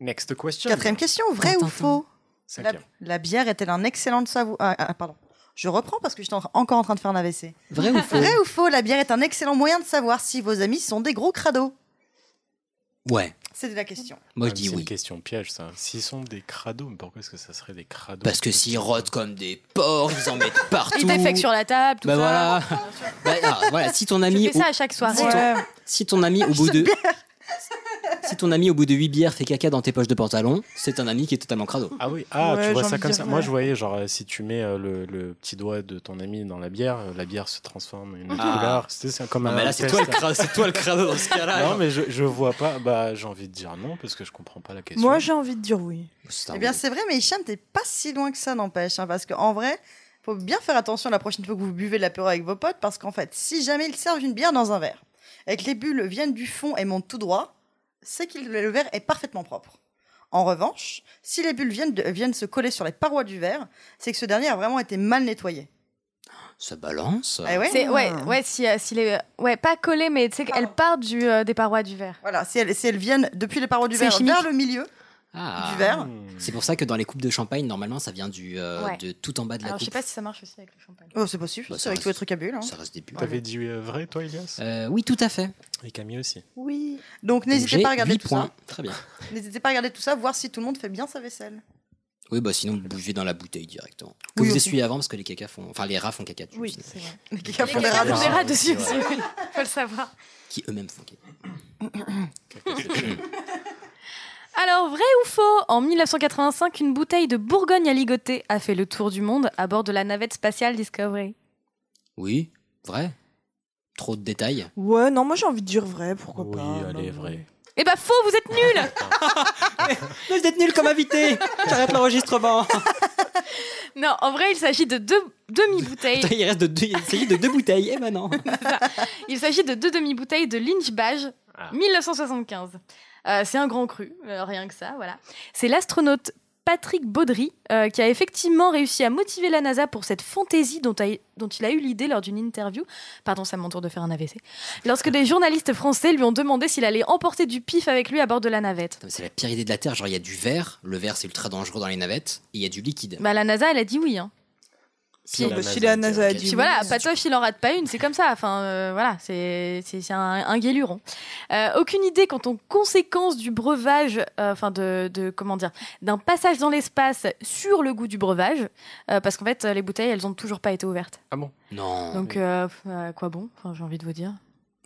Speaker 2: Next question.
Speaker 3: Quatrième question, vrai
Speaker 8: Tintin.
Speaker 3: ou faux la,
Speaker 2: Cinquième.
Speaker 3: la bière est-elle un excellent savou... Ah, ah, pardon. Je reprends parce que j'étais en- encore en train de faire un AVC.
Speaker 8: Vrai ou faux
Speaker 3: Vrai ou faux, la bière est un excellent moyen de savoir si vos amis sont des gros crados
Speaker 8: Ouais,
Speaker 3: C'était la question.
Speaker 8: moi je
Speaker 2: Ah, mais
Speaker 8: dis
Speaker 2: C'est une
Speaker 8: oui.
Speaker 2: question piège, ça. S'ils sont des crados, mais pourquoi est-ce que ça serait des crados
Speaker 8: Parce que s'ils rôdent comme des porcs, ils en mettent partout.
Speaker 1: Il défecte sur la table, tout
Speaker 8: Bah
Speaker 1: ça.
Speaker 8: voilà. Bah, alors, voilà, si ton
Speaker 1: Je
Speaker 8: ami.
Speaker 1: fais ça
Speaker 8: au-
Speaker 1: à chaque soirée.
Speaker 8: si, ton...
Speaker 4: Ouais.
Speaker 8: si ton ami au bout de. Si ton ami au bout de 8 bières fait caca dans tes poches de pantalon, c'est un ami qui est totalement crado.
Speaker 2: Ah oui, ah,
Speaker 4: Ouais,
Speaker 2: tu vois
Speaker 4: j'ai envie
Speaker 2: ça
Speaker 4: de
Speaker 2: comme
Speaker 4: dire
Speaker 2: ça.
Speaker 4: ouais.
Speaker 2: Moi, je voyais, genre, euh, si tu mets euh, le, le petit doigt de ton ami dans la bière, euh, la bière se transforme en une autre
Speaker 8: Ah.
Speaker 2: couleur. C'est c'est comme
Speaker 8: Non,
Speaker 2: un
Speaker 8: mais là, c'est
Speaker 2: test.
Speaker 8: toi, le crado, c'est toi le crado dans ce cas-là.
Speaker 2: Non, mais je, je vois pas. Bah, j'ai envie de dire non, parce que je comprends pas la question.
Speaker 4: Moi j'ai envie de dire oui.
Speaker 8: C'est un
Speaker 3: Eh bien,
Speaker 8: bon-
Speaker 3: c'est vrai, mais Hicham, t'es pas si loin que ça, n'empêche. hein, parce qu'en vrai, faut bien faire attention la prochaine fois que vous buvez de l'apéro avec vos potes, parce qu'en fait, si jamais ils servent une bière dans un verre, et que les bulles viennent du fond et montent tout droit, c'est que le verre est parfaitement propre. En revanche, si les bulles viennent, de- viennent se coller sur les parois du verre, c'est que ce dernier a vraiment été mal nettoyé.
Speaker 8: Ça balance.
Speaker 3: Eh ouais
Speaker 1: C'est- ouais, ouais, si, euh, si les- ouais, pas collé,
Speaker 8: Ah.
Speaker 1: mais tu sais qu'elle part du, euh, des parois du verre.
Speaker 3: Voilà, si elles, si elles viennent depuis les parois du
Speaker 1: C'est
Speaker 3: verre
Speaker 1: chimique.
Speaker 3: vers le milieu, du verre.
Speaker 8: Ah.
Speaker 2: Hmm.
Speaker 8: C'est pour ça que dans les coupes de champagne, normalement, ça vient du euh,
Speaker 1: Ouais.
Speaker 8: de tout en bas de la
Speaker 1: Alors, je
Speaker 8: coupe.
Speaker 1: sais pas si ça marche aussi avec le champagne.
Speaker 3: Oh, c'est possible,
Speaker 8: Bah,
Speaker 3: c'est
Speaker 8: ça
Speaker 3: avec
Speaker 8: reste-
Speaker 3: tous les trucs à bulles. hein.
Speaker 8: Ça reste des bulles.
Speaker 2: T'avais dit euh, vrai, toi, Elias
Speaker 8: Euh, oui, tout à fait.
Speaker 2: Et Camille aussi.
Speaker 3: Oui. Donc n'hésitez
Speaker 8: J'ai
Speaker 3: pas à regarder
Speaker 8: huit
Speaker 3: tout
Speaker 8: points. Très bien.
Speaker 3: ça. N'hésitez pas à regarder tout ça, voir si tout le monde fait bien sa vaisselle.
Speaker 8: Oui, bah sinon, vous buvez dans la bouteille directement. Que
Speaker 3: Oui,
Speaker 8: vous
Speaker 3: aussi.
Speaker 8: essuyez avant parce que les caca font. Enfin, les rats font caca dessus.
Speaker 3: Oui,
Speaker 8: sinon.
Speaker 3: c'est vrai.
Speaker 1: Les
Speaker 3: gars font des
Speaker 1: gars
Speaker 3: rats
Speaker 1: font des
Speaker 3: dessus.
Speaker 1: rats dessus aussi,
Speaker 8: C'est
Speaker 1: oui. Faut le savoir.
Speaker 8: Qui eux-mêmes font caca.
Speaker 1: Alors, vrai ou faux En 1985, une bouteille de Bourgogne à ligoter a fait le tour du monde à bord de la navette spatiale Discovery.
Speaker 8: Oui, vrai. Trop de détails.
Speaker 4: Ouais, non, moi j'ai envie de dire vrai, pourquoi
Speaker 2: Oui, allez, vrai.
Speaker 1: Eh bah faux, vous êtes nuls
Speaker 8: Mais vous êtes nul comme invité J'arrête l'enregistrement
Speaker 1: Non, en vrai, il s'agit de deux demi-bouteilles.
Speaker 8: Il reste de deux, il s'agit de deux bouteilles. Eh ben non
Speaker 1: Il s'agit de deux demi-bouteilles de Lynchbage, 1975. Euh, c'est un grand cru, euh, rien que ça, voilà. C'est l'astronaute Patrick Baudry euh, qui a effectivement réussi à motiver la NASA pour cette fantaisie dont, a- dont il a eu l'idée lors d'une interview. Pardon, ça m'entoure de faire un AVC. Lorsque des journalistes français lui ont demandé s'il allait emporter du pif avec lui à bord de la navette.
Speaker 8: Putain, mais C'est la pire idée de la Terre. Genre, il y a du verre. Le verre, c'est ultra dangereux dans les navettes. Et il y a du liquide.
Speaker 1: Bah, la NASA, elle a dit oui. Hein.
Speaker 8: Si,
Speaker 4: bah, si la NASA a dit
Speaker 1: Puis
Speaker 4: oui.
Speaker 1: voilà, Patoche, il en rate pas une, c'est comme ça. Enfin, euh, voilà, c'est c'est- c'est un, un guéluron. Euh, aucune idée quant aux conséquences du breuvage, euh, enfin, de, de- comment dire, d'un passage dans l'espace sur le goût du breuvage, euh, parce qu'en fait, euh, les bouteilles, elles ont toujours pas été ouvertes.
Speaker 2: Ah bon
Speaker 8: Non.
Speaker 1: Donc, euh, pff, à quoi bon Enfin, J'ai envie de vous dire.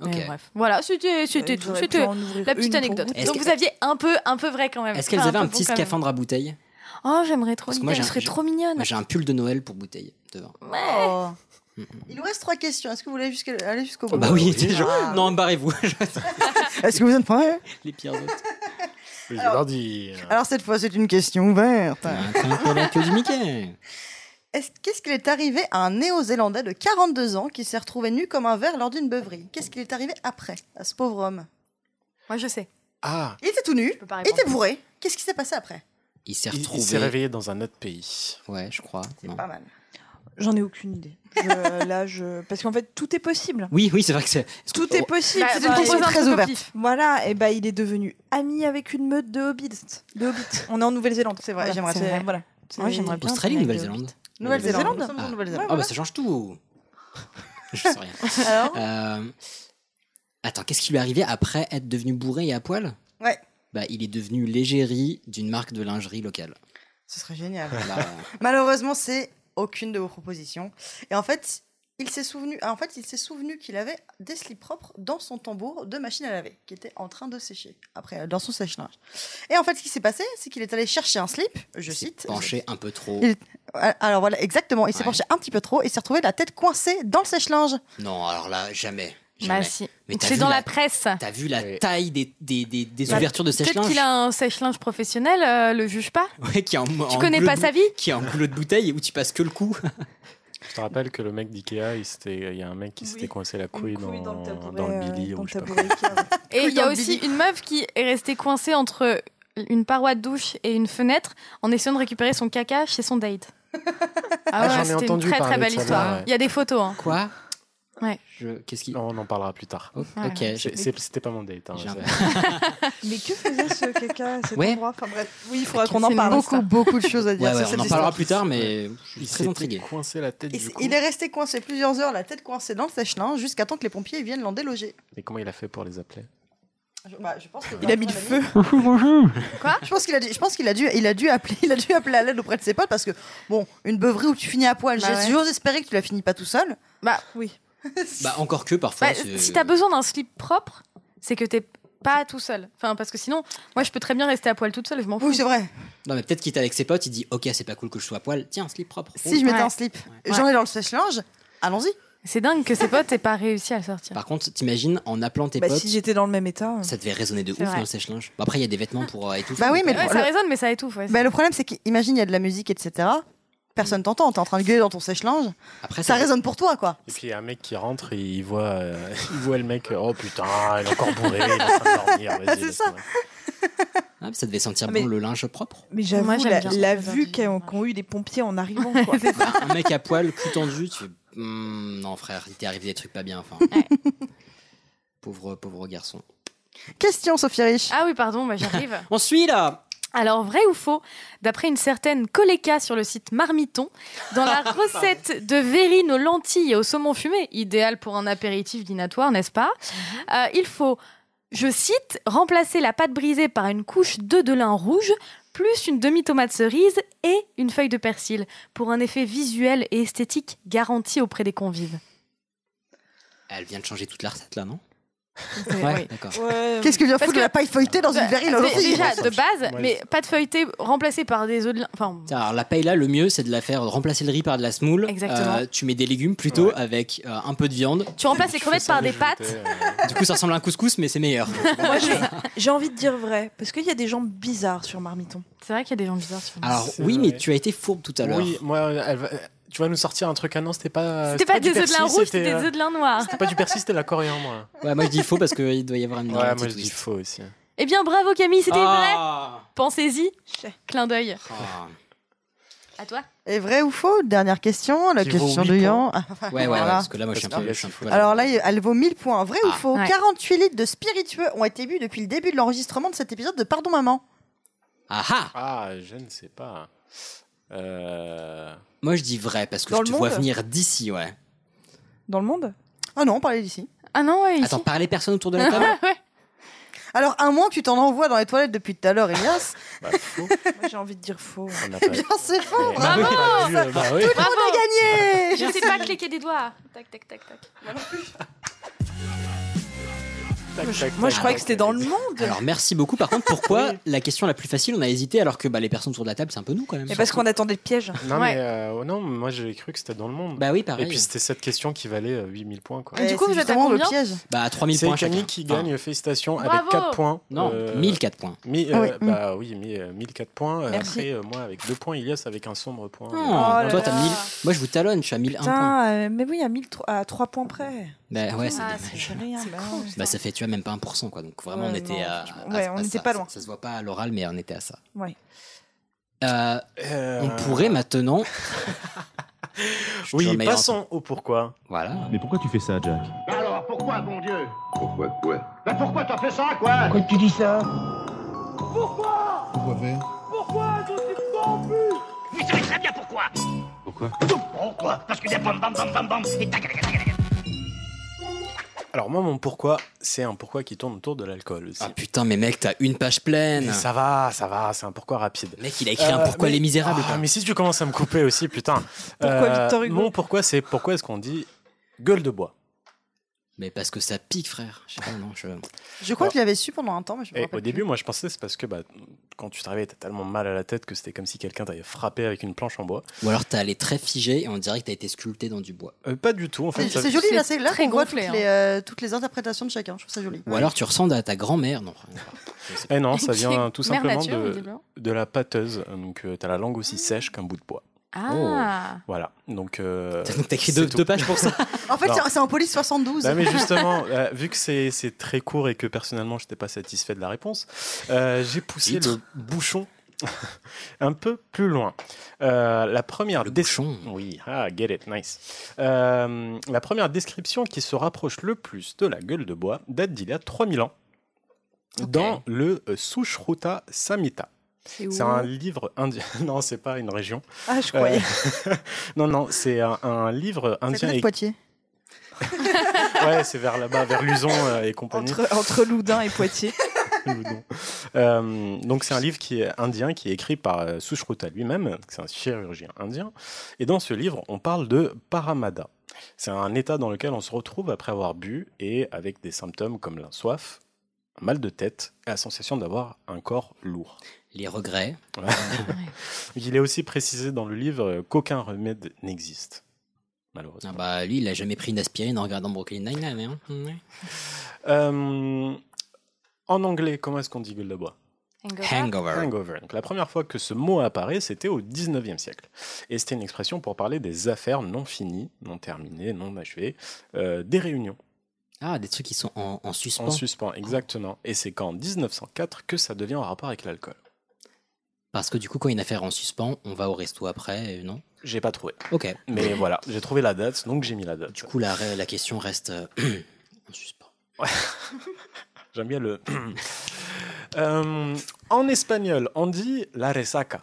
Speaker 8: Ok.
Speaker 1: Mais bref. Voilà, c'était c'était
Speaker 4: Ouais,
Speaker 1: tout.
Speaker 4: j'aurais pu
Speaker 1: C'était
Speaker 4: en ouvrir
Speaker 1: la petite
Speaker 4: une pour
Speaker 1: anecdote.
Speaker 8: goûter.
Speaker 1: Donc,
Speaker 8: Est-ce
Speaker 1: vous aviez un peu, un peu vrai quand même.
Speaker 8: Est-ce qu'elles
Speaker 1: Enfin,
Speaker 8: avaient un
Speaker 1: peu
Speaker 8: petit
Speaker 1: bon quand même.
Speaker 8: scaphandre à bouteille
Speaker 1: Oh, j'aimerais trop
Speaker 8: Parce que moi,
Speaker 1: l'idée,
Speaker 8: j'ai
Speaker 1: elle
Speaker 8: un-
Speaker 1: serait
Speaker 8: j'ai-
Speaker 1: trop mignonne.
Speaker 8: Moi, J'ai un pull de Noël pour bouteille devant.
Speaker 3: Oh.
Speaker 8: Mm, mm.
Speaker 3: Il nous reste trois questions. Est-ce que vous voulez jusqu'à- aller jusqu'au bout
Speaker 8: bah oui, c'est genre,
Speaker 3: Ah.
Speaker 8: non, barrez-vous.
Speaker 3: Est-ce que vous êtes prêts
Speaker 8: les pires autres.
Speaker 2: Je vais leur dire.
Speaker 3: Alors cette fois, c'est une question ouverte.
Speaker 8: la queue du Mickey.
Speaker 3: Est-ce- Qu'est-ce qu'il est arrivé à un Néo-Zélandais de 42 ans qui s'est retrouvé nu comme un verre lors d'une beuverie Qu'est-ce qu'il est arrivé après à ce pauvre homme
Speaker 1: Moi, je sais.
Speaker 2: Ah,
Speaker 3: Il était tout nu,
Speaker 1: Je peux pas
Speaker 3: il
Speaker 1: répondre.
Speaker 3: était bourré. Qu'est-ce qui s'est passé après
Speaker 8: Il s'est
Speaker 2: il-
Speaker 8: retrouvé.
Speaker 2: il s'est réveillé dans un autre pays.
Speaker 8: Ouais, je crois. Non.
Speaker 3: Pas mal.
Speaker 4: J'en ai aucune idée. Je- là, je... Parce qu'en fait, tout est possible.
Speaker 8: Oui, oui, c'est vrai que c'est. est-ce qu'on-
Speaker 4: Tout
Speaker 2: Oh.
Speaker 4: est possible.
Speaker 1: Bah,
Speaker 4: c'est
Speaker 1: bah,
Speaker 4: une question
Speaker 1: propose un
Speaker 4: très
Speaker 1: truc au
Speaker 4: ouverte.
Speaker 1: pif.
Speaker 4: Voilà, et bah il est devenu ami avec une meute de hobbits. De hobbits. On est en Nouvelle-Zélande, c'est vrai.
Speaker 3: Ouais,
Speaker 4: j'aimerais
Speaker 3: c'est
Speaker 4: c'est-
Speaker 3: vrai.
Speaker 4: Voilà.
Speaker 1: Moi,
Speaker 4: C'est-
Speaker 1: j'aimerais bien.
Speaker 8: Australie,
Speaker 1: ce mec de-
Speaker 8: Nouvelle-Zélande.
Speaker 3: Nouvelle-Zélande, nous
Speaker 8: Nouvelle-Zélande.
Speaker 3: sommes en
Speaker 8: Ah.
Speaker 3: Nouvelle-Zélande.
Speaker 8: Ah bah ça change tout. je sais rien.
Speaker 3: Alors
Speaker 8: Euh, Attends, qu'est-ce qui lui est arrivé après être devenu bourré et à poil
Speaker 3: Ouais.
Speaker 8: Bah, il est devenu légérie d'une marque de lingerie locale.
Speaker 3: Ce serait génial.
Speaker 8: Voilà.
Speaker 3: Malheureusement, c'est aucune de vos propositions. Et en fait, il s'est souvenu, ah, en fait, il s'est souvenu qu'il avait des slips propres dans son tambour de machine à laver, qui était en train de sécher après euh, dans son sèche-linge. Et en fait, ce qui s'est passé, c'est qu'il est allé chercher un slip. Je
Speaker 8: Il s'est
Speaker 3: cite.
Speaker 8: Penché un peu trop.
Speaker 3: Il- Alors voilà, exactement. Il s'est
Speaker 8: Ouais.
Speaker 3: penché un petit peu trop et s'est retrouvé la tête coincée dans le sèche-linge.
Speaker 8: Non, alors là, jamais.
Speaker 1: Bah,
Speaker 8: jamais.
Speaker 1: si.
Speaker 8: Mais t'as
Speaker 1: C'est
Speaker 8: vu
Speaker 1: dans
Speaker 8: la-
Speaker 1: la presse.
Speaker 8: T'as vu la
Speaker 2: Oui.
Speaker 8: taille des, des, des, des
Speaker 1: Bah,
Speaker 8: ouvertures de
Speaker 1: Peut-être
Speaker 8: sèche-linge
Speaker 1: qu'il a un sèche-linge professionnel, euh, le juge pas.
Speaker 8: Ouais, qui est en,
Speaker 1: Tu connais pas sa vie
Speaker 8: Qui est en goulot de bouteille et où tu passes que le cou.
Speaker 2: Je te rappelle que le mec d'Ikea, il s'était- il y a un mec qui s'était
Speaker 4: Oui.
Speaker 2: coincé la couille,
Speaker 4: couille
Speaker 2: dans,
Speaker 4: dans le tabouret,
Speaker 2: dans le
Speaker 4: euh,
Speaker 2: billy
Speaker 4: dans
Speaker 2: ou
Speaker 4: le
Speaker 2: je sais pas.
Speaker 4: tabouret qui a-
Speaker 1: Et il y a
Speaker 3: dans le
Speaker 1: aussi
Speaker 3: bidou.
Speaker 1: une meuf qui est restée coincée entre une paroi de douche et une fenêtre en essayant de récupérer son caca chez son date.
Speaker 2: Ah, j'en ai
Speaker 1: c'était une
Speaker 2: entendu
Speaker 1: très très
Speaker 2: parler de
Speaker 1: belle
Speaker 2: ça,
Speaker 1: histoire.
Speaker 2: ouais.
Speaker 1: Il y a des photos. hein.
Speaker 8: Quoi
Speaker 1: Ouais.
Speaker 8: Je... Qu'est-ce qui.
Speaker 2: Non, on en parlera plus tard.
Speaker 8: Oh,
Speaker 1: Ouais.
Speaker 8: Ok. je-
Speaker 2: C'est- c'est- C'était pas mon date. hein,
Speaker 8: J'ai un-
Speaker 2: c'est-
Speaker 4: Mais que faisait ce caca à cet
Speaker 8: Ouais.
Speaker 4: endroit Enfin bref, oui, il faudra
Speaker 1: Ok,
Speaker 4: qu'on en
Speaker 1: c'est
Speaker 4: parle.
Speaker 3: Beaucoup,
Speaker 4: ça.
Speaker 3: beaucoup de choses à dire
Speaker 8: Ouais, ouais,
Speaker 3: sur
Speaker 8: on
Speaker 3: cette
Speaker 8: en
Speaker 3: histoire.
Speaker 8: parlera plus tard, mais je suis
Speaker 2: il
Speaker 8: très
Speaker 2: s'était
Speaker 8: intrigué.
Speaker 2: coincé la tête
Speaker 3: Et
Speaker 2: du
Speaker 3: c-
Speaker 2: cou.
Speaker 3: il est resté coincé plusieurs heures, la tête coincée dans le sèche-linge, jusqu'à temps que les pompiers viennent l'en déloger.
Speaker 2: Et comment il a fait pour les appeler
Speaker 3: Je, bah, je pense que-
Speaker 4: Il a mis le feu.
Speaker 3: Je pense qu'il a dû, je pense qu'il a dû, il a dû appeler, il a dû appeler à l'aide auprès de ses potes parce que bon, une beuverie où tu finis à poil.
Speaker 1: Bah
Speaker 3: j'ai-
Speaker 1: ouais.
Speaker 3: J'ose espérer que tu la finis pas tout seul.
Speaker 1: Bah oui.
Speaker 8: Bah, encore que parfois. c'est-
Speaker 1: si t'as besoin d'un slip propre, c'est que t'es pas tout seul. Enfin, parce que sinon, moi je peux très bien rester à poil toute seule, je m'en fous.
Speaker 3: Oui, c'est vrai.
Speaker 8: Non, mais peut-être qu'il est avec ses potes, il dit Ok, c'est pas cool que je sois à poil. Tiens, un slip propre.
Speaker 3: Si je mettais
Speaker 1: Ouais.
Speaker 3: un slip, j'en ai dans le sèche-linge. Allons-y.
Speaker 1: C'est dingue que ses potes aient pas réussi à le sortir.
Speaker 8: Par contre, t'imagines, en appelant tes
Speaker 4: Bah,
Speaker 8: potes,
Speaker 4: si j'étais dans le même état. euh.
Speaker 8: ça devait résonner de ouf
Speaker 1: C'est vrai.
Speaker 8: dans le sèche-linge. Bon, après, il y a des vêtements pour euh, étouffer.
Speaker 3: Bah oui, mais
Speaker 1: Ouais,
Speaker 3: le- Bah,
Speaker 1: ça résonne, mais ça étouffe. ouais.
Speaker 3: Mais le problème, c'est qu'imagine, il y a de la musique, etc. Personne t'entend, t'es en train de gueuler dans ton sèche-linge.
Speaker 8: Après,
Speaker 3: Ça
Speaker 8: ça,
Speaker 3: résonne pour toi, quoi.
Speaker 2: Et puis il y a un mec qui rentre et il voit, euh, il voit le mec. Oh putain, il est encore bourré, il est en train de dormir. vas-y,
Speaker 3: C'est ça.
Speaker 2: laisse-moi.
Speaker 8: Ah, mais ça devait sentir
Speaker 4: Ah,
Speaker 8: bon
Speaker 4: mais-
Speaker 8: le linge propre.
Speaker 4: Mais j'avoue,
Speaker 1: Moi, j'aime
Speaker 4: la,
Speaker 1: bien.
Speaker 4: la
Speaker 1: J'aime
Speaker 4: vue
Speaker 1: bien.
Speaker 4: qu'ont qu'ont eu les pompiers en arrivant. Quoi.
Speaker 8: Bah, un mec à poil, cul tendu, tu. Hum, non, frère, il t'est arrivé des trucs pas bien. Enfin. Pauvre, pauvre garçon.
Speaker 3: Question, Sophie Rich.
Speaker 1: Ah oui, pardon, bah, j'arrive.
Speaker 8: On suit là
Speaker 1: Alors, vrai ou faux, d'après une certaine Coleca sur le site Marmiton, dans la recette de verrine aux lentilles et au saumon fumé, idéal pour un apéritif dînatoire, n'est-ce pas
Speaker 8: Mhm.
Speaker 1: Euh, Il faut, je cite, remplacer la pâte brisée par une couche d'œuf de lin rouge, plus une demi-tomate cerise et une feuille de persil, pour un effet visuel et esthétique garanti auprès des convives.
Speaker 8: Elle vient de changer toute la recette là, non
Speaker 1: C'est-
Speaker 8: Ouais,
Speaker 1: oui.
Speaker 8: d'accord.
Speaker 3: Qu'est-ce que vient
Speaker 1: Parce
Speaker 3: foutre de
Speaker 1: que-
Speaker 3: la paille feuilletée dans une
Speaker 1: Bah,
Speaker 3: verrine
Speaker 1: dé-
Speaker 3: aux lentilles
Speaker 1: Déjà, de base,
Speaker 8: Ouais.
Speaker 1: mais pas de feuilleté remplacée par des œufs de lin. Enfin,
Speaker 8: Tiens, Alors la paille là, le mieux c'est de la faire remplacer le riz par de la semoule. Euh,
Speaker 1: Exactement.
Speaker 8: tu mets des légumes plutôt avec euh, un peu de viande.
Speaker 1: tu remplaces les crevettes par des pâtes.
Speaker 2: euh,
Speaker 8: Du coup ça ressemble à un couscous mais c'est meilleur.
Speaker 4: Moi, j'ai- Bah, j'ai envie de dire vrai, parce qu'il y a des gens bizarres sur Marmiton.
Speaker 1: C'est vrai qu'il y a des gens bizarres sur
Speaker 8: Alors
Speaker 2: C'est
Speaker 8: oui
Speaker 2: vrai.
Speaker 8: mais tu as été fourbe tout à l'heure.
Speaker 2: Oui, moi, elle va- tu vas nous sortir un truc. Ah non, c'était pas.
Speaker 1: C'était pas
Speaker 2: du
Speaker 1: des œufs de lin
Speaker 2: persil,
Speaker 1: rouge,
Speaker 2: c'était,
Speaker 1: c'était des
Speaker 2: euh,
Speaker 1: œufs de lin noir.
Speaker 2: C'était pas du persil, c'était la coréen, moi.
Speaker 8: Ouais, moi je dis faux parce qu'il doit y avoir une.
Speaker 2: Ouais, moi je dis faux aussi.
Speaker 1: Eh bien, bravo Camille, c'était
Speaker 8: Ah.
Speaker 1: vrai. Pensez-y. Clin d'œil. À toi.
Speaker 3: Et vrai ou faux Dernière question, la
Speaker 8: Qui vaut
Speaker 3: question
Speaker 8: huit
Speaker 3: de Yan.
Speaker 8: points.
Speaker 3: Ah,
Speaker 8: Ouais, ouais, ouais,
Speaker 3: voilà.
Speaker 8: parce que là, moi, je suis un peu- je suis un peu.
Speaker 3: Alors là, elle vaut 1000 points. Vrai ou
Speaker 8: Ah.
Speaker 3: faux
Speaker 8: Ouais.
Speaker 3: 48 litres de spiritueux ont été bu depuis le début de l'enregistrement de cet épisode de Pardon Maman.
Speaker 8: Ah
Speaker 2: Ah, je ne sais pas. Euh...
Speaker 8: Moi je dis vrai parce que
Speaker 3: Dans
Speaker 8: je
Speaker 3: le
Speaker 8: te vois
Speaker 3: monde
Speaker 8: venir d'ici, ouais.
Speaker 4: Dans le monde
Speaker 3: Ah non, on parlait d'ici.
Speaker 1: Ah non, ouais,
Speaker 8: Attends, parlez personne autour de la table.
Speaker 3: Alors, à moins que tu t'en envoies dans les toilettes depuis tout à l'heure, Elias.
Speaker 2: bah,
Speaker 4: Moi, j'ai envie de dire faux.
Speaker 3: eh bien, c'est faux.
Speaker 4: Bah
Speaker 3: Bravo.
Speaker 4: oui,
Speaker 2: bah oui,
Speaker 3: Ça-
Speaker 2: bah
Speaker 3: Tout
Speaker 2: oui.
Speaker 3: le monde
Speaker 1: Bravo.
Speaker 3: a gagné.
Speaker 1: Je sais pas cliquer des doigts. Tac, tac, tac, tac.
Speaker 2: Tac, tac,
Speaker 4: Moi, je
Speaker 2: tac,
Speaker 4: croyais
Speaker 2: tac,
Speaker 4: que c'était
Speaker 2: tac.
Speaker 4: dans le monde.
Speaker 8: Alors merci beaucoup. Par contre, pourquoi la question la plus facile, on a hésité alors que bah, les personnes autour de la table, c'est un peu nous quand même.
Speaker 4: Mais parce qu'on attendait le piège.
Speaker 2: Non,
Speaker 4: Ouais.
Speaker 2: mais euh, non, moi j'ai cru que c'était dans le monde.
Speaker 8: Bah oui, pareil.
Speaker 2: Et puis c'était cette question qui valait euh, 8000 points. Quoi.
Speaker 3: Et du coup,
Speaker 1: vous
Speaker 3: Eh, c'est
Speaker 1: êtes à
Speaker 3: justement le
Speaker 1: combien
Speaker 3: piège.
Speaker 8: Bah 3000
Speaker 2: C'est
Speaker 8: points.
Speaker 2: Camille
Speaker 8: chacun.
Speaker 2: qui
Speaker 8: Enfin,
Speaker 2: gagne, félicitations,
Speaker 1: Bravo.
Speaker 2: avec 4 points. Euh,
Speaker 8: Non, 1004 points.
Speaker 2: Mi- euh,
Speaker 8: Oui.
Speaker 2: Bah oui, mi- euh, 1004 points. euh,
Speaker 4: Ah Merci.
Speaker 2: Après, euh, moi avec 2 points, Ilias avec un sombre point.
Speaker 8: Oh,
Speaker 2: Euh,
Speaker 4: là
Speaker 8: toi, t'as
Speaker 4: là.
Speaker 8: 1000. Moi, je vous talonne, je suis à 1001 points.
Speaker 4: Ah. Putain, euh, mais oui, à, 1000 à 3 points près.
Speaker 8: Bah ouais, c'est
Speaker 4: Ah,
Speaker 8: dommage.
Speaker 4: c'est rien. bah ouais.
Speaker 8: Bah ça fait, tu vois, même pas 1%, quoi. Donc vraiment,
Speaker 4: Ouais,
Speaker 8: on était
Speaker 4: non,
Speaker 8: à.
Speaker 4: franchement.
Speaker 8: à-
Speaker 4: Ouais,
Speaker 8: à
Speaker 4: on
Speaker 8: ça.
Speaker 4: n'était pas loin.
Speaker 8: Ça, se voit pas à l'oral, mais on était à ça.
Speaker 4: Ouais.
Speaker 8: Euh,
Speaker 2: Euh,
Speaker 8: On pourrait maintenant. Je suis toujours
Speaker 2: Oui,
Speaker 8: le meilleur en
Speaker 2: passons Ah, au pourquoi.
Speaker 8: Voilà.
Speaker 5: Mais pourquoi tu fais ça, Jack
Speaker 11: Alors, pourquoi, bon Dieu
Speaker 5: Pourquoi quoi
Speaker 11: Bah pourquoi t'as fait ça, quoi
Speaker 5: Pourquoi tu dis ça
Speaker 11: Pourquoi
Speaker 5: Pourquoi faire
Speaker 11: Pourquoi je suis corrompu Vous savez très bien pourquoi Pourquoi Pourquoi Parce que des bam bam bam bam bam et tac, tac, tac, tac.
Speaker 2: Alors moi, mon pourquoi, c'est un pourquoi qui tourne autour de l'alcool aussi.
Speaker 8: Ah putain, mais mec, t'as une page pleine.
Speaker 2: Mais ça va, ça va, c'est un pourquoi rapide.
Speaker 8: Mec, il a écrit un
Speaker 2: Euh,
Speaker 8: pourquoi
Speaker 2: mais-
Speaker 8: les misérables.
Speaker 2: Ah,
Speaker 8: quoi.
Speaker 2: mais si tu commences à me couper aussi, putain. Euh,
Speaker 4: Pourquoi Victor Hugo
Speaker 2: Mon pourquoi, c'est pourquoi est-ce qu'on dit gueule de bois
Speaker 8: Mais parce que ça pique, frère. Je sais pas, non, je.
Speaker 3: Je crois que je l'avais su pendant un temps, mais je me
Speaker 2: Et
Speaker 3: rappelle
Speaker 2: Eh, au début, moi, je pensais c'est parce que bah, quand tu te réveilles, t'as tellement mal à la tête que c'était comme si quelqu'un t'avait frappé avec une planche en bois.
Speaker 8: Ou alors t'as les traits figés et on dirait que t'as été sculpté dans du bois.
Speaker 2: Euh, pas du tout, en fait.
Speaker 3: plus.
Speaker 2: ça-
Speaker 3: C'est c'est joli,
Speaker 1: C'est
Speaker 3: là, c'est là
Speaker 1: très
Speaker 3: qu'on voit toutes
Speaker 1: gonflé,
Speaker 3: les,
Speaker 1: hein.
Speaker 3: euh, toutes les interprétations de chacun. Je trouve ça joli.
Speaker 8: Ou alors tu ressembles à ta grand-mère. Non. rien à voir. Je sais pas.
Speaker 2: Eh non, ça
Speaker 1: Qui est
Speaker 2: vient tout
Speaker 1: mère
Speaker 2: simplement
Speaker 1: nature,
Speaker 2: de,
Speaker 1: visiblement.
Speaker 2: de la pâteuse. Donc, tu t'as la langue aussi sèche qu'un bout de bois.
Speaker 1: Ah.
Speaker 2: Voilà. Donc, euh,
Speaker 8: Donc t'as écrit
Speaker 2: c'est
Speaker 8: deux,
Speaker 2: tout.
Speaker 8: deux pages pour ça.
Speaker 3: En fait,
Speaker 2: Non.
Speaker 3: c'est- c'est en police 72.
Speaker 2: Bah, mais justement, euh, vu que c'est c'est très court et que personnellement, je n'étais pas satisfait de la réponse, euh, j'ai poussé
Speaker 8: Titre.
Speaker 2: le bouchon un peu plus loin. Euh, la première
Speaker 8: Le
Speaker 2: des-
Speaker 8: bouchon.
Speaker 2: Oui, ah, get it, nice. Euh, la première description qui se rapproche le plus de la gueule de bois date d'il y a 3000 ans, dans le euh, Sushruta Samhita. C'est un livre indien. Non, c'est pas une région.
Speaker 4: Ah, je
Speaker 2: Euh,
Speaker 4: croyais.
Speaker 2: non, non, c'est un, un livre
Speaker 3: C'est
Speaker 2: indien.
Speaker 3: peut-être
Speaker 2: et-
Speaker 3: Poitiers.
Speaker 2: Ouais, c'est vers là-bas, vers Luzon euh, et compagnie.
Speaker 4: Entre, entre Loudun et Poitiers.
Speaker 2: Loudon. Euh, donc c'est un livre qui est indien, qui est écrit par euh, Sushruta lui-même, c'est un chirurgien indien. Et dans ce livre, on parle de paramada. C'est un état dans lequel on se retrouve après avoir bu et avec des symptômes comme la soif, un mal de tête et la sensation d'avoir un corps lourd.
Speaker 8: Les regrets.
Speaker 2: Il est aussi précisé dans le livre euh, qu'aucun remède n'existe. Malheureusement.
Speaker 8: Ah bah lui, il a jamais pris une aspirine en regardant Brooklyn Nine-Nine. hein. Ouais.
Speaker 2: Euh, en anglais, comment est-ce qu'on dit gueule de bois
Speaker 8: Hangover.
Speaker 2: Hangover. Donc, la première fois que ce mot apparaît, c'était au 19e siècle. Et c'était une expression pour parler des affaires non finies, non terminées, non achevées, euh, des réunions
Speaker 8: Ah, des trucs qui sont en, en suspens.
Speaker 2: en suspens, exactement. Et c'est qu'en 1904 que ça devient en rapport avec l'alcool.
Speaker 8: Parce que du coup, quand il y a une affaire en suspens, on va au resto après, euh, non
Speaker 2: J'ai pas trouvé.
Speaker 8: Ok.
Speaker 2: Mais voilà, j'ai trouvé la date, donc j'ai mis la date.
Speaker 8: Du coup, la, ré- la question reste euh, en suspens.
Speaker 2: J'aime bien le. Euh, en espagnol, on dit la resaca,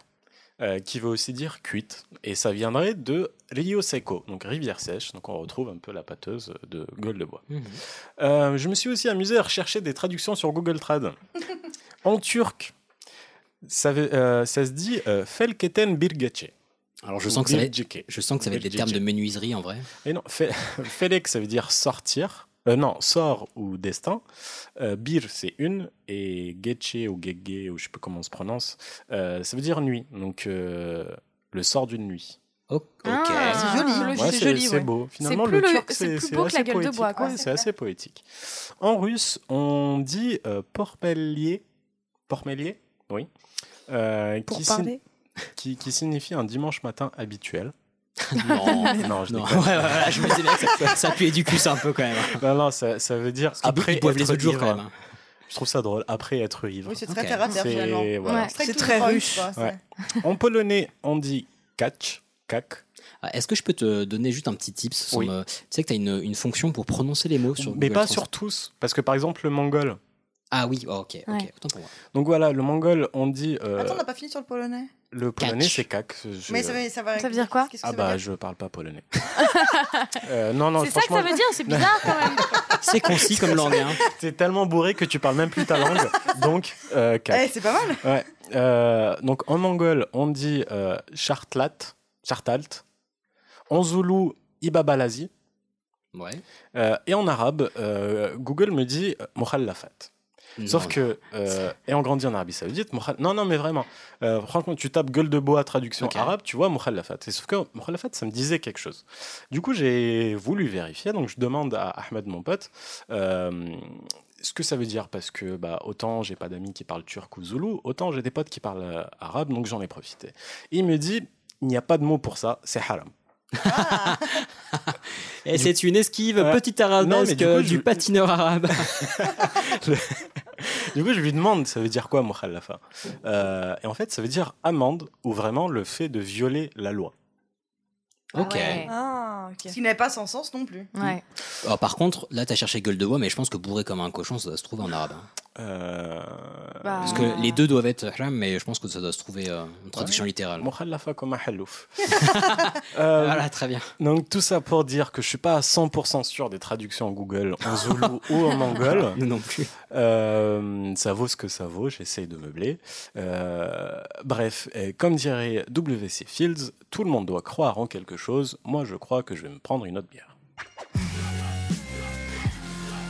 Speaker 2: euh, qui veut aussi dire cuite, et ça viendrait de Rio Seco, donc rivière sèche, donc on retrouve un peu la pâteuse de gueule de bois. Euh, je me suis aussi amusé à rechercher des traductions sur Google Trad. en turc, ça, veut- euh, ça se dit euh, felketen birgece.
Speaker 8: Alors je sens, que ça va être, je sens que ça va être des termes de menuiserie en vrai.
Speaker 2: Et non, fe- Felek, ça veut dire sortir. Euh, non, sort ou destin. Euh, bir, c'est une. Et Getche ou Gege, ou je sais pas comment on se prononce, euh, ça veut dire nuit. Donc, euh, le sort d'une nuit.
Speaker 1: Ah, logique,
Speaker 2: Ouais,
Speaker 1: c'est
Speaker 2: c'est
Speaker 1: joli,
Speaker 2: c'est
Speaker 1: ouais.
Speaker 2: beau.
Speaker 1: C'est
Speaker 2: Finalement,
Speaker 1: plus
Speaker 2: le
Speaker 1: le-
Speaker 2: turc,
Speaker 1: c'est
Speaker 2: c'est
Speaker 1: plus
Speaker 2: c'est
Speaker 1: beau que
Speaker 2: assez
Speaker 1: la gueule de
Speaker 2: poétique.
Speaker 1: bois, quoi.
Speaker 2: Ouais,
Speaker 1: C'est
Speaker 2: c'est
Speaker 1: clair.
Speaker 2: assez poétique. En russe, on dit euh, porpelier. Porpelier Oui. Euh,
Speaker 4: Pour
Speaker 2: sign-
Speaker 4: parler.
Speaker 2: qui, qui signifie un dimanche matin habituel.
Speaker 8: Non.
Speaker 2: non, je
Speaker 8: Ah. Non,
Speaker 2: déconne.
Speaker 8: ouais, ouais, ouais, je me disais bien que ça, ça puait du cul, ça un peu quand même.
Speaker 2: Non, non, ça, ça veut dire
Speaker 8: qu'ils bo-
Speaker 2: après
Speaker 8: ils boivent les
Speaker 2: être
Speaker 8: autres jours, quand
Speaker 2: ivre.
Speaker 8: même, hein.
Speaker 2: Je trouve ça drôle, après être ivre.
Speaker 3: Oui, c'est très terre à terre,
Speaker 2: C'est-
Speaker 3: finalement.
Speaker 2: voilà.
Speaker 3: Ouais, C'est très Freud, russe. quoi, c'est-
Speaker 2: Ouais. En polonais, on dit catch, cac.
Speaker 8: Ah, Est-ce que je peux te donner juste un petit tips sans
Speaker 2: Oui.
Speaker 8: me- Tu sais que tu as une, une fonction pour prononcer les mots sur
Speaker 2: Mais
Speaker 8: Google
Speaker 2: pas
Speaker 8: Trans-
Speaker 2: sur tous, parce que par exemple, le mongol.
Speaker 8: Ah oui, oh, ok, ok,
Speaker 3: Ouais.
Speaker 8: autant pour moi.
Speaker 2: Donc voilà, le mongol, on dit. euh,
Speaker 3: Attends, on n'a pas fini sur le polonais
Speaker 2: le polonais, c'est cac. Je-
Speaker 3: Mais ça, va- ça va.
Speaker 1: Ça veut dire quoi
Speaker 3: Qu'est-ce que
Speaker 2: Ah
Speaker 3: ça veut
Speaker 2: bah,
Speaker 3: dire
Speaker 2: je parle pas polonais. Euh, non, non,
Speaker 1: C'est ça que ça
Speaker 2: franchement-
Speaker 1: veut dire, c'est bizarre quand même.
Speaker 8: C'est concis comme langue. Hein.
Speaker 2: T'es tellement bourré que tu parles même plus ta langue. Donc, euh, cac.
Speaker 3: Eh, c'est pas mal.
Speaker 2: Ouais. Euh, donc en mongol, on dit euh, chartlat, chartalt. En zoulou, ibabalazi.
Speaker 8: Ouais.
Speaker 2: Euh, et en arabe, euh, Google me dit euh, mukhallafat. Sauf
Speaker 8: Non,
Speaker 2: que, euh, et on grandit en Arabie Saoudite, mukhal- non, non, mais vraiment, euh, franchement, tu tapes gueule de bois, traduction arabe, tu vois mukhallafat. Et sauf que mukhallafat, ça me disait quelque chose. Du coup, j'ai voulu vérifier, donc je demande à Ahmed, mon pote, euh, ce que ça veut dire, parce que bah, autant j'ai pas d'amis qui parlent turc ou zoulou, autant j'ai des potes qui parlent euh, arabe, donc j'en ai profité. Et il me dit, il n'y a pas de mot pour ça, c'est haram.
Speaker 8: Et eh, c'est une esquive
Speaker 2: Ouais.
Speaker 8: petite
Speaker 2: Non,
Speaker 8: arabesque euh,
Speaker 2: mais
Speaker 8: du,
Speaker 2: du coup, je-
Speaker 8: patineur arabe.
Speaker 2: Du coup, je lui demande, ça veut dire quoi, mukhallafa Euh, Et en fait, ça veut dire amende ou vraiment le fait de violer la loi.
Speaker 8: ok.
Speaker 4: Ah, ok.
Speaker 3: Ce qui n'est pas sans sens non plus.
Speaker 1: Ouais.
Speaker 8: Alors, Oh, par contre, là, t'as cherché gueule de bois, mais je pense que bourré comme un cochon, ça doit se trouver en arabe. hein.
Speaker 2: Euh...
Speaker 1: bah.
Speaker 8: Parce
Speaker 1: Ah.
Speaker 8: que les deux doivent être haram, mais je pense que ça doit se trouver euh, une traduction littérale.
Speaker 2: Mukhallafa comme un hallouf.
Speaker 8: Voilà, Ah très bien.
Speaker 2: Euh, Donc, tout ça pour dire que je suis pas à 100% sûr des traductions en Google, en zoulou ou en mongol.
Speaker 8: Nous non plus.
Speaker 2: Euh, ça vaut ce que ça vaut, j'essaye de meubler. Euh, bref, et comme dirait W.C. Fields, tout le monde doit croire en quelque chose. Moi, je crois que je vais me prendre une autre bière.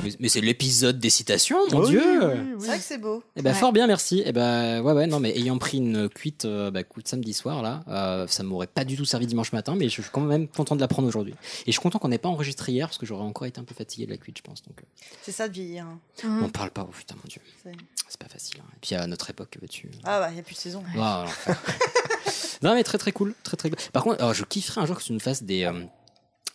Speaker 8: Mais, mais c'est l'épisode des citations, mon
Speaker 2: Oui, Ah,
Speaker 8: Dieu Bah,
Speaker 3: C'est vrai que c'est beau.
Speaker 8: Eh ben,
Speaker 1: Ouais.
Speaker 8: fort bien, merci. Eh ben, ouais, ouais, non, mais ayant pris une cuite, euh, bah, coup de samedi soir, là, euh, ça m'aurait pas du tout servi dimanche matin, mais je suis quand même content de la prendre aujourd'hui. Et je suis content qu'on n'ait pas enregistré hier, parce que j'aurais encore été un peu fatigué de la cuite, je pense. Donc, euh,
Speaker 3: C'est ça de vieillir. hein.
Speaker 8: on parle pas, oh putain, mon dieu.
Speaker 3: C'est-
Speaker 8: C'est pas facile. hein. Et puis, à notre époque, que veux-tu euh,
Speaker 3: Ah bah, il n'y a plus de saison.
Speaker 8: ah, l'enfer. non, mais très très cool, très très cool. Par contre, alors, je kifferais un jour que tu nous fasses des. euh,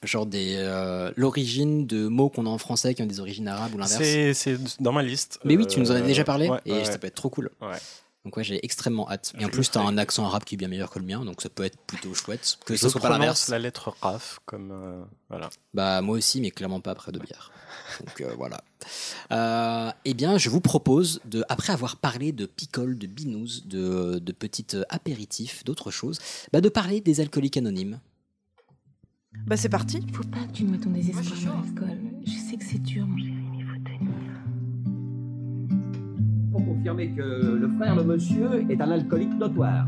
Speaker 8: genre des. euh, l'origine de mots qu'on a en français qui ont des origines arabes ou l'inverse.
Speaker 2: C'est c'est dans ma liste.
Speaker 8: Mais oui, tu nous en as
Speaker 2: Euh,
Speaker 8: déjà parlé
Speaker 2: ouais,
Speaker 8: et
Speaker 2: ouais,
Speaker 8: ça peut être trop cool.
Speaker 2: ouais.
Speaker 8: Donc ouais, j'ai extrêmement hâte. Et en
Speaker 2: Je
Speaker 8: plus,
Speaker 2: le
Speaker 8: t'as
Speaker 2: ferai.
Speaker 8: un accent arabe qui est bien meilleur que le mien, donc ça peut être plutôt chouette. Que
Speaker 2: Je
Speaker 8: ce soit pas
Speaker 2: prononce
Speaker 8: l'inverse.
Speaker 2: la lettre RAF comme. euh, voilà.
Speaker 8: Bah moi aussi, mais clairement pas après de bière. Donc euh, voilà. Euh, eh bien, je vous propose de, après avoir parlé de picoles, de binous, de, de petits euh, apéritifs, d'autres choses, bah, de parler des alcooliques anonymes.
Speaker 4: Bah, c'est parti.
Speaker 7: Faut pas que tu noies ton désespoir dans
Speaker 1: hein.
Speaker 7: l'alcool. Je sais que c'est dur, mon Jérémy, mais faut tenir.
Speaker 14: Pour confirmer que le frère de monsieur est un alcoolique notoire.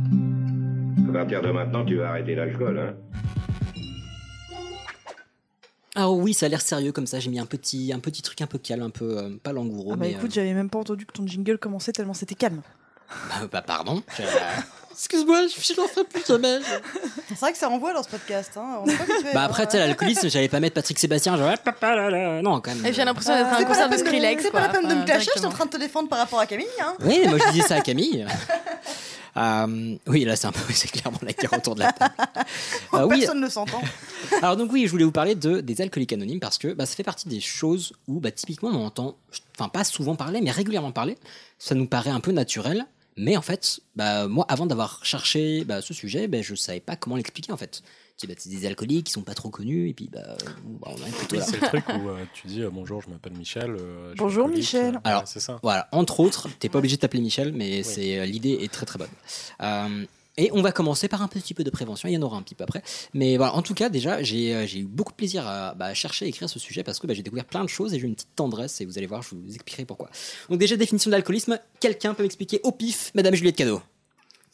Speaker 9: À partir de maintenant, tu vas arrêter l'alcool, hein
Speaker 8: Ah oui, ça a l'air sérieux comme ça. J'ai mis un petit, un petit truc un peu calme, un peu euh, pas langoureux.
Speaker 4: Ah bah
Speaker 8: mais,
Speaker 4: écoute,
Speaker 8: euh,
Speaker 4: j'avais même pas entendu que ton jingle commençait tellement c'était calme.
Speaker 8: bah, bah, pardon. Je- Excuse-moi, je, je n'en ferai plus jamais.
Speaker 3: C'est vrai que ça renvoie dans ce podcast. Hein. On sait pas habitué.
Speaker 8: Bah après, tu sais, l'alcoolisme, j'allais pas mettre Patrick Sébastien, genre... ah, papa, là, là. Non, quand même.
Speaker 1: Et j'ai l'impression d'être à un
Speaker 3: C'est pas
Speaker 1: concert de
Speaker 3: la peine de-
Speaker 1: Skrillex.
Speaker 3: C'est pas
Speaker 1: quoi.
Speaker 3: la peine de
Speaker 1: Enfin,
Speaker 3: me clasher, je suis en
Speaker 1: directement.
Speaker 3: train de te défendre par rapport à Camille. Hein.
Speaker 8: Oui, moi je disais ça à Camille. Euh, oui, là c'est un peu, c'est clairement la guerre autour de la table. Euh, oui,
Speaker 3: Personne ne s'entend.
Speaker 8: alors donc oui, je voulais vous parler de, des alcooliques anonymes parce que bah, ça fait partie des choses où bah, typiquement on entend, enfin pas souvent parler, mais régulièrement parler. Ça nous paraît un peu naturel, mais en fait, bah, moi avant d'avoir cherché bah, ce sujet, bah, je savais pas comment l'expliquer en fait. C'est bah, c'est des alcooliques qui sont pas trop connus et puis bah, euh, bah, on est plutôt
Speaker 2: Oui,
Speaker 8: là.
Speaker 2: c'est le truc où euh, tu dis euh, bonjour, je m'appelle Michel. euh, je suis
Speaker 4: Bonjour,
Speaker 2: alcoolique,
Speaker 4: Michel.
Speaker 2: euh,
Speaker 8: Alors,
Speaker 2: ouais, c'est ça.
Speaker 8: Voilà, entre autres, t'es pas obligé de t'appeler Michel, mais c'est euh, l'idée est très très bonne. Euh, et on va commencer par un petit peu de prévention, il y en aura un petit peu après. Mais voilà, en tout cas, déjà, j'ai euh, j'ai eu beaucoup de plaisir à bah, chercher et écrire ce sujet parce que bah, j'ai découvert plein de choses et j'ai eu une petite tendresse et vous allez voir, je vous expliquerai pourquoi. Donc déjà, définition de l'alcoolisme, quelqu'un peut m'expliquer au pif, Madame Juliette Cadeau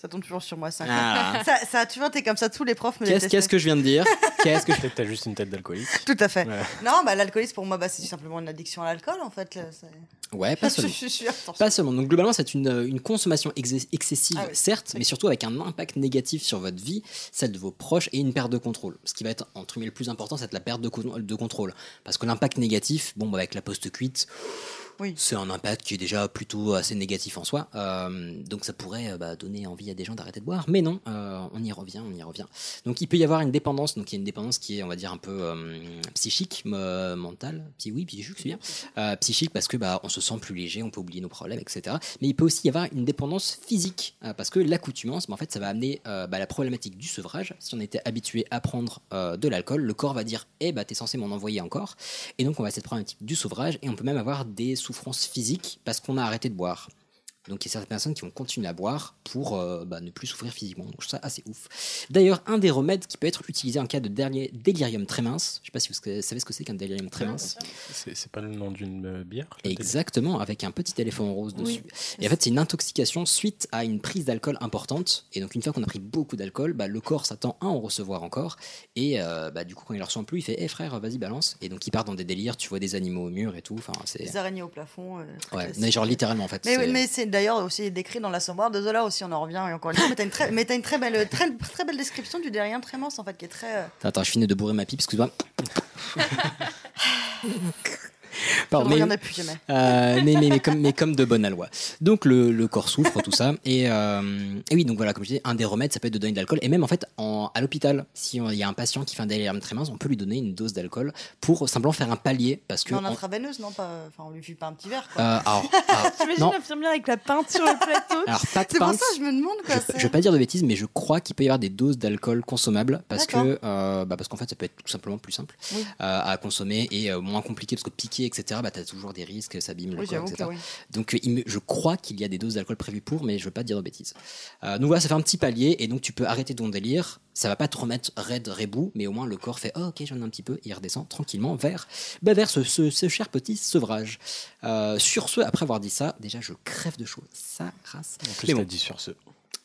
Speaker 3: Ça tombe toujours sur moi, ça.
Speaker 8: Ah.
Speaker 3: ça, ça, tu vois, t'es comme ça, tous les profs me
Speaker 8: Qu'est-ce
Speaker 3: détestaient.
Speaker 8: qu'est-ce que je viens de dire Qu'est-ce que je...
Speaker 2: Peut-être t'as juste une tête d'alcoolique.
Speaker 3: Tout à fait.
Speaker 2: Ouais.
Speaker 3: Non, bah, l'alcoolisme, pour moi, bah, c'est simplement une addiction à l'alcool, en fait. là, c'est-
Speaker 8: Ouais, pas
Speaker 3: je,
Speaker 8: seulement.
Speaker 3: je- je suis attention.
Speaker 8: Pas seulement. Donc globalement, c'est une, euh, une consommation ex- excessive,
Speaker 3: Ah oui.
Speaker 8: certes, mais surtout avec un impact négatif sur votre vie, celle de vos proches et une perte de contrôle. Ce qui va être, entre guillemets, le plus important, c'est de la perte de, con- de contrôle. Parce que l'impact négatif, bon, bah, avec la poste cuite,
Speaker 3: Oui.
Speaker 8: c'est un impact qui est déjà plutôt assez négatif en soi. Euh, donc ça pourrait euh, bah, donner envie à des gens d'arrêter de boire. Mais non, euh, on y revient, on y revient. Donc il peut y avoir une dépendance, donc il y a une dépendance qui est, on va dire, un peu euh, psychique, me- mentale, Psy- oui, psychique, c'est bien, Euh, psychique parce que bah, on se sent plus léger, on peut oublier nos problèmes, etc. Mais il peut aussi y avoir une dépendance physique euh, parce que l'accoutumance, bah, en fait, ça va amener euh, bah, la problématique du sevrage. Si on était habitué à prendre euh, de l'alcool, le corps va dire, eh bah t'es censé m'en envoyer encore, et donc on va cette problématique du sevrage et on peut même avoir des souffrances physiques parce qu'on a arrêté de boire. Donc il y a certaines personnes qui vont continuer à boire pour euh, bah, ne plus souffrir physiquement. Donc ça assez ouf. D'ailleurs, un des remèdes qui peut être utilisé en cas de dernier délirium très mince, je sais pas si vous savez ce que c'est qu'un délirium très mince.
Speaker 2: C'est c'est pas le nom d'une euh, bière le délire
Speaker 8: Exactement, avec un petit éléphant rose dessus. Et en fait, c'est une intoxication suite à une prise d'alcool importante. Et donc, une fois qu'on a pris beaucoup d'alcool, bah, le corps s'attend à en recevoir encore. Et euh, bah, du coup, quand il ne ressent plus, il fait Eh frère, vas-y, balance. Et donc, il part dans des délires. Tu vois des animaux au mur et tout. Enfin, c'est.
Speaker 3: Les araignées au plafond. euh, très
Speaker 8: Ouais,
Speaker 3: classique.
Speaker 8: mais genre littéralement, en fait.
Speaker 3: Mais,
Speaker 8: c'est-
Speaker 3: oui, mais c'est d'ailleurs aussi décrit dans l'assommoir de Zola aussi, on en revient et encore une fois. Mais t'as une très, mais t'as une très belle, très, très belle description du derrière très mince en fait, qui est très. euh,
Speaker 8: Attends, attends, je finis de bourrer ma pipe, excuse-moi.
Speaker 3: Je ne reviendrai plus jamais.
Speaker 8: Euh, mais, mais, mais, comme, mais comme de bonne aloi. Donc le, le corps souffre, tout ça. Et, euh, et oui, donc voilà, comme je disais, un des remèdes, ça peut être de donner de l'alcool. Et même en fait, en- à l'hôpital, si on- il y a un patient qui fait un délire très mince, on peut lui donner une dose d'alcool pour simplement faire un palier. Parce que
Speaker 3: Mais en
Speaker 8: on-
Speaker 3: intraveineuse, non pas. euh, Enfin, on lui file pas un petit verre.
Speaker 8: euh,
Speaker 3: Quoi.
Speaker 8: alors, alors,
Speaker 4: T'imagines
Speaker 8: non,
Speaker 4: l'infirmière avec la pinte sur le plateau
Speaker 8: alors, pas de
Speaker 3: c'est pour
Speaker 8: pince.
Speaker 3: ça que je me demande quoi.
Speaker 8: Je,
Speaker 3: c'est-
Speaker 8: je vais pas dire de bêtises, mais je crois qu'il peut y avoir des doses d'alcool consommables parce que,
Speaker 3: D'accord.
Speaker 8: euh, bah, parce qu'en fait, ça peut être tout simplement plus simple
Speaker 3: Oui.
Speaker 8: euh, à consommer et euh, moins compliqué parce que piquer, etc. Bah, t'as toujours des risques, ça abîme le
Speaker 3: Oui,
Speaker 8: corps,
Speaker 3: j'avoue
Speaker 8: etc.
Speaker 3: que oui.
Speaker 8: Donc euh, il me- je crois qu'il y a des doses d'alcool prévues pour, mais je veux pas dire de bêtises. Euh, donc voilà, ça fait un petit palier et donc tu peux arrêter ton délire. Ça va pas te remettre raide, rebou, mais au moins le corps fait oh, ok, j'en ai un petit peu et il redescend tranquillement vers, bah, vers ce, ce- ce cher petit sevrage. Euh, sur ce, après avoir dit ça, déjà je crève de chaud. Ça race.
Speaker 2: En plus,
Speaker 8: Mais
Speaker 2: t'as
Speaker 8: bon.
Speaker 2: dit sur ce.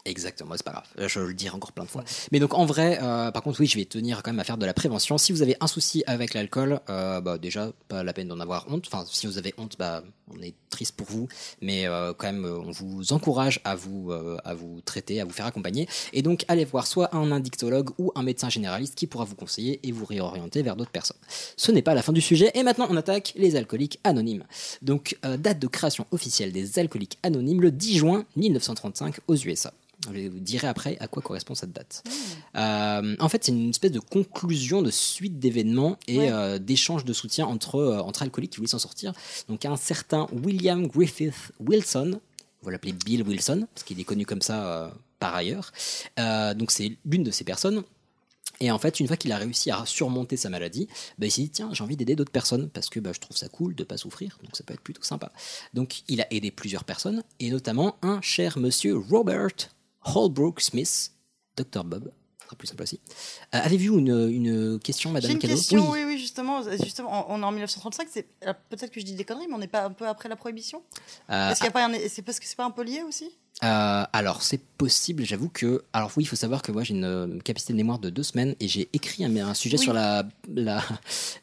Speaker 8: Exactement, c'est pas grave. Euh, Je vais le dire encore plein de fois. Mais donc en vrai, euh, par contre, oui, je vais tenir quand même à faire de la prévention. Si vous avez un souci avec l'alcool, euh, bah, déjà, pas la peine d'en avoir honte. Enfin, si vous avez honte, bah, on est triste pour vous. Mais euh, quand même, euh, on vous encourage à vous, euh, à vous traiter, à vous faire accompagner. Et donc, allez voir soit un indictologue ou un médecin généraliste qui pourra vous conseiller et vous réorienter vers d'autres personnes. Ce n'est pas la fin du sujet. Et maintenant, on attaque les alcooliques anonymes. Donc, euh, date de création officielle des alcooliques anonymes, le 10 juin 1935 aux USA. Je vous dirai après à quoi correspond cette date. Euh, en fait, c'est une espèce de conclusion de suite d'événements et
Speaker 3: Ouais.
Speaker 8: euh, d'échanges de soutien entre, euh, entre alcooliques qui voulaient s'en sortir. Donc, un certain William Griffith Wilson, on va l'appeler Bill Wilson, parce qu'il est connu comme ça euh, par ailleurs. Euh, donc, c'est l'une de ces personnes. Et en fait, une fois qu'il a réussi à surmonter sa maladie, bah, il s'est dit tiens, j'ai envie d'aider d'autres personnes parce que bah, je trouve ça cool de pas souffrir, donc ça peut être plutôt sympa. Donc il a aidé plusieurs personnes et notamment un cher monsieur Robert Holbrook Smith, Dr Bob, ce sera plus simple aussi. Euh, Avez-vous une, une question, Madame
Speaker 3: J'ai une
Speaker 8: Cado
Speaker 3: question, oui, oui, justement, justement, on on est en 1935, c'est alors, peut-être que je dis des conneries, mais on n'est pas un peu après la prohibition.
Speaker 8: Euh,
Speaker 3: Est-ce qu'il y a pas un- C'est parce que c'est pas un peu lié aussi
Speaker 8: Euh, alors, c'est possible, j'avoue que. Alors, oui, il faut savoir que moi, j'ai une euh, capacité de mémoire de deux semaines et j'ai écrit un, un sujet
Speaker 3: Oui.
Speaker 8: sur la, la,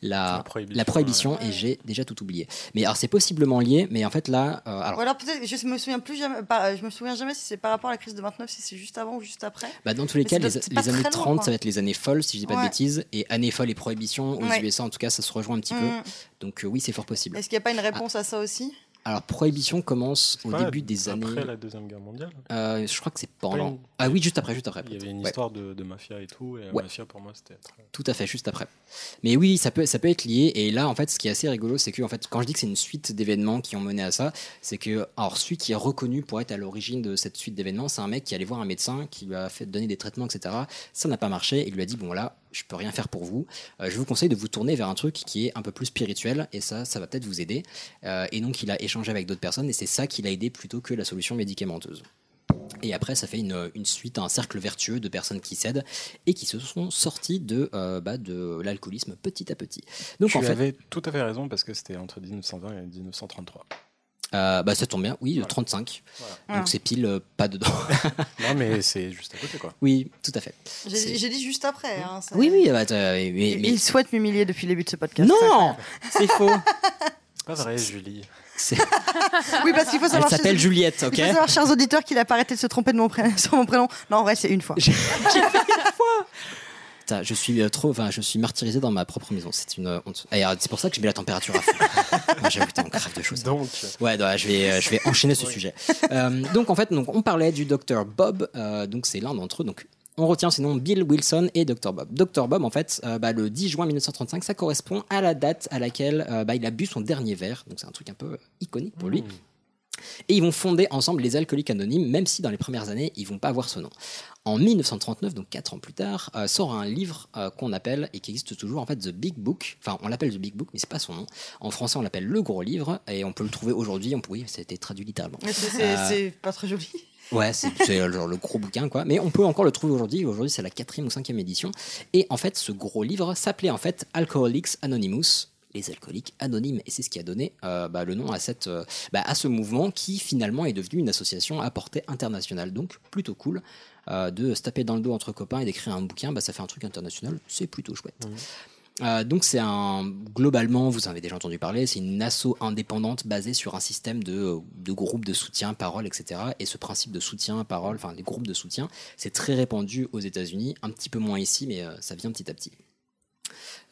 Speaker 8: la,
Speaker 2: La prohibition,
Speaker 8: Ah,
Speaker 2: euh,
Speaker 8: la prohibition et j'ai déjà tout oublié. Mais alors, c'est possiblement lié, mais en fait, là. euh, alors,
Speaker 3: Ou alors peut-être, je me souviens plus jamais, pas- je me souviens jamais si c'est par rapport à la crise de 29, si c'est juste avant ou juste après.
Speaker 8: bah, dans tous les
Speaker 3: Mais
Speaker 8: cas,
Speaker 3: c'est
Speaker 8: les,
Speaker 3: pas- c'est pas
Speaker 8: les années
Speaker 3: très loin,
Speaker 8: 30, ça
Speaker 3: quoi.
Speaker 8: va être les années folles, si je dis pas de
Speaker 3: Ouais.
Speaker 8: bêtises, et années folles et prohibition aux
Speaker 3: Ouais.
Speaker 8: USA, en tout cas, ça se rejoint un petit
Speaker 3: Mm.
Speaker 8: peu. Ah. Donc, euh, oui, c'est fort possible.
Speaker 3: Est-ce qu'il n'y a pas une réponse à ça aussi
Speaker 8: Alors, prohibition commence au
Speaker 2: Ouais,
Speaker 8: début des années.
Speaker 2: Après la Deuxième Guerre mondiale,
Speaker 8: euh, je crois que c'est pendant.
Speaker 2: une-
Speaker 8: Ah oui, juste après, juste après.
Speaker 2: il y avait une
Speaker 8: Ouais.
Speaker 2: histoire de, de mafia et tout, et la
Speaker 8: Ouais.
Speaker 2: mafia pour moi c'était très-
Speaker 8: Tout à fait, juste après. Mais oui, ça peut, ça peut être lié. Et là, en fait, ce qui est assez rigolo, c'est que en fait, quand je dis que c'est une suite d'événements qui ont mené à ça, c'est que, alors, celui qui est reconnu pour être à l'origine de cette suite d'événements, c'est un mec qui allait voir un médecin, qui lui a fait donner des traitements, etc. Ça n'a pas marché. Il lui a dit, bon, là, je peux rien faire pour vous. Euh, je vous conseille de vous tourner vers un truc qui est un peu plus spirituel et ça, ça va peut-être vous aider. Euh, et donc, il a échangé avec d'autres personnes et c'est ça qui l'a aidé plutôt que la solution médicamenteuse. Et après, ça fait une, une suite, un cercle vertueux de personnes qui cèdent et qui se sont sorties de, euh, bah, de l'alcoolisme petit à petit. Donc,
Speaker 2: tu
Speaker 8: en fait,
Speaker 2: avais tout à fait raison parce que c'était entre 1920 et 1933.
Speaker 8: euh, bah, ça tombe bien, oui, le 35.
Speaker 2: Voilà.
Speaker 8: Donc, c'est pile euh, pas dedans.
Speaker 2: Non, mais c'est juste à côté, quoi.
Speaker 8: oui, tout à fait.
Speaker 3: J'ai j'ai dit juste après. hein, ça-
Speaker 8: Oui, oui, bah, t'as- mais-
Speaker 3: Il-
Speaker 8: mais-
Speaker 3: Il souhaite m'humilier depuis le début de ce podcast.
Speaker 8: Non C'est faux
Speaker 2: Pas vrai, Julie.
Speaker 8: C'est-
Speaker 3: oui, parce qu'il faut
Speaker 8: Elle
Speaker 3: savoir.
Speaker 8: s'appelle
Speaker 3: chers-
Speaker 8: Juliette, ok
Speaker 3: Il faut savoir, chers auditeurs, qu'il a pas arrêté de se tromper de mon prénom, sur mon prénom. Non, en vrai, c'est une fois.
Speaker 8: Putain, je suis euh, trop, enfin, je suis martyrisé dans ma propre maison. C'est une euh, honte. Et, euh, c'est pour ça que je mets la température à fond. Moi, J'avoue, putain, grave de choses.
Speaker 2: Donc,
Speaker 8: ouais, ouais, je vais, euh, je vais enchaîner ce sujet. Euh, donc, en fait, donc, on parlait du docteur Bob. euh, donc, c'est l'un d'entre eux. Donc, on retient sinon Bill Wilson et Dr Bob. Dr Bob, en fait, euh, bah, le 10 juin 1935, ça correspond à la date à laquelle euh, bah, il a bu son dernier verre. Donc, c'est un truc un peu euh, iconique pour lui. Et ils vont fonder ensemble les Alcooliques Anonymes, même si dans les premières années, ils vont pas avoir ce nom. En 1939, donc 4 ans plus tard, euh, sort un livre euh, qu'on appelle et qui existe toujours, en fait, The Big Book. Enfin, on l'appelle The Big Book, mais c'est pas son nom. En français, on l'appelle Le Gros Livre, et on peut le trouver aujourd'hui. On pourrait, c'était traduit littéralement.
Speaker 3: Mais c'est- C'est
Speaker 8: Euh,
Speaker 3: c'est pas très joli.
Speaker 8: Ouais, c'est c'est, euh, genre le gros bouquin, quoi. Mais on peut encore le trouver aujourd'hui. Aujourd'hui, c'est la quatrième ou cinquième édition. Et en fait, ce gros livre s'appelait en fait Alcoholics Anonymous. Les alcooliques anonymes. Et c'est ce qui a donné euh, bah, le nom à, cette, euh, bah, à ce mouvement qui finalement est devenu une association à portée internationale. Donc plutôt cool euh, de se taper dans le dos entre copains et d'écrire un bouquin. Bah, ça fait un truc international. C'est plutôt chouette. Euh, donc c'est un globalement, vous en avez déjà entendu parler, c'est une asso indépendante basée sur un système de, de groupes de soutien, parole, etc. Et ce principe de soutien, parole, enfin des groupes de soutien, c'est très répandu aux États-Unis, un petit peu moins ici, mais euh, ça vient petit à petit.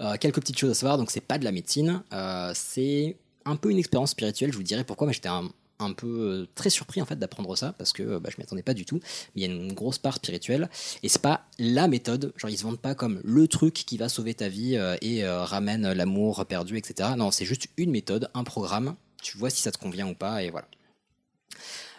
Speaker 8: Euh, quelques petites choses à savoir, donc c'est pas de la médecine, euh, c'est un peu une expérience spirituelle, je vous dirai pourquoi, mais j'étais un, un peu euh, très surpris en fait d'apprendre ça, parce que euh, bah, je m'y attendais pas du tout, mais il y a une grosse part spirituelle, et c'est pas la méthode, genre ils se vendent pas comme le truc qui va sauver ta vie euh, et euh, ramène l'amour perdu, etc. Non, c'est juste une méthode, un programme, tu vois si ça te convient ou pas, et voilà.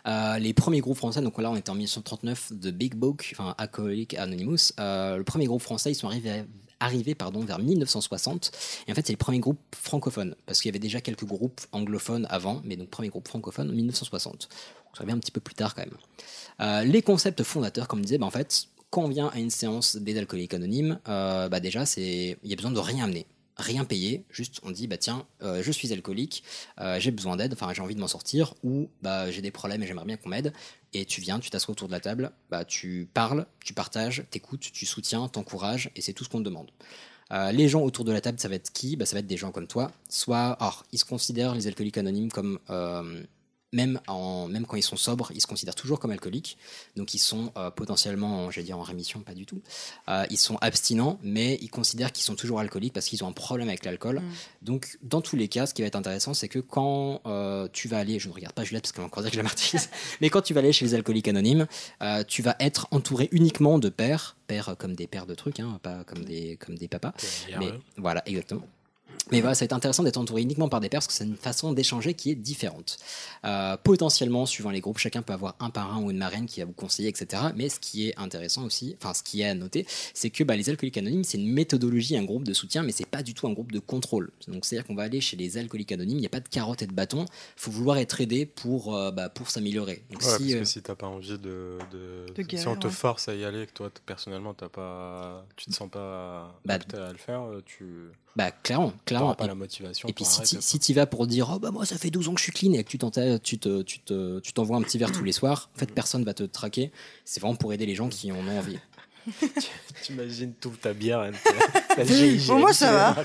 Speaker 8: Euh, les premiers groupes français, donc là on était en 1939, de Big Book, enfin Alcoholic Anonymous, euh, le premier groupe français, ils sont arrivés, arrivés pardon, vers 1960. Et en fait, c'est les premiers groupes francophones, parce qu'il y avait déjà quelques groupes anglophones avant, mais donc premier groupe francophone 1960. Donc ça vient un petit peu plus tard quand même. Euh, les concepts fondateurs, comme je disais, bah, en fait, quand on vient à une séance des alcooliques anonymes, euh, bah, déjà, c'est- il y a besoin de rien amener. Rien payer, juste on dit bah tiens, euh, je suis alcoolique, euh, j'ai besoin d'aide, enfin j'ai envie de m'en sortir, ou bah j'ai des problèmes et j'aimerais bien qu'on m'aide. Et tu viens, tu t'assois autour de la table, bah tu parles, tu partages, t'écoutes, tu soutiens, t'encourages, et c'est tout ce qu'on te demande. Euh, les gens autour de la table, ça va être qui bah, Ça va être des gens comme toi. Soit, or, ils se considèrent les alcooliques anonymes comme, euh, même, en, même quand ils sont sobres, ils se considèrent toujours comme alcooliques. Donc ils sont euh, potentiellement, en- j'allais dire en rémission, pas du tout. Euh, ils sont abstinents, mais ils considèrent qu'ils sont toujours alcooliques parce qu'ils ont un problème avec l'alcool. Donc dans tous les cas, ce qui va être intéressant, c'est que quand euh, tu vas aller, je ne regarde pas Juliette parce qu'elle va encore dire que je la martyrise, mais quand tu vas aller chez les alcooliques anonymes, euh, tu vas être entouré uniquement de pères, pères comme des pères de trucs, hein, pas comme des, comme des papas. Mais, voilà, exactement. Mais voilà, ça va être intéressant d'être entouré uniquement par des pairs parce que c'est une façon d'échanger qui est différente. Euh, potentiellement, suivant les groupes, chacun peut avoir un parrain ou une marraine qui va vous conseiller, etc. Mais ce qui est intéressant aussi, enfin ce qui est à noter, c'est que bah, les alcooliques anonymes, c'est une méthodologie, un groupe de soutien, mais c'est pas du tout un groupe de contrôle. Donc c'est-à-dire qu'on va aller chez les alcooliques anonymes, il n'y a pas de carotte et de bâton, faut vouloir être aidé pour, euh, bah, pour s'améliorer. Donc,
Speaker 2: Ouais, parce
Speaker 8: si,
Speaker 2: que
Speaker 8: euh,
Speaker 2: si t'as pas envie de, de-
Speaker 3: De
Speaker 2: si on
Speaker 3: guerre,
Speaker 2: te
Speaker 3: ouais.
Speaker 2: force à y aller et que toi t- personnellement t'as pas tu te sens pas
Speaker 8: Bah,
Speaker 2: apte à le faire euh, tu
Speaker 8: Bah clairement, clairement.
Speaker 2: t'auras pas
Speaker 8: Et-
Speaker 2: la motivation
Speaker 8: Et puis
Speaker 2: pour
Speaker 8: si tu
Speaker 2: arrêter.
Speaker 8: si t'y vas pour dire oh bah moi ça fait 12 ans que je suis clean et que tu t'envoies tu te, tu te- tu t'envoies un petit verre tous les soirs,
Speaker 3: Mm.
Speaker 8: en fait personne va te traquer. C'est vraiment pour aider les gens qui en ont envie.
Speaker 2: t'imagines tout ta bière hein, ta
Speaker 3: Oui,
Speaker 2: GIGN,
Speaker 3: Pour moi, ça va.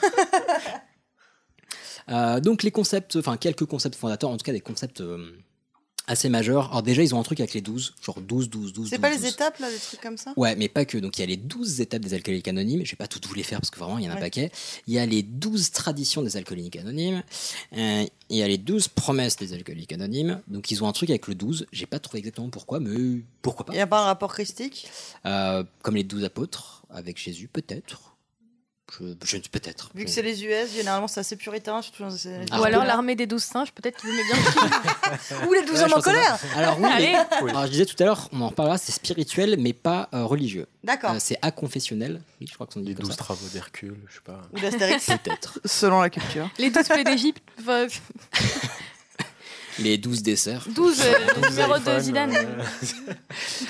Speaker 8: Euh, donc les concepts, enfin quelques concepts fondateurs, en tout cas des concepts euh, assez majeurs. Alors déjà ils ont un truc avec les 12, genre 12, 12, 12.
Speaker 3: C'est pas
Speaker 8: 12,
Speaker 3: les
Speaker 8: 12.
Speaker 3: étapes, là, des trucs comme ça
Speaker 8: Ouais, mais pas que. Donc il y a les 12 étapes des alcooliques anonymes. Je vais pas tout vous les faire parce que vraiment il y en a un
Speaker 3: Ouais.
Speaker 8: paquet. Il y a les 12 traditions des alcooliques anonymes. Euh, il y a les 12 promesses des alcooliques anonymes. Donc ils ont un truc avec le 12. J'ai pas trouvé exactement pourquoi, mais pourquoi pas.
Speaker 3: Il n'y a pas un rapport christique
Speaker 8: Euh, comme les 12 apôtres avec Jésus, peut-être. Je, je peut-être.
Speaker 3: Vu que
Speaker 8: Je-
Speaker 3: c'est les US, généralement c'est assez puritain, surtout dans ces-
Speaker 1: Ou alors l'armée des douze singes, peut-être qu'ils aimaient bien le film.
Speaker 3: Ah. Ou les 12
Speaker 8: Ouais,
Speaker 3: hommes
Speaker 8: je
Speaker 3: en
Speaker 8: pense à ça.
Speaker 3: colère
Speaker 8: Alors oui, mais-
Speaker 3: Allez.
Speaker 8: alors, je disais tout à l'heure, on en reparlera, c'est spirituel mais pas euh, religieux.
Speaker 3: D'accord.
Speaker 8: Euh, c'est aconfessionnel. Oui, je crois qu'on dit Les 12
Speaker 2: travaux d'Hercule, je sais pas.
Speaker 3: Ou d'Astérix.
Speaker 8: Peut-être.
Speaker 4: Selon la culture.
Speaker 1: Les douze plaies d'Égypte, enfin,
Speaker 8: Les 12 desserts.
Speaker 1: 12, euh,
Speaker 8: Douze
Speaker 1: numéro
Speaker 8: iPhones,
Speaker 1: 2 Zidane.
Speaker 8: euh,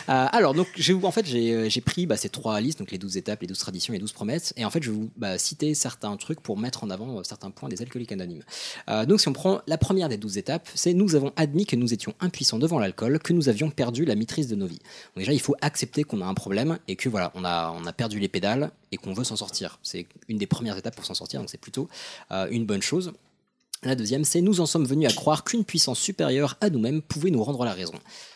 Speaker 8: Euh, alors, donc, j'ai- en fait, j'ai euh, j'ai pris bah, ces trois listes, donc les 12 étapes, les 12 traditions, les 12 promesses, et en fait, je vais vous bah, citer certains trucs pour mettre en avant euh, certains points des alcooliques anonymes. Euh, donc, si on prend la première des 12 étapes, c'est nous avons admis que nous étions impuissants devant l'alcool, que nous avions perdu la maîtrise de nos vies. Donc, déjà, il faut accepter qu'on a un problème et que voilà, on a, on a perdu les pédales et qu'on veut s'en sortir. C'est une des premières étapes pour s'en sortir, donc c'est plutôt euh, une bonne chose. La deuxième, c'est nous en sommes venus à croire qu'une puissance supérieure à nous-mêmes pouvait nous rendre la raison.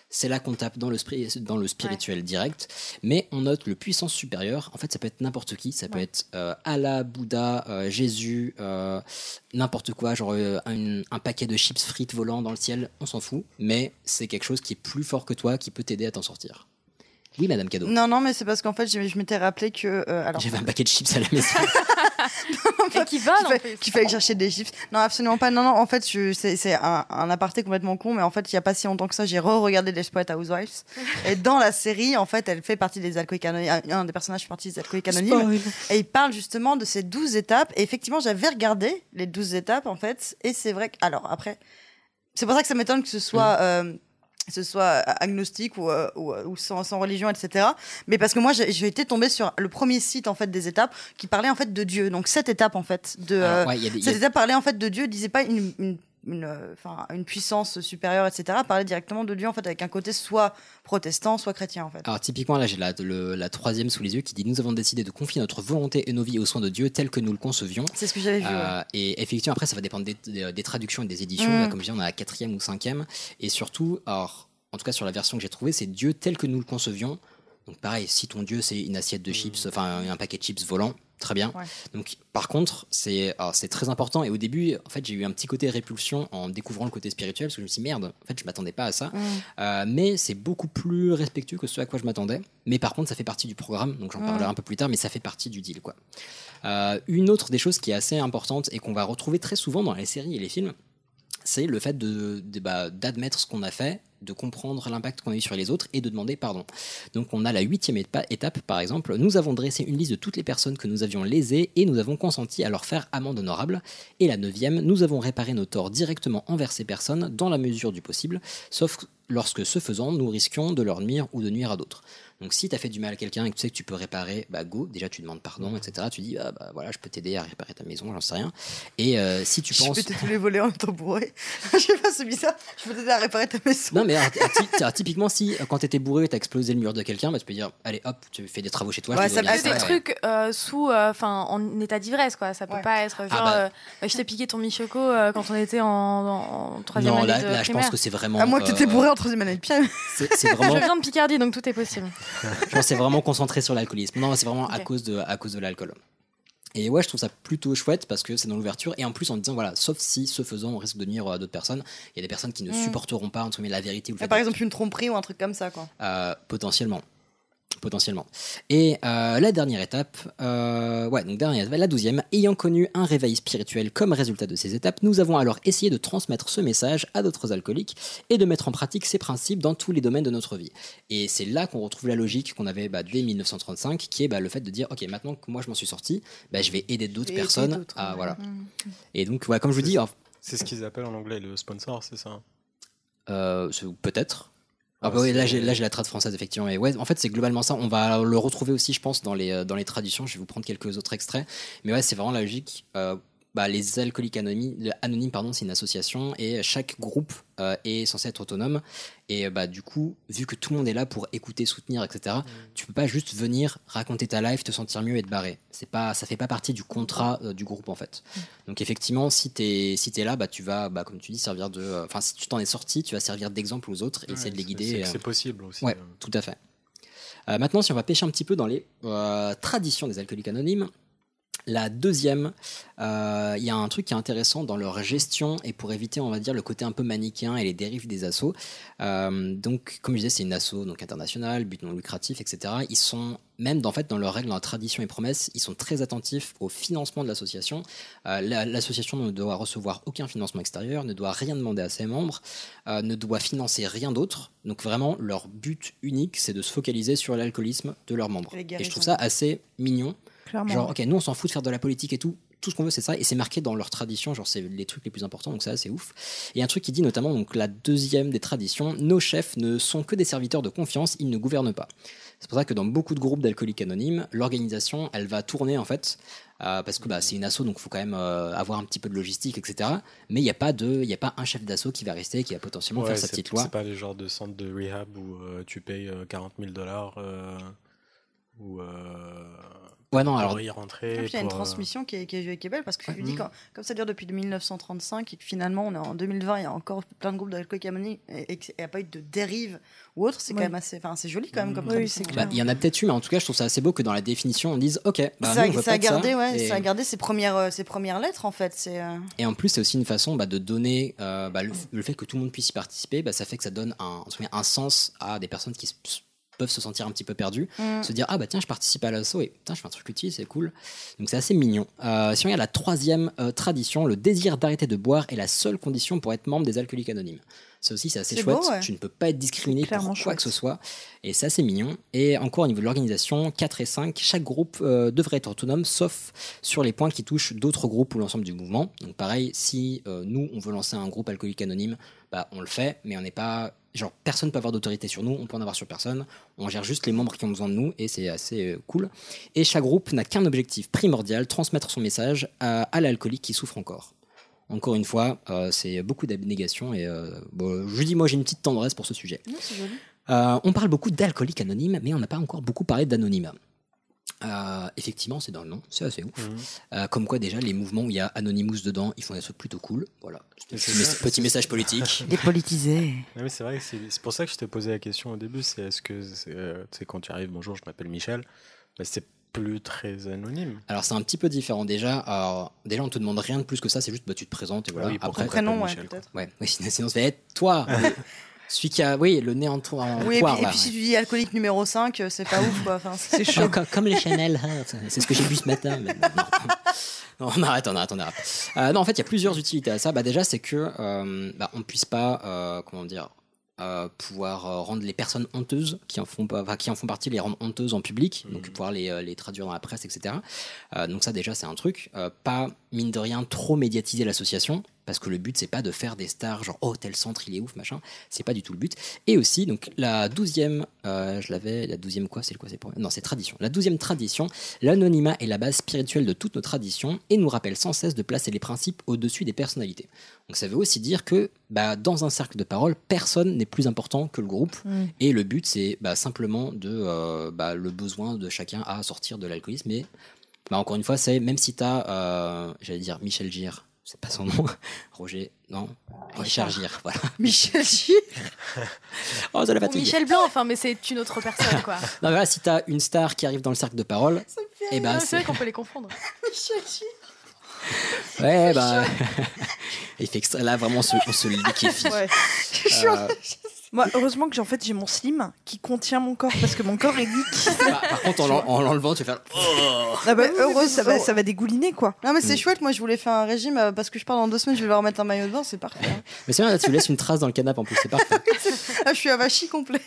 Speaker 8: C'est là qu'on tape dans le, spri- dans le spirituel direct, mais on note le puissance supérieure. En fait, ça peut être n'importe qui, ça peut être euh, Allah, Bouddha, euh, Jésus, euh, n'importe quoi, genre euh, un, un paquet de chips frites volant dans le ciel, on s'en fout, mais c'est quelque chose qui est plus fort que toi, qui peut t'aider à t'en sortir. Oui, Madame Cadeau.
Speaker 3: Non, non, mais c'est parce qu'en fait, j'ai- je m'étais rappelé que. euh, alors,
Speaker 8: J'avais un paquet de chips à la maison.
Speaker 3: et qui vole en fait. Qu'il fallait chercher des chiffres. Non, absolument pas. Non, non, en fait, je- c'est c'est un, un aparté complètement con, mais en fait, il n'y a pas si longtemps que ça, j'ai re-regardé Desperate Housewives. et dans la série, en fait, elle fait partie des alcooliques anonymes. Un, un des personnages fait partie des alcooliques anonymes.
Speaker 4: Spoil.
Speaker 3: Et il parle justement de ces 12 étapes. Et effectivement, j'avais regardé les 12 étapes, en fait. Et c'est vrai que. Alors, après. C'est pour ça que ça m'étonne que ce soit.
Speaker 8: Mm.
Speaker 3: euh, que ce soit euh, agnostique ou, euh, ou, euh, ou sans, sans religion, etc. Mais parce que moi, j'ai j'ai été tombée sur le premier site en fait des étapes qui parlait en fait de Dieu. Donc cette étape en fait de
Speaker 8: Alors,
Speaker 3: euh,
Speaker 8: Ah, ouais, il y a des- il y a-
Speaker 3: cette étape parlait en fait de Dieu, disait pas une, une, une, euh, enfin, une puissance supérieure, etc. Parlait directement de Dieu en fait avec un côté soit protestant, soit chrétien en fait.
Speaker 8: Alors typiquement, là j'ai la, le- la troisième sous les yeux qui dit Nous avons décidé de confier notre volonté et nos vies aux soins de Dieu tel que nous le concevions.
Speaker 3: C'est ce que j'avais vu,
Speaker 8: Euh, Et effectivement, après ça va dépendre des, des- des traductions et des éditions.
Speaker 3: Mm.
Speaker 8: Là, comme je dis, on a la quatrième ou cinquième. Et surtout, alors, en tout cas sur la version que j'ai trouvée, c'est Dieu tel que nous le concevions. Donc pareil, si ton Dieu c'est une assiette de chips, enfin un paquet de chips volant, très bien.
Speaker 3: Mm. Ouais.
Speaker 8: Donc par contre, c'est alors, c'est très important. Et au début, en fait, j'ai eu un petit côté répulsion en découvrant le côté spirituel parce que je me suis dit merde, en fait, je m'attendais pas à ça.
Speaker 3: Mm.
Speaker 8: Euh, mais c'est beaucoup plus respectueux que ce à quoi je m'attendais. Mais par contre, ça fait partie du programme, donc j'en
Speaker 3: Mm.
Speaker 8: parlerai un peu plus tard, mais ça fait partie du deal. quoi. Euh, une autre des choses qui est assez importante et qu'on va retrouver très souvent dans les séries et les films, c'est le fait de- de- bah, d'admettre ce qu'on a fait, de comprendre l'impact qu'on a eu sur les autres et de demander pardon. Donc on a la huitième épa- étape, par exemple, nous avons dressé une liste de toutes les personnes que nous avions lésées et nous avons consenti à leur faire amende honorable. Et la neuvième, nous avons réparé nos torts directement envers ces personnes dans la mesure du possible, sauf lorsque ce faisant, nous risquions de leur nuire ou de nuire à d'autres. Donc si tu as fait du mal à quelqu'un et que tu sais que tu peux réparer, bah go, déjà tu demandes pardon, etc. Tu dis, ah, bah voilà, je peux t'aider à réparer ta maison, j'en sais rien. Et euh, si tu
Speaker 3: Je
Speaker 8: penses...
Speaker 3: pétais tous les volets en étant bourré. Je sais pas, c'est bizarre. Je peux t'aider à réparer ta maison.
Speaker 8: Non, mais alors, ty- alors, typiquement, si euh, quand t'étais bourré, t'as explosé le mur de quelqu'un, bah, tu peux dire Allez, hop, tu fais des travaux chez toi.
Speaker 1: Ouais,
Speaker 8: je te
Speaker 1: ça
Speaker 3: Ah,
Speaker 8: donne
Speaker 1: peut être
Speaker 8: la-
Speaker 1: des trucs euh, sous, euh, enfin, en état d'ivresse, quoi. Ça peut pas être genre,
Speaker 8: bah.
Speaker 1: euh, je t'ai piqué ton michoco euh, quand on était en, en, en troisième
Speaker 8: Non,
Speaker 1: année
Speaker 8: là-
Speaker 1: de
Speaker 8: là, je
Speaker 1: primaire.
Speaker 8: pense que c'est vraiment.
Speaker 3: À moins que
Speaker 8: euh,
Speaker 3: t'étais bourré en troisième année de pierre.
Speaker 8: C'est c'est vraiment.
Speaker 1: Je viens de Picardie, donc tout est possible.
Speaker 8: je pense que c'est vraiment concentré sur l'alcoolisme. Non, c'est vraiment à
Speaker 1: Ok.
Speaker 8: cause de, à cause de l'alcool. Et ouais, je trouve ça plutôt chouette parce que c'est dans l'ouverture. Et en plus, en disant, voilà, sauf si, ce faisant, on risque de nuire à d'autres personnes, il y a des personnes qui ne
Speaker 1: Hmm.
Speaker 3: Mm.
Speaker 8: supporteront pas, entre guillemets, la vérité ou le fait
Speaker 3: Par exemple, une tromperie ou un truc comme ça, quoi.
Speaker 8: Euh, potentiellement. Potentiellement. Et euh, la dernière étape, euh, ouais, donc dernière, la douzième, ayant connu un réveil spirituel comme résultat de ces étapes, nous avons alors essayé de transmettre ce message à d'autres alcooliques et de mettre en pratique ces principes dans tous les domaines de notre vie. Et c'est là qu'on retrouve la logique qu'on avait bah, dès 1935, qui est bah, le fait de dire, ok, maintenant que moi je m'en suis sorti, bah, je vais aider d'autres
Speaker 2: aider
Speaker 8: personnes.
Speaker 2: d'autres,
Speaker 8: à-
Speaker 2: ouais.
Speaker 8: voilà.
Speaker 2: Mm.
Speaker 8: Et donc, ouais, comme je vous dis, alors,
Speaker 2: C'est ce qu'ils appellent en anglais le sponsor, c'est ça hein.
Speaker 8: euh, c'est- Peut-être. Ah
Speaker 2: Ouais,
Speaker 8: bah ouais, là
Speaker 2: c'est-
Speaker 8: j'ai là, j'ai la trad française effectivement et ouais en fait c'est globalement ça on va le retrouver aussi je pense dans les euh, dans les traductions je vais vous prendre quelques autres extraits mais ouais c'est vraiment la logique euh, bah, les alcooliques anonymes anonymes pardon c'est une association et chaque groupe euh, est censé être autonome et euh, bah du coup vu que tout le monde est là pour écouter soutenir
Speaker 2: Mm.
Speaker 8: etc tu peux pas juste venir raconter ta life te sentir mieux et te barrer c'est pas ça fait pas partie du contrat euh, du groupe en fait
Speaker 2: Mm.
Speaker 8: donc effectivement, si t'es si t'es là, bah tu vas, bah comme tu dis, servir de. euh, Enfin, si tu t'en es sorti, tu vas servir d'exemple aux autres et
Speaker 2: Ouais,
Speaker 8: essayer de les
Speaker 2: c'est-
Speaker 8: guider.
Speaker 2: c'est que
Speaker 8: euh.
Speaker 2: c'est possible aussi,
Speaker 8: Ouais,
Speaker 2: euh.
Speaker 8: tout à fait. Euh, maintenant, si on va pêcher un petit peu dans les euh, traditions des alcooliques anonymes. La deuxième, euh, il y a un truc qui est intéressant dans leur gestion et pour éviter, on va dire, le côté un peu manichéen et les dérives des assos. Euh, donc, comme je disais, c'est une asso donc internationale, but non lucratif, etc. Ils sont même dans, en fait, dans leurs règles, dans la tradition et promesses, ils sont très attentifs au financement de l'association. Euh, la- l'association ne doit recevoir aucun financement extérieur, ne doit rien demander à ses membres, euh, ne doit financer rien d'autre. Donc vraiment, leur but unique, c'est de se focaliser sur l'alcoolisme de leurs membres.
Speaker 4: Les
Speaker 8: Et je trouve
Speaker 4: guérisons.
Speaker 8: ça assez mignon.
Speaker 3: Ah,
Speaker 4: Clairement.
Speaker 8: Genre, ok, nous on s'en fout de faire de la politique et tout. Tout ce qu'on veut, c'est ça. Et c'est marqué dans leur tradition. Genre, c'est les trucs les plus importants. Donc, ça, c'est ouf. Et un truc qui dit notamment, donc, la deuxième des traditions nos chefs ne sont que des serviteurs de confiance. Ils ne gouvernent pas. C'est pour ça que dans beaucoup de groupes d'alcooliques anonymes, l'organisation, elle va tourner, en fait. euh, parce que bah, c'est une asso, donc il faut quand même euh, avoir un petit peu de logistique, etc. Mais il n'y a, pas de- il y a pas un chef d'asso qui va rester, qui va potentiellement
Speaker 2: Ouais,
Speaker 8: faire sa
Speaker 2: c'est-
Speaker 8: petite loi.
Speaker 2: C'est pas les genres de centres de rehab où euh, tu payes euh, 40 000 dollars euh, ou. euh,
Speaker 8: Ouais, non,
Speaker 2: pour
Speaker 8: alors-
Speaker 2: y
Speaker 3: Et
Speaker 2: rentrer.
Speaker 3: Ah, puis il y a une
Speaker 2: pour, euh,
Speaker 3: transmission qui est, qui est- qui est belle parce que je
Speaker 2: Mhm.
Speaker 3: dis, quand- comme ça dure depuis 1935 et que finalement on est en 2020, il y a encore plein de groupes d'alcooliques anonymes et et qu'il n'y a pas eu de dérive ou autre, c'est quand
Speaker 4: Oui.
Speaker 3: même assez. Enfin, c'est joli quand même comme
Speaker 4: Oui,
Speaker 3: tradition.
Speaker 4: c'est
Speaker 8: Bah, Il y en a peut-être eu, mais en tout cas, je trouve ça assez beau que dans la définition, on dise OK, bah, nous,
Speaker 3: ça,
Speaker 8: on veut
Speaker 3: ça
Speaker 8: pas
Speaker 3: a
Speaker 8: de ça.
Speaker 3: gardé, ouais,
Speaker 8: Et-
Speaker 3: ça a gardé ses premières, euh, ses premières lettres en fait. C'est euh,
Speaker 8: Et en plus, c'est aussi une façon bah, de donner euh, bah, le, le fait que tout le monde puisse y participer, bah, ça fait que ça donne un, entre guillemets, un sens à des personnes qui s- peuvent se sentir un petit peu perdues,
Speaker 4: Mm.
Speaker 8: se dire ah bah tiens je participe à l'assaut et putain je fais un truc utile c'est cool donc c'est assez mignon. Euh, si on regarde la troisième euh, tradition, le désir d'arrêter de boire est la seule condition pour être membre des alcooliques anonymes. Ça aussi c'est assez
Speaker 4: C'est
Speaker 8: chouette.
Speaker 4: beau, ouais.
Speaker 8: Tu ne peux pas être discriminé pour
Speaker 4: Clairement
Speaker 8: quoi que ce soit et c'est assez mignon. Et encore au niveau de l'organisation, 4 et 5, chaque groupe euh, devrait être autonome sauf sur les points qui touchent d'autres groupes ou l'ensemble du mouvement. Donc pareil, si euh, nous, on veut lancer un groupe alcoolique anonyme, bah, on le fait, mais on n'est pas... Genre, personne peut avoir d'autorité sur nous, on peut en avoir sur personne, on gère juste les membres qui ont besoin de nous, et c'est assez euh, cool. Et chaque groupe n'a qu'un objectif primordial, transmettre son message à, à l'alcoolique qui souffre encore. Encore une fois, euh, c'est beaucoup d'abnégation, et euh, bon, je dis, moi j'ai une petite tendresse pour ce sujet. Euh, on parle beaucoup d'alcoolique anonyme, mais on n'a pas encore beaucoup parlé d'anonymat. Euh, effectivement, c'est dans le nom, c'est assez ouf.
Speaker 2: Mhm.
Speaker 8: Euh, comme quoi, déjà, les mouvements où il y a Anonymous dedans, ils font des trucs plutôt cool. Voilà.
Speaker 2: Mais
Speaker 8: Petit,
Speaker 2: c'est
Speaker 8: mes-
Speaker 2: ça.
Speaker 8: petit message politique.
Speaker 3: Dépolitisé.
Speaker 2: Non, mais Ah c'est vrai, que c'est c'est pour ça que je t'ai posé la question au début. C'est est-ce que c'est euh, tu sais, quand tu arrives, bonjour, je m'appelle Michel, bah, c'est plus très anonyme.
Speaker 8: Alors, c'est un petit peu différent déjà. Alors, déjà, on te demande rien de plus que ça, c'est juste bah, tu te présentes et voilà.
Speaker 2: Ah oui, pour
Speaker 8: Après,
Speaker 2: ton prénom, T'appelles ouais, Michel,
Speaker 3: peut-être.
Speaker 8: Ouais, oui, sinon, sinon, ça va être toi. le- celui qui a, oui, le nez en toi. en
Speaker 3: Oui, et
Speaker 8: poire,
Speaker 3: puis, et
Speaker 8: là,
Speaker 3: puis
Speaker 8: ouais.
Speaker 3: si tu dis alcoolique numéro 5, euh, c'est pas ouf quoi. Enfin, c'est
Speaker 8: Oh, Comme, comme les Chanel Heart. C'est ce que j'ai bu ce matin. mais non, non. Non, on arrête, on arrête, on arrête. Euh, non, en fait, il y a plusieurs utilités à ça. Bah, déjà, c'est que euh, bah, on ne puisse pas, euh, comment dire, euh, pouvoir euh, rendre les personnes honteuses qui en font pas, enfin, qui en font partie, les rendre honteuses en public, donc pouvoir les, euh, les traduire dans la presse, etc. Euh, donc ça, déjà, c'est un truc. Euh, pas mine de rien trop médiatiser l'association. Parce que le but, c'est pas de faire des stars genre oh tel centre il est ouf machin, c'est pas du tout le but. Et aussi donc la douzième, euh, je l'avais la douzième quoi, c'est le quoi c'est le premier non c'est tradition. La douzième tradition, l'anonymat est la base spirituelle de toutes nos traditions et nous rappelle sans cesse de placer les principes au-dessus des personnalités. Donc ça veut aussi dire que bah, dans un cercle de parole, personne n'est plus important que le groupe
Speaker 4: Mm.
Speaker 8: et le but c'est bah, simplement de euh, bah, le besoin de chacun à sortir de l'alcoolisme et bah, encore une fois, c'est même si t'as, euh, j'allais dire Michel Gir, c'est pas son nom, Roger, non, Richard Gir, voilà.
Speaker 3: Michel Gir
Speaker 8: Oh, ça la
Speaker 1: Ou
Speaker 8: fatigue.
Speaker 1: Michel Blanc, enfin, mais c'est une autre personne, quoi.
Speaker 8: Non, mais voilà, si t'as une star qui arrive dans le cercle de parole, et
Speaker 1: Non,
Speaker 8: bah
Speaker 1: mais c'est
Speaker 8: c'est.
Speaker 1: vrai qu'on peut les confondre.
Speaker 8: Ouais, bah. Il fait extra- Là, vraiment, on se, on se liquéfie.
Speaker 4: Ouais.
Speaker 8: Je suis en- Euh,
Speaker 4: Moi, heureusement que j'ai en fait j'ai mon slim qui contient mon corps parce que mon corps est liquide.
Speaker 8: Bah, par contre, en l'en- en l'enlevant, tu vas faire. Oh
Speaker 4: Ah bah,
Speaker 3: Mais
Speaker 4: heureuse,
Speaker 3: heureusement.
Speaker 4: ça va, ça va dégouliner quoi.
Speaker 3: Non mais c'est chouette, moi je voulais faire un régime euh, parce que je pars dans deux semaines, je vais leur mettre un maillot de bain, c'est parfait. hein.
Speaker 8: Mais c'est bien, là, tu laisses une trace dans le canapé en plus, c'est parfait.
Speaker 3: Ah, je suis avachi complet.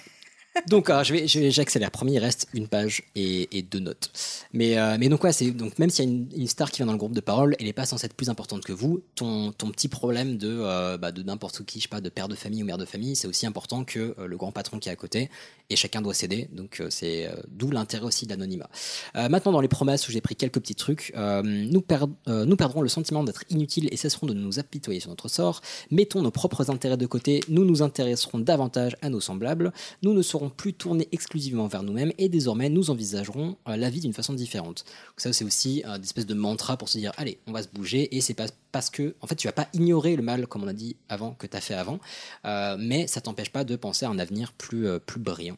Speaker 8: Donc, alors, je vais, je vais- j'accélère. Premier, il reste une page et, et deux notes. Mais, euh, mais donc, ouais, c'est, donc même s'il y a une, une star qui vient dans le groupe de parole, elle n'est pas censée être plus importante que vous. Ton, ton petit problème de, euh, bah, de n'importe qui, je sais pas, de père de famille ou mère de famille, c'est aussi important que euh, le grand patron qui est à côté. Et chacun doit céder. Donc, euh, c'est euh, d'où l'intérêt aussi de l'anonymat. Euh, maintenant, dans les promesses où j'ai pris quelques petits trucs, euh, nous, per- euh, nous perdrons le sentiment d'être inutiles et cesserons de nous apitoyer sur notre sort. Mettons nos propres intérêts de côté, nous nous intéresserons davantage à nos semblables, nous ne serons plus tournés exclusivement vers nous-mêmes et désormais nous envisagerons euh, la vie d'une façon différente. Donc Ça, c'est aussi euh, une espèce de mantra pour se dire allez, on va se bouger et c'est pas parce que, en fait, tu vas pas ignorer le mal, comme on a dit avant, que tu as fait avant, euh, mais ça t'empêche pas de penser à un avenir plus, euh, plus brillant.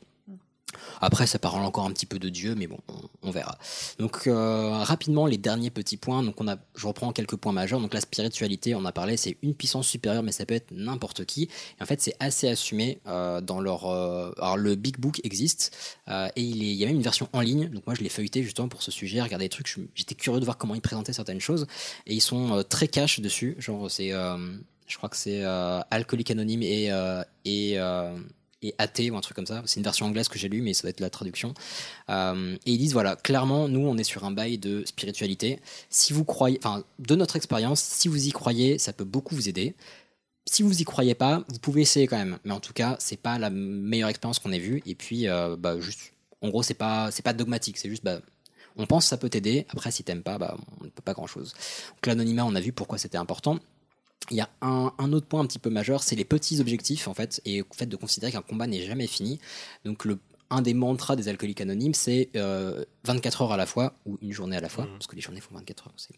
Speaker 8: Après, ça parle encore un petit peu de Dieu, mais bon, on, on verra. Donc, euh, rapidement, les derniers petits points. Donc, on a, je reprends quelques points majeurs. Donc, la spiritualité, on en a parlé, c'est une puissance supérieure, mais ça peut être n'importe qui. Et en fait, c'est assez assumé euh, dans leur. euh, alors, le Big Book existe euh, et il, est- il y a même une version en ligne. Donc, moi, je l'ai feuilleté justement pour ce sujet, regarder des trucs. Je- J'étais curieux de voir comment ils présentaient certaines choses. Et ils sont euh, très cash dessus. Genre, c'est. euh, je crois que c'est euh, Alcoolique Anonyme et. euh, et euh, et athée ou un truc comme ça. C'est une version anglaise que j'ai lue, mais ça doit être la traduction. Euh, et ils disent voilà, clairement, nous, on est sur un bail de spiritualité. Si vous croyez, enfin, de notre expérience, si vous y croyez, ça peut beaucoup vous aider. Si vous y croyez pas, vous pouvez essayer quand même. Mais en tout cas, c'est pas la meilleure expérience qu'on ait vue. Et puis, euh, bah, juste, en gros, c'est pas, c'est pas dogmatique. C'est juste, bah, on pense que ça peut t'aider. Après, si t'aimes pas, bah, on ne peut pas grand chose. Donc, l'anonymat, on a vu pourquoi c'était important. Il y a un, un autre point un petit peu majeur, c'est les petits objectifs en fait, et le fait de considérer qu'un combat n'est jamais fini. Donc le, un des mantras des alcooliques anonymes, c'est euh, 24 heures à la fois ou une journée à la
Speaker 15: Mhm.
Speaker 8: fois, parce que les journées font 24 heures aussi.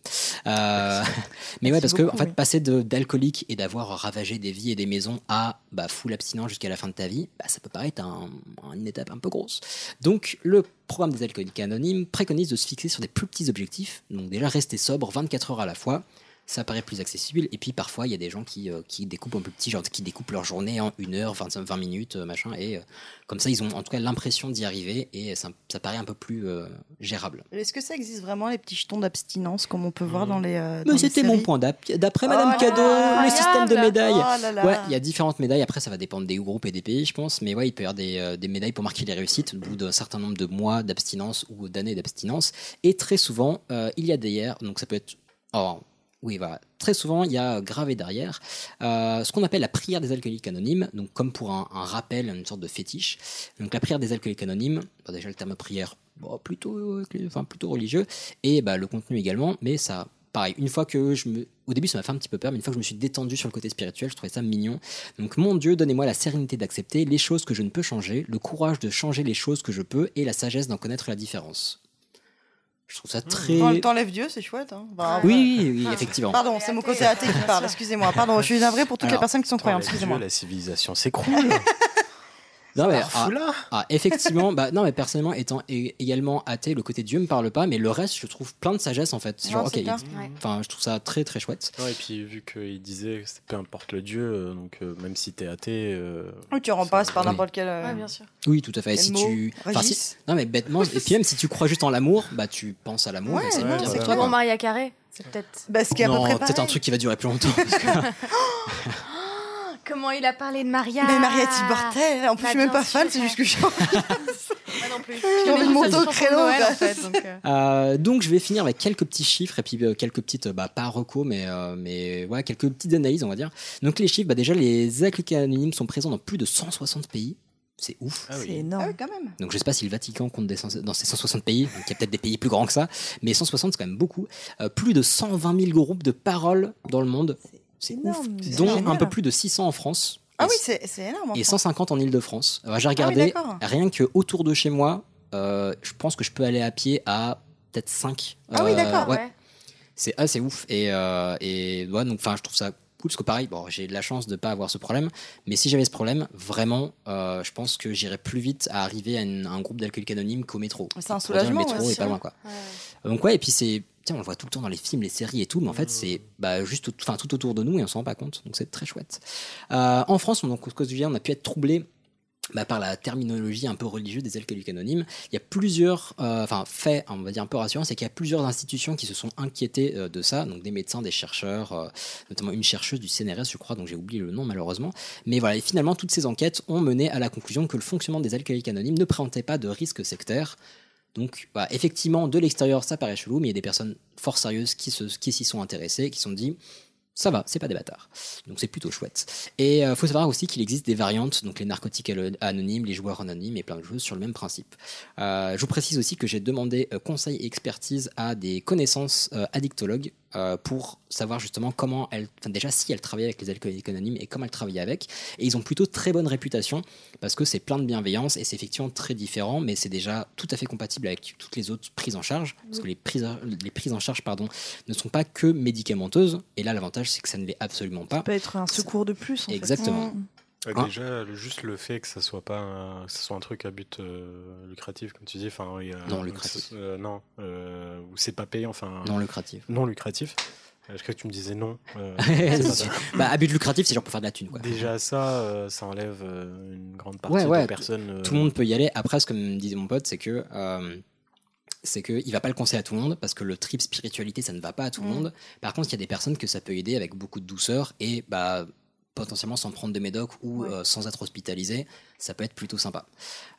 Speaker 8: Euh, mais ouais, parce que
Speaker 15: beaucoup,
Speaker 8: en fait,
Speaker 15: oui.
Speaker 8: passer de- d'alcoolique et d'avoir ravagé des vies et des maisons à bah, full abstinent jusqu'à la fin de ta vie, bah, ça peut paraître un- une étape un peu grosse. Donc le programme des alcooliques anonymes préconise de se fixer sur des plus petits objectifs. Donc déjà rester sobre 24 heures à la fois ça paraît plus accessible. Et puis parfois, il y a des gens qui, euh, qui découpent un peu petit, genre qui découpent leur journée en 1 heure, 20, 20 minutes, euh, machin. Et euh, comme ça, ils ont en tout cas l'impression d'y arriver et ça, ça paraît un peu plus euh, gérable.
Speaker 3: Est-ce que ça existe vraiment les petits jetons d'abstinence comme on peut voir dans les. euh, dans
Speaker 8: Mais
Speaker 3: les
Speaker 8: c'était mon
Speaker 3: séries
Speaker 8: point d'ap- d'après
Speaker 3: Oh
Speaker 8: Madame
Speaker 3: là
Speaker 8: Cadeau,
Speaker 3: là,
Speaker 8: le système de
Speaker 3: incroyable.
Speaker 8: médailles.
Speaker 3: Oh là là.
Speaker 8: Ouais, il y a différentes médailles. Après, ça va dépendre des groupes et des pays, je pense. Mais ouais, il peut y avoir des, euh, des médailles pour marquer les réussites au bout d'un certain nombre de mois d'abstinence ou d'années d'abstinence. Et très souvent, euh, il y a derrière, donc ça peut être. Oh, oui, voilà. Très souvent, il y a euh, gravé derrière euh, ce qu'on appelle la prière des alcooliques anonymes, donc comme pour un, un rappel, une sorte de fétiche. Donc la prière des alcooliques anonymes, bah, déjà le terme prière, bon, plutôt, euh, clé- enfin, plutôt religieux, et bah, le contenu également, mais ça, pareil, une fois que je me... Au début, ça m'a fait un petit peu peur, mais une fois que je me suis détendu sur le côté spirituel, je trouvais ça mignon. Donc, mon Dieu, donnez-moi la sérénité d'accepter les choses que je ne peux changer, le courage de changer les choses que je peux et la sagesse d'en connaître la différence. Je trouve ça
Speaker 2: Mmh.
Speaker 8: très.
Speaker 3: Quand T'enlèves Dieu, c'est chouette. hein. Bah,
Speaker 8: Oui,
Speaker 3: ouais.
Speaker 8: oui, oui, effectivement.
Speaker 2: Ah,
Speaker 3: Pardon, Ah, c'est mon côté athée qui parle, excusez-moi. Pardon, je suis navrée pour toutes
Speaker 8: Alors,
Speaker 3: les personnes qui sont croyantes,
Speaker 2: les dieux,
Speaker 3: excusez-moi.
Speaker 2: la civilisation s'écroule.
Speaker 8: Non, mais,
Speaker 2: Par
Speaker 8: ah,
Speaker 2: foulard.
Speaker 8: ah, effectivement, bah, non, mais personnellement, étant é- également athée, le côté Dieu me parle pas, mais le reste, je trouve plein de sagesse en fait. C'est
Speaker 2: Non,
Speaker 8: Genre,
Speaker 2: c'est
Speaker 8: ok,
Speaker 2: clair.
Speaker 8: il-
Speaker 2: Ouais.
Speaker 8: enfin, je trouve ça très très chouette.
Speaker 2: Ouais, et puis vu qu'il disait que c'est peu importe le dieu, euh, donc euh, même si t'es athée, euh,
Speaker 3: Oui, Oh, tu remplaces par
Speaker 2: Oui.
Speaker 3: n'importe quel. euh,
Speaker 1: Ouais, bien sûr.
Speaker 8: Oui, tout à fait. Et
Speaker 3: Quel
Speaker 8: si
Speaker 3: mot
Speaker 8: tu, enfin, si-
Speaker 3: Régis
Speaker 8: non mais bêtement, et puis même si tu crois juste en l'amour, bah tu penses à l'amour. et c'est bien pour toi, quoi.
Speaker 1: Maria Carré, c'est peut-être.
Speaker 3: Bah, ce qui est à peu
Speaker 8: Non,
Speaker 3: près
Speaker 8: peut-être un
Speaker 3: pareil.
Speaker 8: truc qui va durer plus longtemps.
Speaker 1: Comment il a parlé de Maria
Speaker 3: Mais Maria Tibortel, en plus je suis même pas fan, c'est juste que j'ai envie. J'ai envie de monter au créneau. quoi.
Speaker 8: Euh, donc je vais finir avec quelques petits chiffres et puis euh, quelques petites, euh, bah, pas reco, mais, euh, mais ouais, quelques petites analyses, on va dire. Donc les chiffres, bah, déjà les alcooliques anonymes sont présents dans plus de 160 pays. C'est ouf.
Speaker 2: Ah
Speaker 4: C'est énorme.
Speaker 3: quand même.
Speaker 8: Donc je sais pas si le Vatican compte des cent- dans ces 160 pays, donc il y a peut-être des pays plus grands que ça, mais 160 c'est quand même beaucoup. Euh, plus de 120 000 groupes de paroles dans le monde, c'est ouf,
Speaker 3: énorme. C'est
Speaker 8: dont un
Speaker 3: génial.
Speaker 8: peu plus de 600 en France.
Speaker 3: Ah
Speaker 8: Et
Speaker 3: oui, c'est c'est énorme. en
Speaker 8: et
Speaker 3: fait.
Speaker 8: 150 en Ile-de-France. Alors, J'ai regardé,
Speaker 3: d'accord.
Speaker 8: rien que autour de chez moi, euh, je pense que je peux aller à pied à peut-être euh, 5.
Speaker 3: Ah oui,
Speaker 1: Euh,
Speaker 3: d'accord, ouais.
Speaker 8: C'est assez ouf. Et, euh, et ouais, donc, enfin, je trouve ça cool parce que, pareil, bon, j'ai de la chance de ne pas avoir ce problème. Mais si j'avais ce problème, vraiment, euh, je pense que j'irais plus vite à arriver à, une- un groupe d'alcooliques anonymes qu'au métro.
Speaker 3: C'est
Speaker 8: Pour
Speaker 3: un
Speaker 8: dire,
Speaker 3: soulagement,
Speaker 8: Le métro
Speaker 3: ouais,
Speaker 8: est pas
Speaker 3: sûr.
Speaker 8: loin, quoi. Donc, ouais, et puis c'est. Tiens, on le voit tout le temps dans les films, les séries et tout, mais en fait, c'est bah, juste au- enfin, tout autour de nous et on s'en rend pas compte. Donc, c'est très chouette. Euh, en France, on, donc, au cause du lien, on a pu être troublé bah, par la terminologie un peu religieuse des alcooliques anonymes. Il y a plusieurs euh, enfin, faits, on va dire un peu rassurants, c'est qu'il y a plusieurs institutions qui se sont inquiétées euh, de ça, donc des médecins, des chercheurs, euh, notamment une chercheuse du CNRS, je crois, donc j'ai oublié le nom malheureusement. Mais voilà, et finalement, toutes ces enquêtes ont mené à la conclusion que le fonctionnement des alcooliques anonymes ne présentait pas de risque sectaire. Donc, bah, effectivement, de l'extérieur, ça paraît chelou, mais il y a des personnes fort sérieuses qui se- qui s'y sont intéressées, qui se sont dit, ça va, c'est pas des bâtards. Donc c'est plutôt chouette. Et il faut savoir aussi qu'il existe des variantes, donc les narcotiques alo- anonymes, les joueurs anonymes et plein de choses sur le même principe. Euh, je vous précise aussi que j'ai demandé euh, conseil et expertise à des connaissances euh, addictologues euh, pour savoir justement comment elles, enfin, déjà si elles travaillaient avec les alcooliques anonymes et comment elles travaillaient avec. Et ils ont plutôt très bonne réputation parce que c'est plein de bienveillance et c'est effectivement très différent, mais c'est déjà tout à fait compatible avec toutes les autres prises en charge parce que les prises, les prises en charge pardon, ne sont pas que médicamenteuses. Et là, l'avantage, c'est que ça ne l'est absolument pas.
Speaker 4: Ça peut être un secours de plus. en fait.
Speaker 3: Mmh.
Speaker 8: Exactement.
Speaker 2: Ouais,
Speaker 8: Hein
Speaker 2: Déjà, le- juste le fait que ça soit pas un, que ça soit un truc à but euh, lucratif, comme tu dis, enfin oui, euh,
Speaker 8: Non
Speaker 2: que
Speaker 8: lucratif.
Speaker 2: ce- euh, non, euh, ou c'est pas payant, enfin
Speaker 8: Non lucratif.
Speaker 2: non lucratif. Euh, Je crois que tu me disais non. euh, c'est pas ça.
Speaker 8: bah, à but lucratif, c'est genre pour faire de la thune. Quoi.
Speaker 2: Déjà ça, euh, ça enlève euh, une grande partie
Speaker 8: Ouais, ouais,
Speaker 2: des personnes. euh,
Speaker 8: Tout le monde peut y aller. Après, ce que me disait mon pote, c'est que. euh, c'est qu'il va pas le conseiller à tout le monde parce que le trip spiritualité ça ne va pas à tout le
Speaker 15: Mm.
Speaker 8: monde. Par contre, il y a des personnes que ça peut aider avec beaucoup de douceur et bah potentiellement sans prendre de médoc ou euh, sans être hospitalisé, ça peut être plutôt sympa.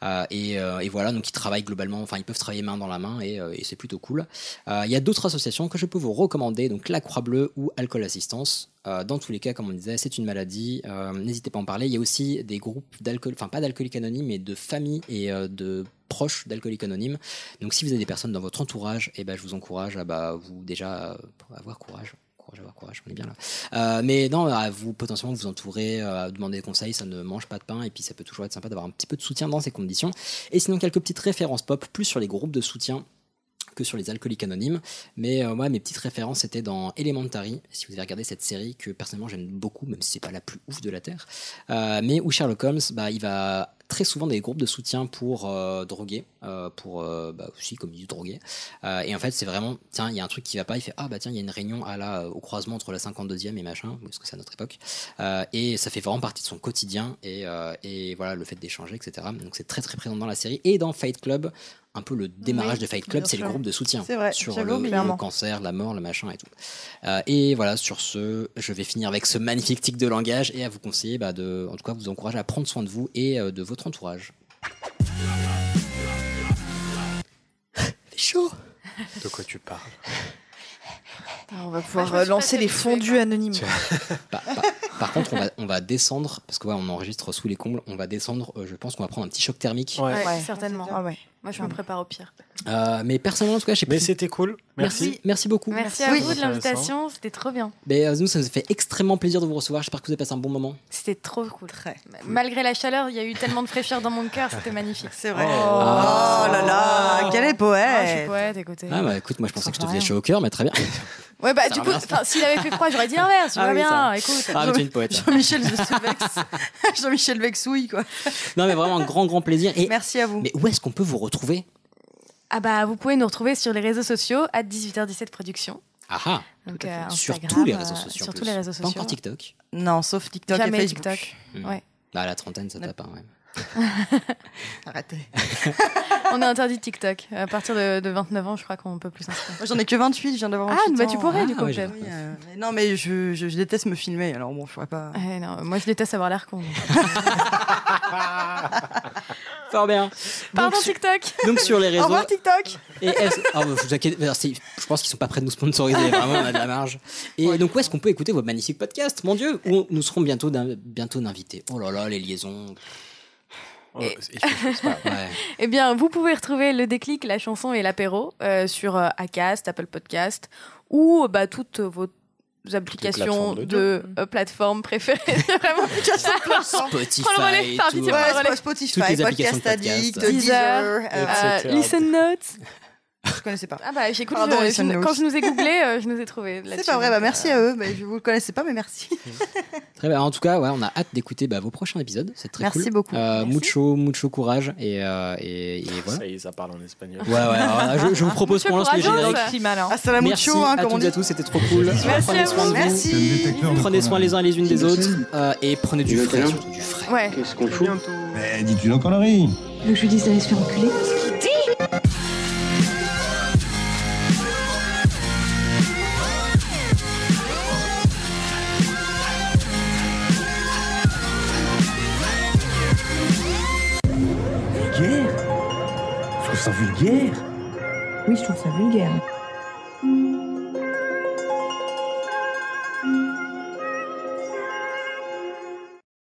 Speaker 8: Euh, et, euh, et voilà, donc ils travaillent globalement, enfin ils peuvent travailler main dans la main et, euh, et c'est plutôt cool. Euh, Il y a d'autres associations que je peux vous recommander, donc la Croix-Bleue ou Alcool Assistance. Euh, dans tous les cas, comme on disait, c'est une maladie. Euh, N'hésitez pas à en parler. Il y a aussi des groupes d'alcool, enfin pas d'alcooliques anonymes, mais de familles et euh, de proches d'alcooliques anonymes. Donc si vous avez des personnes dans votre entourage, eh ben, je vous encourage à bah, vous déjà euh, avoir courage. Courage, avoir courage, on est bien là. Euh, mais non, à vous potentiellement vous entourer, euh, demander des conseils, ça ne mange pas de pain, et puis ça peut toujours être sympa d'avoir un petit peu de soutien dans ces conditions. Et sinon, quelques petites références pop, plus sur les groupes de soutien que sur les alcooliques anonymes. Mais euh, moi, mes petites références étaient dans Elementary, si vous avez regardé cette série que personnellement j'aime beaucoup, même si c'est pas la plus ouf de la Terre, Euh, mais où Sherlock Holmes, bah, il va très souvent dans des groupes de soutien pour euh, drogués, euh, pour euh, bah, aussi comme ils disent drogués. Euh, et en fait, c'est vraiment, tiens, il y a un truc qui va pas, il fait, ah bah tiens, il y a une réunion à la, au croisement entre la 52e et machin, parce que c'est à notre époque. Euh, et ça fait vraiment partie de son quotidien, et, euh, et voilà, le fait d'échanger, etc. Donc c'est très très présent dans la série et dans Fight Club. Un peu le démarrage
Speaker 4: Oui,
Speaker 8: de Fight Club,
Speaker 4: bien
Speaker 8: c'est le
Speaker 4: sûr.
Speaker 8: groupe de soutien
Speaker 4: C'est vrai,
Speaker 8: sur
Speaker 4: j'avoue,
Speaker 8: le,
Speaker 4: mais
Speaker 8: le
Speaker 4: clairement.
Speaker 8: cancer, la mort, le machin et tout. Euh, et voilà, sur ce, je vais finir avec ce magnifique tic de langage et à vous conseiller, bah, de, en tout cas, vous encourager à prendre soin de vous et euh, de votre entourage. Fait chaud.
Speaker 2: De quoi tu parles
Speaker 4: On va pouvoir
Speaker 1: me
Speaker 4: euh,
Speaker 1: suis pas
Speaker 4: lancer les fondus anonymes.
Speaker 8: Par, par- par contre, on va, on va descendre, parce que ouais, on enregistre sous les combles, on va descendre, euh, je pense qu'on va prendre un petit choc thermique.
Speaker 1: Ouais, certainement.
Speaker 3: Ah
Speaker 1: Moi, je me prépare au pire.
Speaker 8: Euh, mais personnellement, en tout cas, j'ai Mais
Speaker 2: c'était cool.
Speaker 8: Merci. Merci beaucoup.
Speaker 1: Merci à vous de l'invitation, c'était trop bien.
Speaker 8: Mais, euh, nous, ça nous fait extrêmement plaisir de vous recevoir. J'espère que vous avez passé un bon moment.
Speaker 1: C'était trop cool. Malgré la chaleur, il y a eu tellement de fraîcheur dans mon cœur, c'était magnifique.
Speaker 3: C'est vrai. Oh, là là, quel est poète
Speaker 1: Ah, je suis poète, écoutez.
Speaker 8: Ah bah écoute, moi je pensais que je te faisais chaud au cœur, mais très bien.
Speaker 1: Ouais, bah
Speaker 8: Ça
Speaker 1: du
Speaker 8: va
Speaker 1: coup,
Speaker 8: bien.
Speaker 1: enfin, s'il avait fait froid, j'aurais dit l'inverse, tu
Speaker 8: Ah
Speaker 1: vois
Speaker 8: oui,
Speaker 1: bien,
Speaker 8: ça.
Speaker 1: écoute.
Speaker 8: Ah, mais tu es une poète.
Speaker 3: Jean-Michel Vex. Jean-Michel Vexouille, quoi.
Speaker 8: Non, mais vraiment un grand, grand plaisir. Et Merci à vous. Mais où est-ce qu'on peut vous retrouver
Speaker 1: Ah bah, vous pouvez nous retrouver sur les réseaux sociaux, à 18h17 Productions.
Speaker 8: Ah ah
Speaker 1: Donc,
Speaker 8: Tout à fait.
Speaker 1: euh,
Speaker 8: Sur
Speaker 1: Instagram,
Speaker 8: tous les
Speaker 1: euh,
Speaker 8: réseaux sociaux. en
Speaker 1: sur tous
Speaker 8: plus.
Speaker 1: les réseaux
Speaker 8: Pas encore
Speaker 1: sociaux.
Speaker 8: TikTok.
Speaker 3: Non, sauf TikTok
Speaker 1: Jamais
Speaker 3: et Facebook.
Speaker 1: TikTok.
Speaker 8: Hmm.
Speaker 1: Ouais.
Speaker 8: Bah, à la trentaine, ça tape, hein, ouais.
Speaker 3: Arrêtez.
Speaker 1: On est interdit de TikTok. À partir de, de 29 ans, je crois qu'on peut plus s'inscrire.
Speaker 3: Moi, j'en ai que 28, je viens d'avoir
Speaker 1: Ah,
Speaker 3: 28
Speaker 1: bah, Ah, tu
Speaker 3: ans.
Speaker 1: pourrais, du coup, peut-être.
Speaker 3: Oui, euh, mais non, mais je, je- je déteste me filmer, alors bon, je pourrais pas.
Speaker 1: Eh non, moi, je déteste avoir l'air con.
Speaker 8: Fort bien.
Speaker 1: Pardon,
Speaker 8: Donc, sur-
Speaker 1: TikTok.
Speaker 8: donc, sur les réseaux-
Speaker 1: Au revoir,
Speaker 3: TikTok.
Speaker 8: Et est-ce- ah, bah, vous inquiétez- mais alors, c'est- je pense qu'ils sont pas prêts de nous sponsoriser, vraiment, on a de la marge. Et donc, où est-ce qu'on peut écouter vos magnifiques podcasts Mon Dieu, où nous serons bientôt d'in- bientôt d'invités. Oh là là, les liaisons.
Speaker 1: Et-
Speaker 8: Ouais.
Speaker 1: Eh bien, vous pouvez retrouver le déclic, la chanson et l'apéro euh, sur euh, Acast, Apple Podcast ou bah, toutes vos applications
Speaker 3: plateformes de
Speaker 1: de, euh, plateformes préférées. C'est vraiment
Speaker 8: Spotify,
Speaker 1: Prends le relais, par
Speaker 8: tout. hein.
Speaker 1: pitié, prends le
Speaker 8: Ouais,
Speaker 1: relais.
Speaker 3: Spotify, Toutes les applications de Podcast podcast. Addict, Deezer,
Speaker 1: euh,
Speaker 3: etc.
Speaker 1: Listen Notes.
Speaker 3: Je connaissais pas.
Speaker 1: Ah bah j'écoute,
Speaker 3: Pardon,
Speaker 1: je-
Speaker 3: Listen
Speaker 1: je-
Speaker 3: Notes.
Speaker 1: quand je nous ai googlé, euh, je nous ai trouvé.
Speaker 3: C'est pas vrai, bah merci à eux, bah, je vous le connaissais pas, mais merci.
Speaker 8: Très bien. En tout cas, ouais, on a hâte d'écouter bah, vos prochains épisodes. C'est très
Speaker 3: Merci
Speaker 8: cool.
Speaker 3: beaucoup.
Speaker 8: Euh,
Speaker 3: Merci.
Speaker 8: Mucho, mucho courage. Et, euh, et, et voilà.
Speaker 2: Ça y est, ça parle en espagnol.
Speaker 8: Ouais, ouais, alors là, je, je vous propose qu'on lance le générique.
Speaker 3: Hasta la
Speaker 8: Merci
Speaker 3: mucho, hein,
Speaker 8: à
Speaker 3: comme on
Speaker 8: toutes et
Speaker 3: dit.
Speaker 8: à tous, c'était trop cool.
Speaker 3: Merci
Speaker 8: prenez
Speaker 3: à
Speaker 8: soin de
Speaker 3: vous.
Speaker 8: vous.
Speaker 3: Merci.
Speaker 8: Prenez soin les uns et les unes des autres. euh, et prenez du frais, surtout du frais.
Speaker 1: Ouais.
Speaker 8: Qu'est-ce qu'on fout
Speaker 5: Mais dis-tu nos conneries
Speaker 13: Le jeudi, ça allait se faire enculer.
Speaker 5: Vulgaire Je trouve ça vulgaire
Speaker 13: Oui, je trouve ça vulgaire.